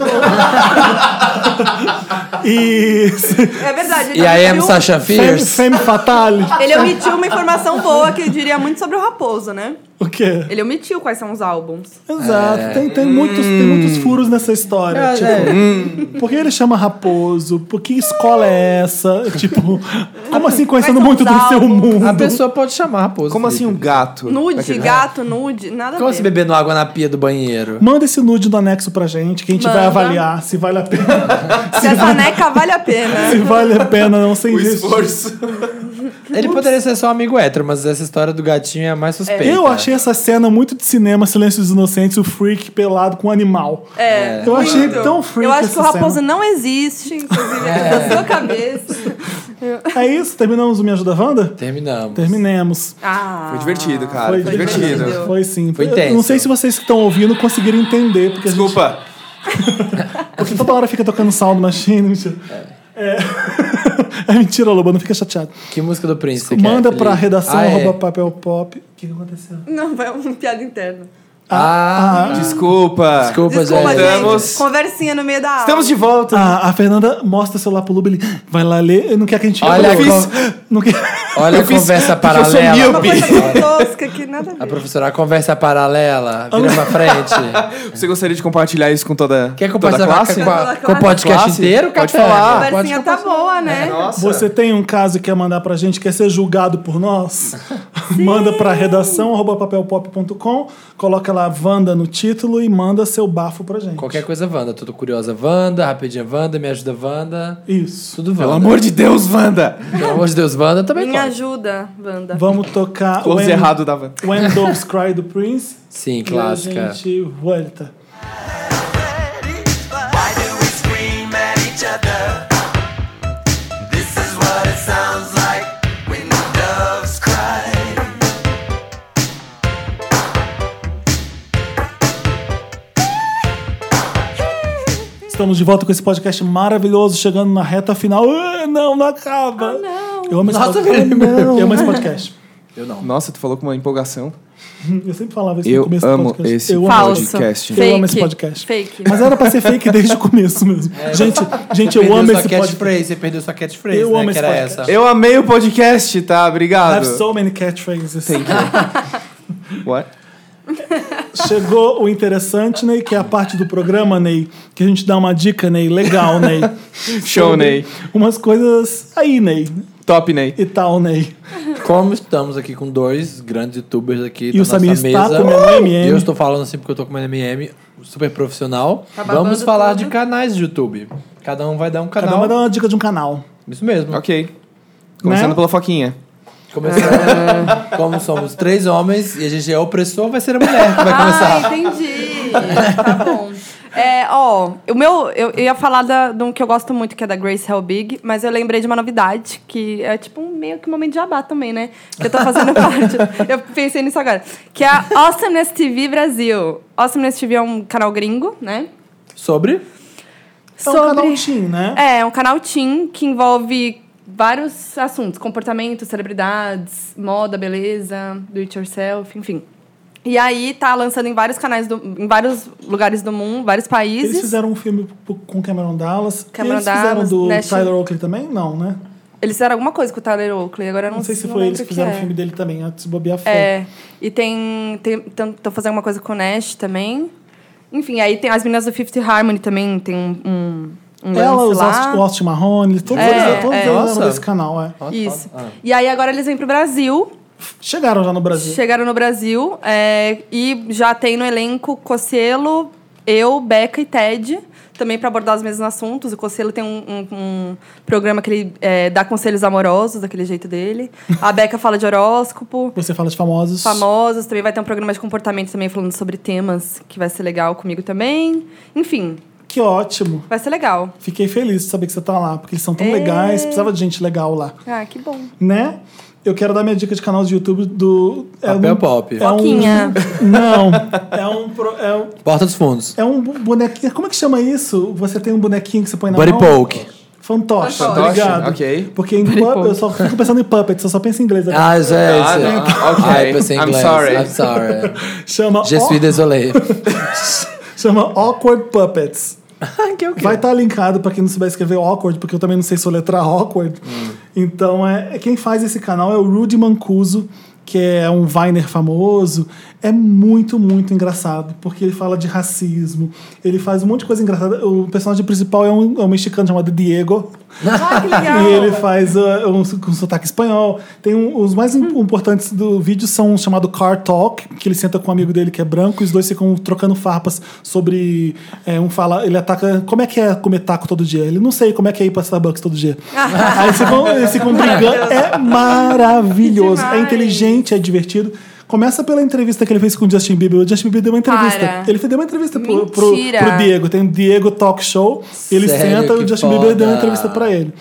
e. É verdade. ele E aí, M. omitiu- Sasha Femme, Fierce? Femme Fatale. Ele omitiu uma informação boa que eu diria muito sobre o Raposo, né? O quê? Ele omitiu quais são os álbuns. Exato. É. Tem, tem, muitos, tem Hum. muitos furos nessa história. É, tipo, é. Por que ele chama Raposo? Por que escola é essa? [LAUGHS] Tipo, como assim conhecendo Quais muito são os do seu álbuns? mundo? A pessoa pode chamar raposo. Como assim um gato? Nude, Naquele- gato, nude, nada Como a ver. se bebendo água na pia do banheiro? Manda esse nude do anexo pra gente, que a gente vai Manda. avaliar se vale a pena, Se essa neca vale a pena. se vale a pena não sem O isso. esforço. Ele poderia ser só amigo hétero, mas essa história do gatinho é a mais suspeita. Eu achei essa cena muito de cinema, Silêncio dos Inocentes, o freak pelado com o animal. É. Eu achei muito. tão freak Eu acho que o essa raposo cena. não existe, inclusive, é. na sua cabeça. É isso? Terminamos o Me Ajuda Wanda? Terminamos. Terminemos. Ah. Foi divertido, cara. Foi, divertido. divertido. Foi sim. Foi Eu intenso. não sei se vocês que estão ouvindo conseguiram entender, porque, a gente- Desculpa. porque toda hora fica tocando Sound Machine. mentira. É. [LAUGHS] É mentira, Lobo, não fica chateado. Que música do Prince você Manda quer, pra Felipe? redação Ah, é. arroba papel pop. O que, que aconteceu? Não, foi uma piada interna. Ah, Desculpa. desculpa, Desculpa, gente. gente. Estamos- Conversinha no meio da aula. Estamos de volta. Ah, A, a Fernanda mostra o celular pro Luba, ele vai lá ler, eu não quer que a gente... Olha eu a fiz- [LAUGHS] não quer... Olha a Eu fiz- conversa porque eu sou paralela. Uma míope. coisa muito tosca que nada a A ver. professora, a conversa é paralela, vira pra frente. Você gostaria de compartilhar isso com toda, Quer toda compartilhar a com, a- classe? com a- Toda a com o classe. podcast Classe? inteiro? Pode Catana? falar. A conversinha tá boa, É, né? Nossa. Você tem um caso e quer mandar pra gente, quer ser julgado por nós? [LAUGHS] manda pra redação arroba papelpop.com, coloca lá Wanda no título e manda seu bafo pra gente. Qualquer coisa, Wanda. Tudo curiosa, Wanda. Rapidinha, Wanda. Me ajuda, Wanda. Isso. Tudo Pelo Wanda. amor de Deus, Wanda. Pelo amor de Deus, Wanda também Me pode. ajuda, Wanda. Vamos tocar Close When- errado da Wanda. When Doves Cry do Prince. Sim, clássica. E a gente volta. Why do we scream at each Estamos de volta com esse podcast maravilhoso, chegando na reta final. Ah, não, não acaba. não. Eu amo esse Nossa, podcast. velho, não. Eu amo esse podcast. Eu não. Nossa, tu falou com uma empolgação. Eu sempre falava isso no Eu começo do amo podcast. esse eu amo. Falso. podcast. Eu amo Fake. esse podcast. Fake. Mas era pra ser fake desde o começo mesmo. gente, gente, eu amo É. sua esse podcast. catchphrase, você perdeu sua catchphrase, Eu né? amo que esse era podcast. essa. Eu amei o podcast, tá? I Obrigado. have so many catchphrases. What? Chegou o interessante, Ney, que é a parte do programa, Ney, que a gente dá uma dica, Ney, [LAUGHS] legal, Ney. Show, Ney. Umas coisas aí, Ney, Top, Ney. e tal, Ney. Como estamos aqui com dois grandes youtubers aqui E o Samir nossa está mesa. comendo M&M. E eu estou falando assim porque eu tô comendo MM, super profissional. Tá babando Vamos falar tudo. de canais de YouTube. Cada um vai dar um canal. Cada uma dá uma dica de um canal. Isso mesmo. Ok. Começando Né? pela Foquinha. [LAUGHS] Começando, É. como somos três homens e a gente é opressor, vai ser a mulher que vai Ah, começar. entendi. tá bom. É, ó, o meu, eu, eu ia falar da, de um que eu gosto muito, que é da Grace Helbig, mas eu lembrei de uma novidade, que é tipo um meio que um momento de jabá também, né? Que eu tô [LAUGHS] fazendo parte. Eu pensei nisso agora. Que é a Awesomeness TV Brasil. Awesomeness TV é um canal gringo, né? Sobre? É Tá um canal teen, né? É, é um canal Team que envolve vários assuntos: comportamento, celebridades, moda, beleza, do it yourself, enfim. E aí tá lançando em vários canais, do- em vários lugares do mundo, vários países. Eles fizeram um filme p- com Cameron Dallas. Cameron eles fizeram Dallas, do Nash- Tyler Oakley também? Não, né? Eles fizeram alguma coisa com o Tyler Oakley, agora eu Não, não, sei se não foi eles que lembro fizeram o é. filme dele também, antes de bobear foi. É, e tem. Estão fazendo uma coisa com o Nash também. Enfim, aí tem as meninas do Fifth Harmony também, tem um. um, um Ela, lance os lá. Austin, o Austin Mahone, todos É, eles, todos é. eles eram Nossa. desse canal, é. Isso. E aí agora eles vêm pro Brasil Chegaram já no Brasil. Chegaram no Brasil é, e já tem no elenco Cocielo, eu, Beca e Ted, também para abordar os mesmos assuntos. O Cocielo tem um, um- um programa que ele é, dá conselhos amorosos, daquele jeito dele. A Beca fala de horóscopo, Você fala de famosos. famosos. Também vai ter um programa de comportamento também falando sobre temas, que vai ser legal comigo também. Enfim, Que ótimo. vai ser legal. Fiquei feliz de saber que você tá lá, porque eles são tão É. legais, precisava de gente legal lá, Ah, que bom. né? Eu quero dar minha dica de canal de YouTube do. é Papel Pop. Foquinha. Um, [LAUGHS] não, é um, pro- é um. Porta dos Fundos. É um bonequinho. Como é que chama isso? Você tem um bonequinho que você põe na Body Tá mão? Poke. Fantoche, Fantoche, obrigado. ok. Porque em pu- eu só fico pensando em puppets, eu só penso em inglês agora. Ah, gente. Ah, não. Ok. Ai, pensei em I'm é inglês. sorry. I'm sorry. [LAUGHS] Chama, Je suis au- désolé. chama Awkward Puppets. Ah, que é o Vai estar linkado pra quem não souber escrever awkward, porque eu também não sei soletrar awkward. Hum. Então, é, é- quem faz esse canal é o Rudy Mancuso, que é um Viner famoso. É muito, muito engraçado, porque ele fala de racismo, ele faz um monte de coisa engraçada. O personagem principal é um, é um mexicano chamado [LAUGHS] Diego. Ah, que legal. [LAUGHS] E ele faz uh, um, com sotaque espanhol. Tem um- os mais Hum. im- importantes do vídeo são um chamado Car Talk, que ele senta com um amigo dele que é branco e os dois ficam trocando farpas sobre. é, um fala, ele ataca. Como é que é comer taco todo dia? Ele não sei como é que é ir pra Starbucks todo [LAUGHS] dia. Aí eles ficam, eles ficam brigando. É maravilhoso. É Demais. inteligente, é divertido. Começa pela entrevista que ele fez com o Justin Bieber. O Justin Bieber deu uma entrevista. Para. Ele deu uma entrevista pro, pro, Mentira. pro Diego. Tem o Diego Talk Show. Ele Sério? senta e o Que Justin Bieber deu uma foda. entrevista pra ele.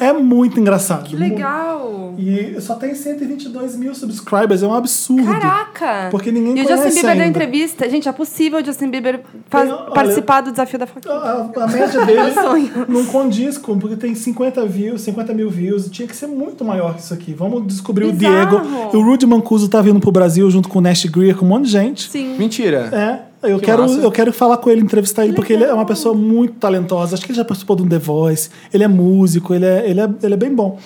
É muito engraçado. Que legal. E só tem 122 mil subscribers, é um absurdo. Caraca! Porque ninguém E o conhece Justin Bieber ainda. deu entrevista. Gente, é possível o Justin Bieber faz- Tem, olha- participar do desafio da A, faquinha. a- a média [LAUGHS] dele não condiz com, porque tem 50 views, 50 mil views. Tinha que ser muito maior que isso aqui. Vamos descobrir Bizarro. o Diego. O Rudy Mancuso tá vindo pro Brasil junto com o Nash Greer, com um monte de gente. Sim. Mentira. É, eu quero, massa. eu quero falar com ele, entrevistar ele, porque ele é uma pessoa muito talentosa. Acho que ele já participou do The Voice, ele é músico, ele é, ele é, ele é bem bom.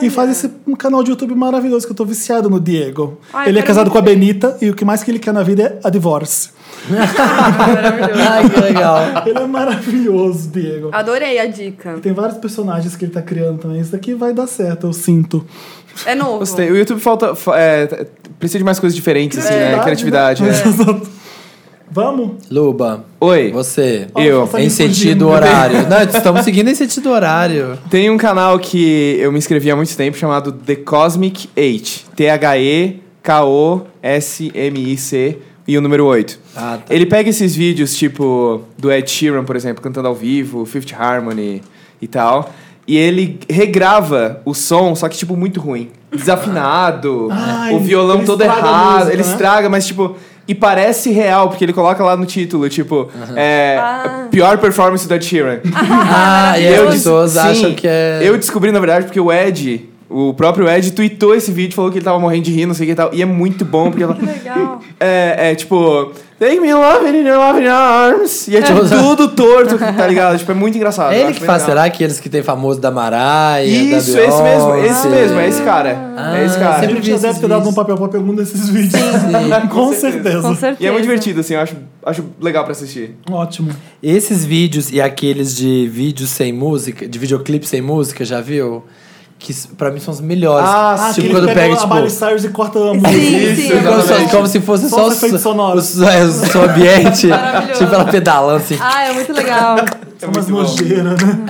E faz esse um canal de YouTube maravilhoso que eu tô viciado no Diego. Ai, ele é eu quero casado muito com a Benita e o que mais que ele quer na vida é a divorce. Ai, que legal. Ele é maravilhoso, Diego. Adorei a dica. Tem vários personagens que ele tá criando também. Isso daqui vai dar certo, eu sinto. É novo. Gostei. O YouTube falta. fa- é, t- precisa de mais coisas diferentes, assim, né? [LAUGHS] Criatividade. né? né? Vamos? Luba, Oi. você. Eu. Nossa, Em me sentido fugindo. horário. Não, estamos seguindo em sentido horário. Tem um canal que eu me inscrevi há muito tempo chamado The Cosmic 8. T-H-E-K-O-S-M-I-C e o número 8. Ah, tá. Ele pega esses vídeos, tipo, do Ed Sheeran, por exemplo, cantando ao vivo, Fifth Harmony e tal. E ele regrava o som, só que, tipo, muito ruim. Desafinado, Ai, o violão Ah. ele todo estraga a errado. música, ele né? estraga, mas, tipo, E parece real, porque ele coloca lá no título, tipo, é, pior performance da Sheeran. Ah, e Eu as des- pessoas sim, acham que é. Eu descobri, na verdade, porque o Ed, o próprio Ed, tweetou esse vídeo, falou que ele tava morrendo de rir, não sei o que e tal. E é muito [LAUGHS] bom, porque ela. Que legal. É, é tipo. Take me love in your love in your arms. E [LAUGHS] é tipo tudo torto, tá ligado? Tipo, é muito engraçado. É eu ele acho que bem faz, legal. será que eles que tem famoso da Maraia? Isso, da esse mesmo, Beyoncé? esse mesmo, é esse cara. é esse Ah, cara. A sempre gente já vi deve esses ter dado um vídeos. papel pra algum desses vídeos. [LAUGHS] Com certeza. Com certeza. E é muito divertido, assim, eu acho, acho legal pra assistir. Ótimo. Esses vídeos e aqueles de vídeos sem música, de videoclipe sem música, já viu? Que s- pra mim são os melhores. Ah, Ah, sim. tipo aquele quando que pega pega, a tipo. Miley Cyrus e corta a música. né? Sim, é sim. Isso, como se- exatamente. como se fosse Só só, os efeitos o, sonoros. o, é, o som ambiente. [LAUGHS] Maravilhoso. tipo ela pedalando assim. Ah, é muito legal. É São umas muito bom. nojeiras, né?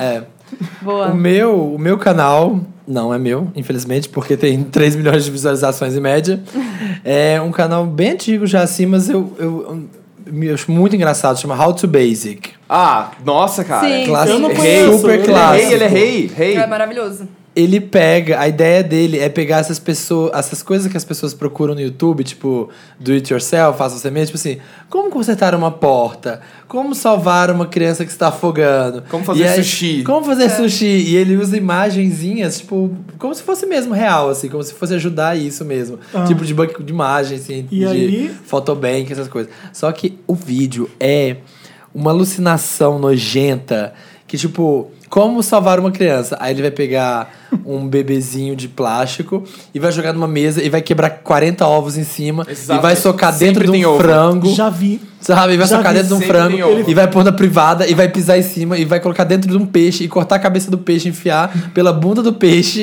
É. Boa. O meu, o meu canal não é meu, infelizmente, porque tem [LAUGHS] 3 milhões de visualizações em média. É um canal bem antigo já assim, mas eu, eu, eu me acho muito engraçado, chama How to Basic. Ah, nossa, cara. Sim. Clássico, Eu não rei, conheço, super ele é Ele é clássico. rei, ele é rei, rei. É maravilhoso. ele pega, a ideia dele é pegar essas pessoas, essas coisas que as pessoas procuram no YouTube, tipo, do it yourself, faça você mesmo, tipo assim, como consertar uma porta, como salvar uma criança que está afogando. Como fazer E aí- sushi. Como fazer sushi. E ele usa imagenzinhas, tipo, como se fosse mesmo real, assim, como se fosse ajudar isso mesmo. Tipo de banco de imagens, assim, E de aí? photobank, essas coisas. Só que o vídeo é uma alucinação nojenta que, tipo, como salvar uma criança? Aí ele vai pegar [LAUGHS] um bebezinho de plástico e vai jogar numa mesa e vai quebrar 40 ovos em cima Exato. e vai socar Sempre dentro de tem um ovo. frango. Já vi. Sabe, vai Já socar vi, dentro de um sempre frango tem ovo. e vai pôr na privada e vai pisar em cima e vai colocar dentro de um peixe e cortar a cabeça do peixe, enfiar pela bunda do [LAUGHS] peixe.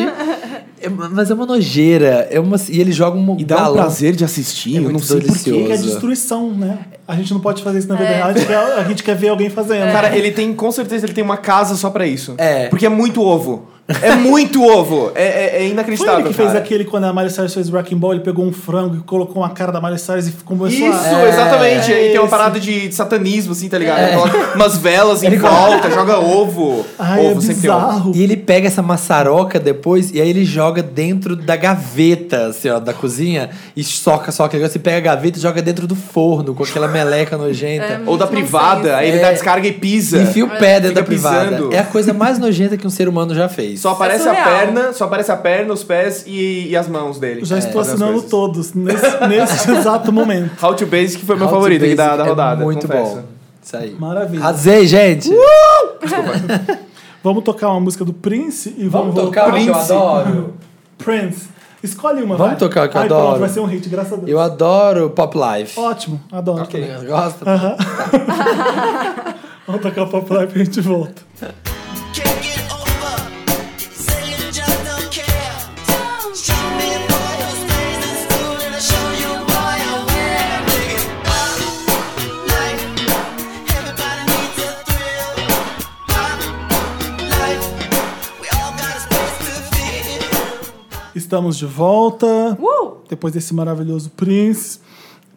É uma- mas é uma nojeira. É uma, e ele joga um E dá um galão. prazer de assistir, É eu não muito sei doido. por... Porque é Delicioso. destruição, né? A gente não pode fazer isso É. na vida real. A gente quer, a gente quer ver alguém fazendo. Cara, é ele tem, com certeza, ele tem uma casa só pra isso. É. Porque é muito ovo. [LAUGHS] É muito ovo. É, é- é Foi inacreditável, ele que fez cara. aquele quando a Miley Cyrus fez Wrecking Ball, ele pegou um frango e colocou uma cara da Miley Cyrus e começou Isso, a... exatamente. É e tem uma esse. parada de, de satanismo, assim, tá ligado? É. Coloca umas velas em volta, joga ovo. Ai, ovo é bizarro. E ele pega essa maçaroca depois e aí ele joga dentro da gaveta, assim, ó, da cozinha e soca, soca. Você pega a gaveta e joga dentro do forno com aquela meleca nojenta. Ou da Muito privada, nonsense. aí ele É. dá descarga e pisa. Enfia o pé dentro É, Fica da privada. pisando. É a coisa mais nojenta que um ser humano já fez. Só aparece a surreal. perna, só aparece a perna, os pés e, e as mãos dele. É, Já estou fazendo as assinando É, coisas. todos, nesse, nesse exato momento. How to Basic foi meu How to favorito aqui da, Basic da é rodada. muito confesso. Uh, bom. Isso aí. Maravilha. Arrasei, gente! Vamos tocar uma música do Prince e vamos, Vamos tocar o que eu Prince. adoro. Prince. Escolhe uma, Vamos vai. tocar o que eu Ai, pronto, adoro. vai ser um hit, graças a Deus. Eu adoro Pop Life. Ótimo, adoro. Ok. Gosta? Vamos tocar o Pop Life e a gente volta. Can't get over. Say you just don't care. Show me boy your space is cool and I'll show you boy your way. Living pop life. Everybody needs a thrill. Pop life. We all got a space to feel. Estamos de volta, Uh! depois desse maravilhoso Prince,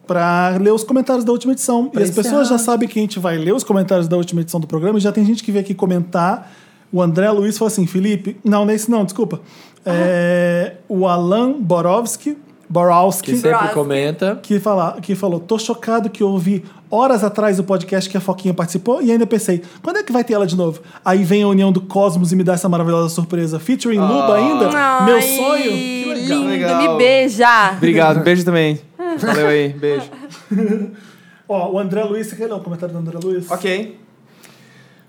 para ler os comentários da última edição. e as pessoas já sabem que a gente vai ler os comentários da última edição do programa, e já tem gente que veio aqui comentar. O André Luiz falou assim, Felipe... Não, nesse não, desculpa. É, o Alan Borowski, Borowski Que sempre Gosta. comenta. que, fala, que falou: tô chocado que eu ouvi horas atrás o podcast que a Foquinha participou e ainda pensei, quando é que vai ter ela de novo? Aí vem a união do Cosmos e me dá essa maravilhosa surpresa. Featuring Luba ainda? Meu Ah. Ai, sonho? Que legal. Lindo, Legal. me beija. [LAUGHS] Obrigado, beijo também. Valeu aí, beijo. Ó, o André Luiz, você quer ler o comentário do André Luiz? Ok.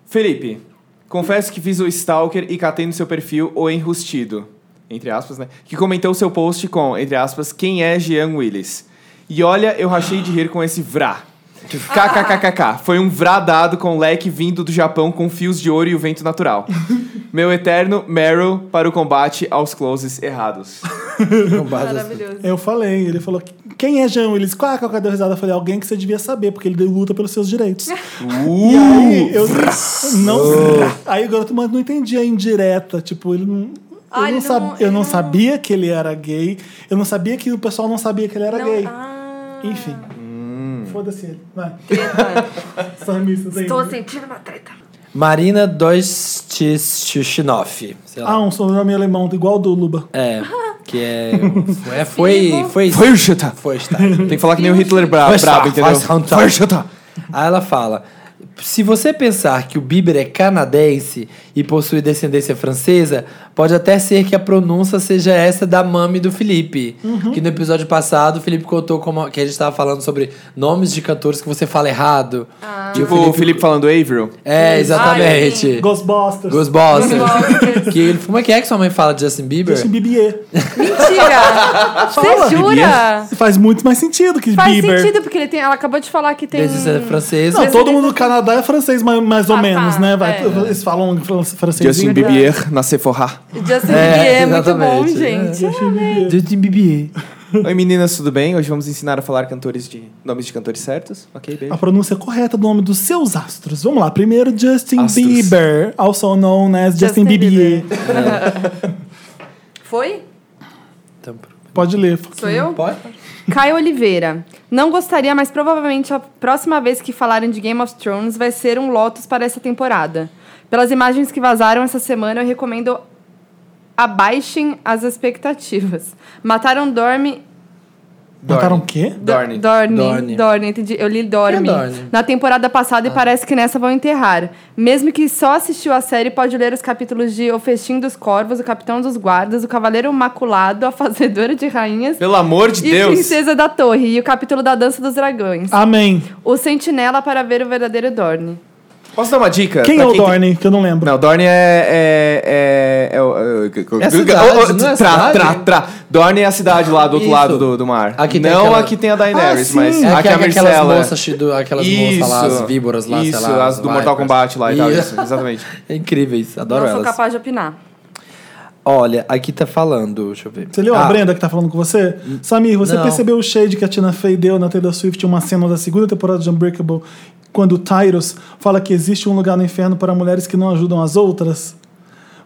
Felipe, confesso que fiz o stalker e catei no seu perfil o enrustido, entre aspas, né? Que comentou seu post com, entre aspas, quem é Jean Willis. E olha, eu rachei de rir com esse vrá. KKKKK. Foi um vrá dado com leque vindo do Japão com fios de ouro e o vento natural. Meu eterno Meryl para o combate aos closes errados. Maravilhoso. Eu falei, ele falou: quem é Jean Willis? Qual é a deu risada? Eu falei: alguém que você devia saber, porque ele luta pelos seus [LAUGHS] direitos. E aí, eu não. Aí o garoto, mas não entendi a indireta. Tipo, ele não. Ah, eu, não ele não- sab- eu ele não não- sabia que ele era gay. Eu não sabia que o pessoal não sabia que ele era Não- gay. Ah, Enfim. Foda-se ele. Vai. treta. Samistas ainda. Tô sentindo assim, uma treta. Marina Dostischinoff. Sei lá. Ah, um sobrenome alemão, igual ao do Luba. É. Que é. é foi. Foi. Foi o Chuta. Foi, está. Tem que falar que nem o Hitler bra Foi brabo, só, entendeu? foi só, tá. Foi o Chuta. Aí ela fala: se você pensar que o Bieber é canadense e possui descendência francesa, pode até ser que a pronúncia seja essa da mami do Felipe. Que no episódio passado o Felipe contou como que a gente tava falando sobre nomes de cantores que você fala errado. E Tipo o Felipe falando Avril. É, exatamente. Ghostbusters. Ghostbusters. Ghostbusters. que ele, como é que é que sua mãe fala de Justin Bieber? Justin Bieber. Mentira! Você jura? Faz muito mais sentido que Faz Bieber. sentido, porque ele tem, ela acabou de falar que tem... Descendência francesa. Não, todo mundo no Canadá é francês, mais, mais ou Ah, tá, menos, né? Vai- é. Eles falam fran- francês. Justin Bieber na Sephora. [LAUGHS] Justin É, Bieber é muito bom, exatamente. gente. Justin Bieber. Justin Bieber. Oi meninas, tudo bem? Hoje vamos ensinar a falar cantores de nomes de cantores certos. Ok, A Ah, beijo. pronúncia correta do nome dos seus astros. Vamos lá. Primeiro, Justin Astros. Bieber, also known as Justin, Justin Bieber. Foi? Então, pronto. Pode ler. Sou eu? Pode? Caio Oliveira. Não gostaria, mas provavelmente a próxima vez que falarem de Game of Thrones vai ser um Lotus para essa temporada. Pelas imagens que vazaram essa semana, eu recomendo abaixem as expectativas. Mataram Dorme. Mataram o quê? Dorne. Dorne. Dorne. Dorne. entendi. Eu li Dorme. Quem é Dorne? Na temporada Ah. passada e parece que nessa vão enterrar. Mesmo que só assistiu a série, pode ler os capítulos de O Festim dos Corvos, O Capitão dos Guardas, O Cavaleiro Maculado, A Fazedora de Rainhas Pelo amor de e Deus. Ah. Princesa da Torre e o capítulo da Dança dos Dragões. Amém. O Sentinela para ver o verdadeiro Dorne. Posso dar uma dica? Quem Pra é o tem- Dorne? Que eu não lembro. Não, Dorne é. É. É. é, o- é, o- É a cidade, o- o- não é tra, a tra, cidade? tra. Dorne é a cidade lá do outro Isso. lado do, do mar. Aqui tem não aquela- aqui tem a Daenerys, Ah, mas sim. É, aqui é a aquelas Myrcella. moças do, aquelas moças lá, as víboras lá, isso, sei lá. as do vipers. Mortal Kombat lá e tal, Isso. isso, exatamente. [LAUGHS] Incríveis, É adoro Não elas. sou capaz de opinar. Olha, aqui tá falando, deixa eu ver. Você leu Ah, a Brenda que tá falando com você? Samir, você Não. percebeu o shade que a Tina Fey deu na Taylor Swift em uma cena da segunda temporada de Unbreakable, quando o Tyrus fala que existe um lugar no inferno para mulheres que não ajudam as outras?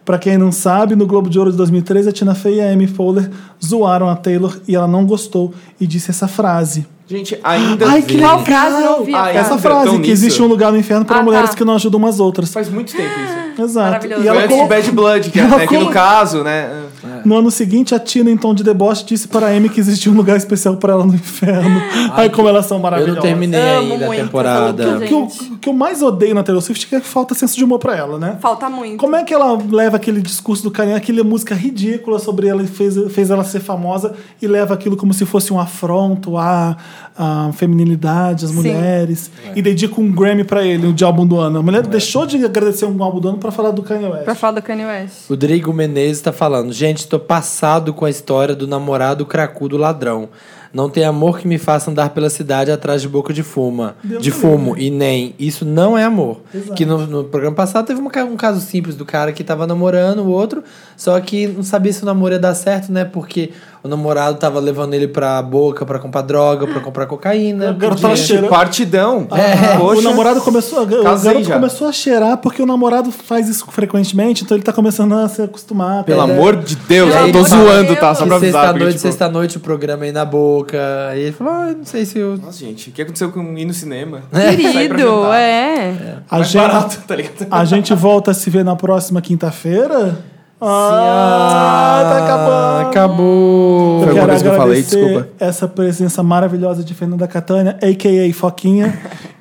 Pra quem não sabe, no Globo de Ouro de 2013, a Tina Fey e a Amy Fowler zoaram a Taylor e ela não gostou e disse essa frase. Gente, ainda. Ai, vi- que Qual legal. frase eu não ouvi? Ah, a Essa Entra, frase? frase, tão que nisso. existe um lugar no inferno para Ah, mulheres tá. que não ajudam as outras. Faz muito tempo isso. Exato. Maravilhoso. E Foi ela antes de colocou, Bad Blood, que, é, Ela né, que no colocou- caso, né? No ano seguinte, a Tina, em tom de deboche, disse para a Amy que existia um lugar especial para ela no inferno. [LAUGHS] Ai, como elas são Eu maravilhosas. não terminei Amo ainda a muito, tá O temporada. amo que, eu, o que eu mais odeio na Taylor Swift é que falta senso de humor para ela, né? Falta muito. Como é que ela leva aquele discurso do carinha, aquela música ridícula sobre ela e fez, fez ela ser famosa e leva aquilo como se fosse um afronto à, à feminilidade, às mulheres, e dedica um Grammy para ele, de álbum do ano. A mulher deixou de agradecer um álbum do ano para falar do Kanye é? West. Pra falar do Kanye West. Rodrigo Menezes tá falando, gente, tô passado com a história do namorado cracudo ladrão. Não tem amor que me faça andar pela cidade atrás de boca de fuma, Deus de me fumo e nem. Isso não é amor. Exato. Que no, no programa passado teve um, ca- um caso simples do cara que tava namorando o outro, só que não sabia se o namoro ia dar certo, né? Porque o namorado tava levando ele pra boca pra comprar droga, pra comprar cocaína. O cara tava podia- cheio Gente, Cheira. partidão. Ah, Poxa. É. O namorado começou, o Casei garoto já. começou a cheirar porque o namorado faz isso frequentemente, então ele tá começando a se acostumar. Pelo É. amor de Deus, Pelo eu tô amor de zoando, Deus. tá? Só pra Que avisar. sexta-noite, porque, tipo, tá-" sexta-noite, o programa aí na boca. Aí ele falou, ah, não sei se eu... Nossa, gente, o que aconteceu com ir no cinema? Sair pra Querido, jantar. é. A Mais gente, barato, tá ligado? a gente volta a se ver na próxima quinta-feira? Ah, Ah, tá acabando. Acabou. Eu Foi alguma quero coisa que eu falei, agradecer desculpa. essa presença maravilhosa de Fernanda Catânia, a.k.a. Foquinha,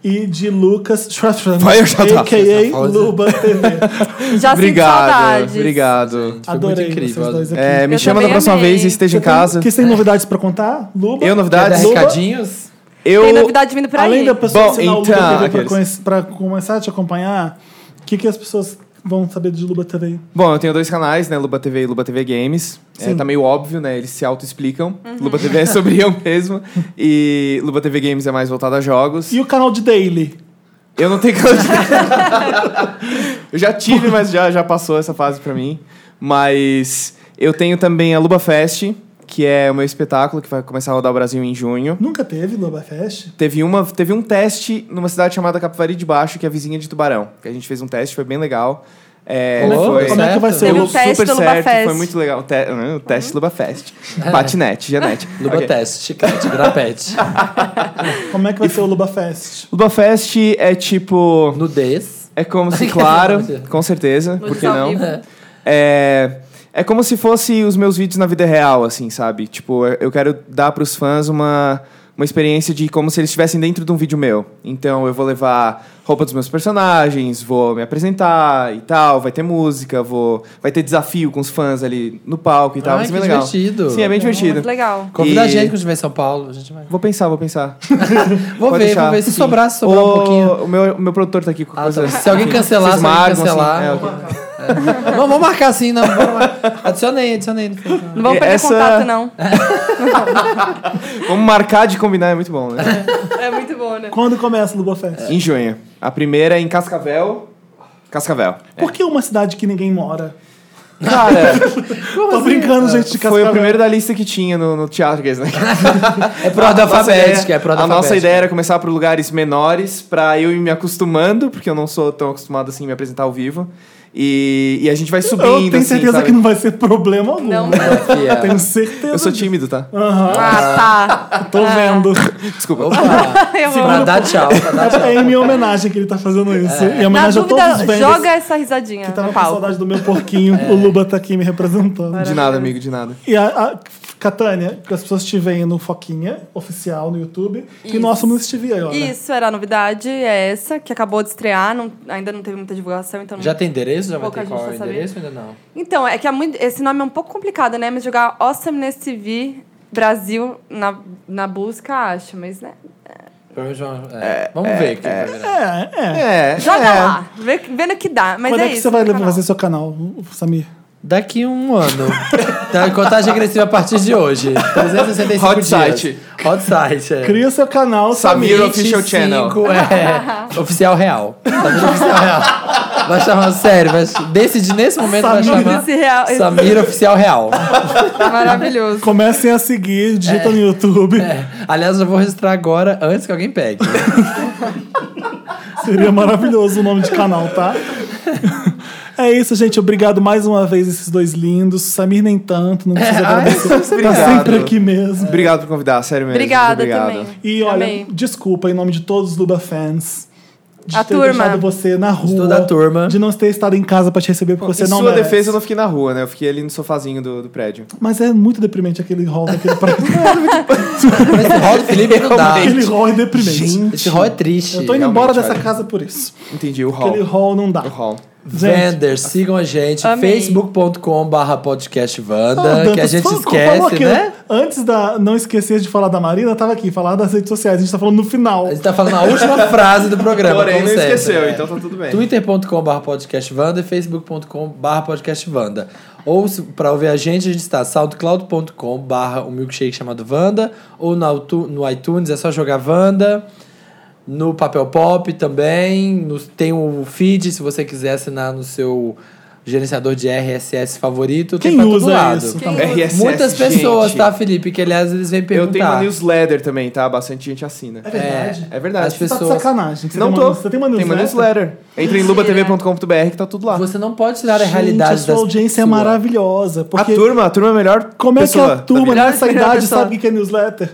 e de Lucas Schroeder, Vai, eu já tava. a.k.a. Luba TV. Já sinto Obrigado, saudades. obrigado. Foi muito Adorei incrível. vocês dois aqui. É, me Eu chama na também próxima amei. vez e esteja em Você tem- casa. Que você tem novidades pra contar? Luba? Eu, Quer dar novidades. Luba? recadinhos? Eu. Tem novidade vindo pra Além aí? da pessoa Bom, assinar então, o Luba TV pra, aqueles. conhecer- pra começar a te acompanhar, o que, que as pessoas vão saber de Luba TV? Bom, eu tenho dois canais, né? Luba TV e Luba TV Games. É, Sim. Uhum. tá meio óbvio, né? Eles se auto-explicam. Luba TV [LAUGHS] é sobre eu mesmo. E Luba TV Games é mais voltado a jogos. E o canal de Daily? Eu não tenho canal de... [LAUGHS] Eu já tive, mas já, já passou essa fase pra mim. Mas eu tenho também a Luba Fest, que é o meu espetáculo que vai começar a rodar o Brasil em junho. Nunca teve Luba Fest? Teve, uma, teve um teste numa cidade chamada Capivari de Baixo, que é vizinha de Tubarão. Que a gente fez um teste, foi bem legal. É, Como é que- foi... como é que vai ser Teve Deu o um teste super do Luba certo, Fest. Uhum. foi muito legal. O, te- hum, o teste Lubafest. [LAUGHS] Patinete, Janete. Luba Ok. teste, chiclete, [LAUGHS] grapete. Como é que vai ser o Luba Fest? Lubafest é tipo. Nudez. [LAUGHS] É como se, claro, Não, não. com certeza, por que ao não? vivo. É, É como se fosse os meus vídeos na vida real, assim, sabe? Tipo, eu- eu quero dar pros fãs uma, uma experiência de como se eles estivessem dentro de um vídeo meu. Então, eu vou levar roupa dos meus personagens, vou me apresentar e tal, vai ter música, vou, vai ter desafio com os fãs ali no palco e tal. Ai, Vai ser bem que legal. divertido. Sim, é bem divertido. Muito legal. Convida a E- gente quando estiver em São Paulo. A gente vai. Vou pensar, vou pensar. Vou Pode ver, deixar. vou ver. Se Sim. sobrar, se sobrar um O- pouquinho. O meu, o meu produtor tá aqui com Ah, coisa. tá. Se alguém cancelar, Vocês se alguém marcam, assim. cancelar. É, ok. Não, vamos marcar assim, não. Vamos marcar. Adicionei, adicionei. no final. Não vamos perder Essa- contato, não. Vamos marcar de combinar, é muito bom, né? É muito bom, né? Quando começa o Lugofest? em junho. A primeira é em Cascavel. Cascavel. Por que uma cidade que ninguém mora? [LAUGHS] [LAUGHS] Cara, Tô brincando, gente, de assim? É, foi o Cascavel. primeiro da lista que tinha no, no teatro, que é isso, né? [LAUGHS] É pro ordem alfabética, é pro ordem A nossa alfabética. ideia era começar por lugares menores pra eu ir me acostumando, porque eu não sou tão acostumado assim a me apresentar ao vivo. E, e a gente vai subindo, Eu tenho assim, certeza sabe? que não vai ser problema algum. Não, Fia. Tenho certeza. Eu sou tímido, tá? Ah, tá. Tô vendo. Desculpa. [LAUGHS] Opa! Eu amo. [LAUGHS] pra dar tchau, pra dar tchau. É em minha homenagem que ele tá fazendo isso. É. Em Na homenagem a todos os tá dúvida, vendors. joga essa risadinha Eu Tava no com palco. saudade do meu porquinho. É. O Luba tá aqui me representando. De nada, amigo, de nada. E a, a Catânia, que as pessoas te veem no Foquinha, oficial no YouTube. E Isso. nosso não estive agora. Isso, era a novidade, é essa, que acabou de estrear, não- ainda não teve muita divulgação, então não Já tem endereço? Já vai Pouca ter gente tá qual é o vai saber. endereço? Ainda não. Então, é que é muito- esse nome é um pouco complicado, né? Mas jogar Awesomeness TV Brasil na, na busca, acho, mas né? Provavelmente vamos- é, Vamos ver. o que vai virar. É, é. É. Joga é. lá, vê, vê no que dá. Mas Quando é, é, que isso. você vai no canal. fazer seu canal, Samir? Daqui um ano. Tá, contagem agressiva a partir de hoje. 365 Hot dias. site. Hot site, é. Cria seu canal, Samir. Samir Official Channel. 25, [LAUGHS] É, oficial real. Samir Oficial Real. Vai chamar, sério, vai decidir nesse momento, Samir vai chamar Esse real, esse é Samir Oficial Real. maravilhoso. Comecem a seguir, digita no YouTube. É. Aliás, eu vou registrar agora, antes que alguém pegue. Seria maravilhoso o nome de canal, [LAUGHS] tá? É isso, gente. Obrigado mais uma vez, esses dois lindos. Samir, nem tanto, não [LAUGHS] precisa agradecer. Tá obrigado. sempre aqui mesmo. Obrigado por convidar, sério mesmo. Obrigada Obrigado. também. E olha, Amei. desculpa em nome de todos os Luba fans. De A ter turma. deixado você na rua. toda a turma. De não ter estado em casa pra te receber, porque você em não sua merece. defesa, eu não fiquei na rua, né? Eu fiquei ali no sofazinho do, do prédio. Mas é muito deprimente aquele rol daquele [LAUGHS] prédio. Mas esse rol do Felipe não dá. aquele rol é deprimente. Esse rol é triste. eu tô indo realmente, embora dessa olha. casa por isso. Entendi, o Aquele hall. rol não dá. O hall. Gente, Vanders, sigam a gente, Amei. facebook.com.barra podcastvanda, ah, Dantas, que a gente falou- falou esquece, aqui, né? Antes da não esquecer de falar da Marina, tava aqui, falar das redes sociais. A gente tá falando no final. A gente tá falando a última frase do programa, Porém, como não sempre. esqueceu, é. então tá tudo bem. twitter.com.br podcastvanda e facebook.com.br podcastvanda. Ou se- pra ouvir a gente, a gente tá está soundcloud.com.br um milkshake chamado Vanda, ou na Autu- no iTunes é só jogar Vanda, no Papel Pop também, no- tem o feed se você quiser assinar no seu gerenciador de RSS favorito, tem Quem pra tá todo usa lado. isso? Tá Quem- RSS, Muitas pessoas, gente. tá, Felipe? Que aliás eles vêm perguntar. Eu tenho uma newsletter também, tá? Bastante gente assina. É verdade. É verdade. As pessoas- Tá de sacanagem. que você Não tem tô. Uma, você tem uma Tem uma newsletter? newsletter. Entra em lubatv.com.br que tá tudo lá. Você não pode tirar a Gente, realidade a sua das audiência é pessoas. maravilhosa. Porque A turma, a turma é a melhor Como é que pessoa a da turma vida. nessa Melhor idade pessoa. sabe o que é newsletter?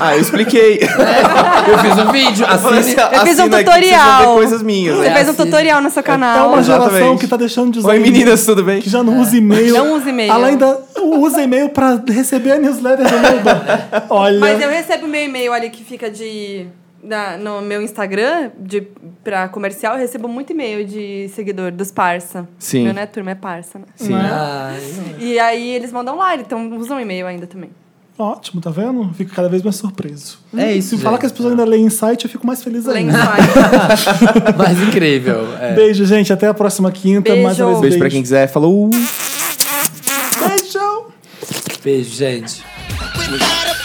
Ah, eu expliquei. assim, Eu fiz um vídeo, assine. Eu fiz um Assina aqui que Vocês vão tutorial. ver coisas minhas. Você né? fez um assim. tutorial no seu É canal. uma Exatamente. geração que tá deixando de usar. Oi, e-mail, meninas, tudo bem? Que já não usa e-mail. É. Não usa e-mail. Ela ainda usa e-mail pra receber a newsletter do [LAUGHS] Luba. Olha. Mas eu recebo meu e-mail ali que fica de. da- no meu Instagram, de, pra comercial, eu recebo muito e-mail de seguidor dos parça. Sim. Meu não é turma, é parça, né? Sim. um- Ah, Ai, E aí eles mandam lá, então usam e-mail ainda também. Ótimo, tá vendo? Fico cada vez mais surpreso. É isso, Se falar gente. que as pessoas ainda leem em site, eu fico mais feliz ainda. Lençóis. Mas incrível. é. Beijo, gente. Até a próxima quinta. Beijo. Mais uma vez, Beijo pra quem quiser. Falou. Beijo. Beijo, gente. Without a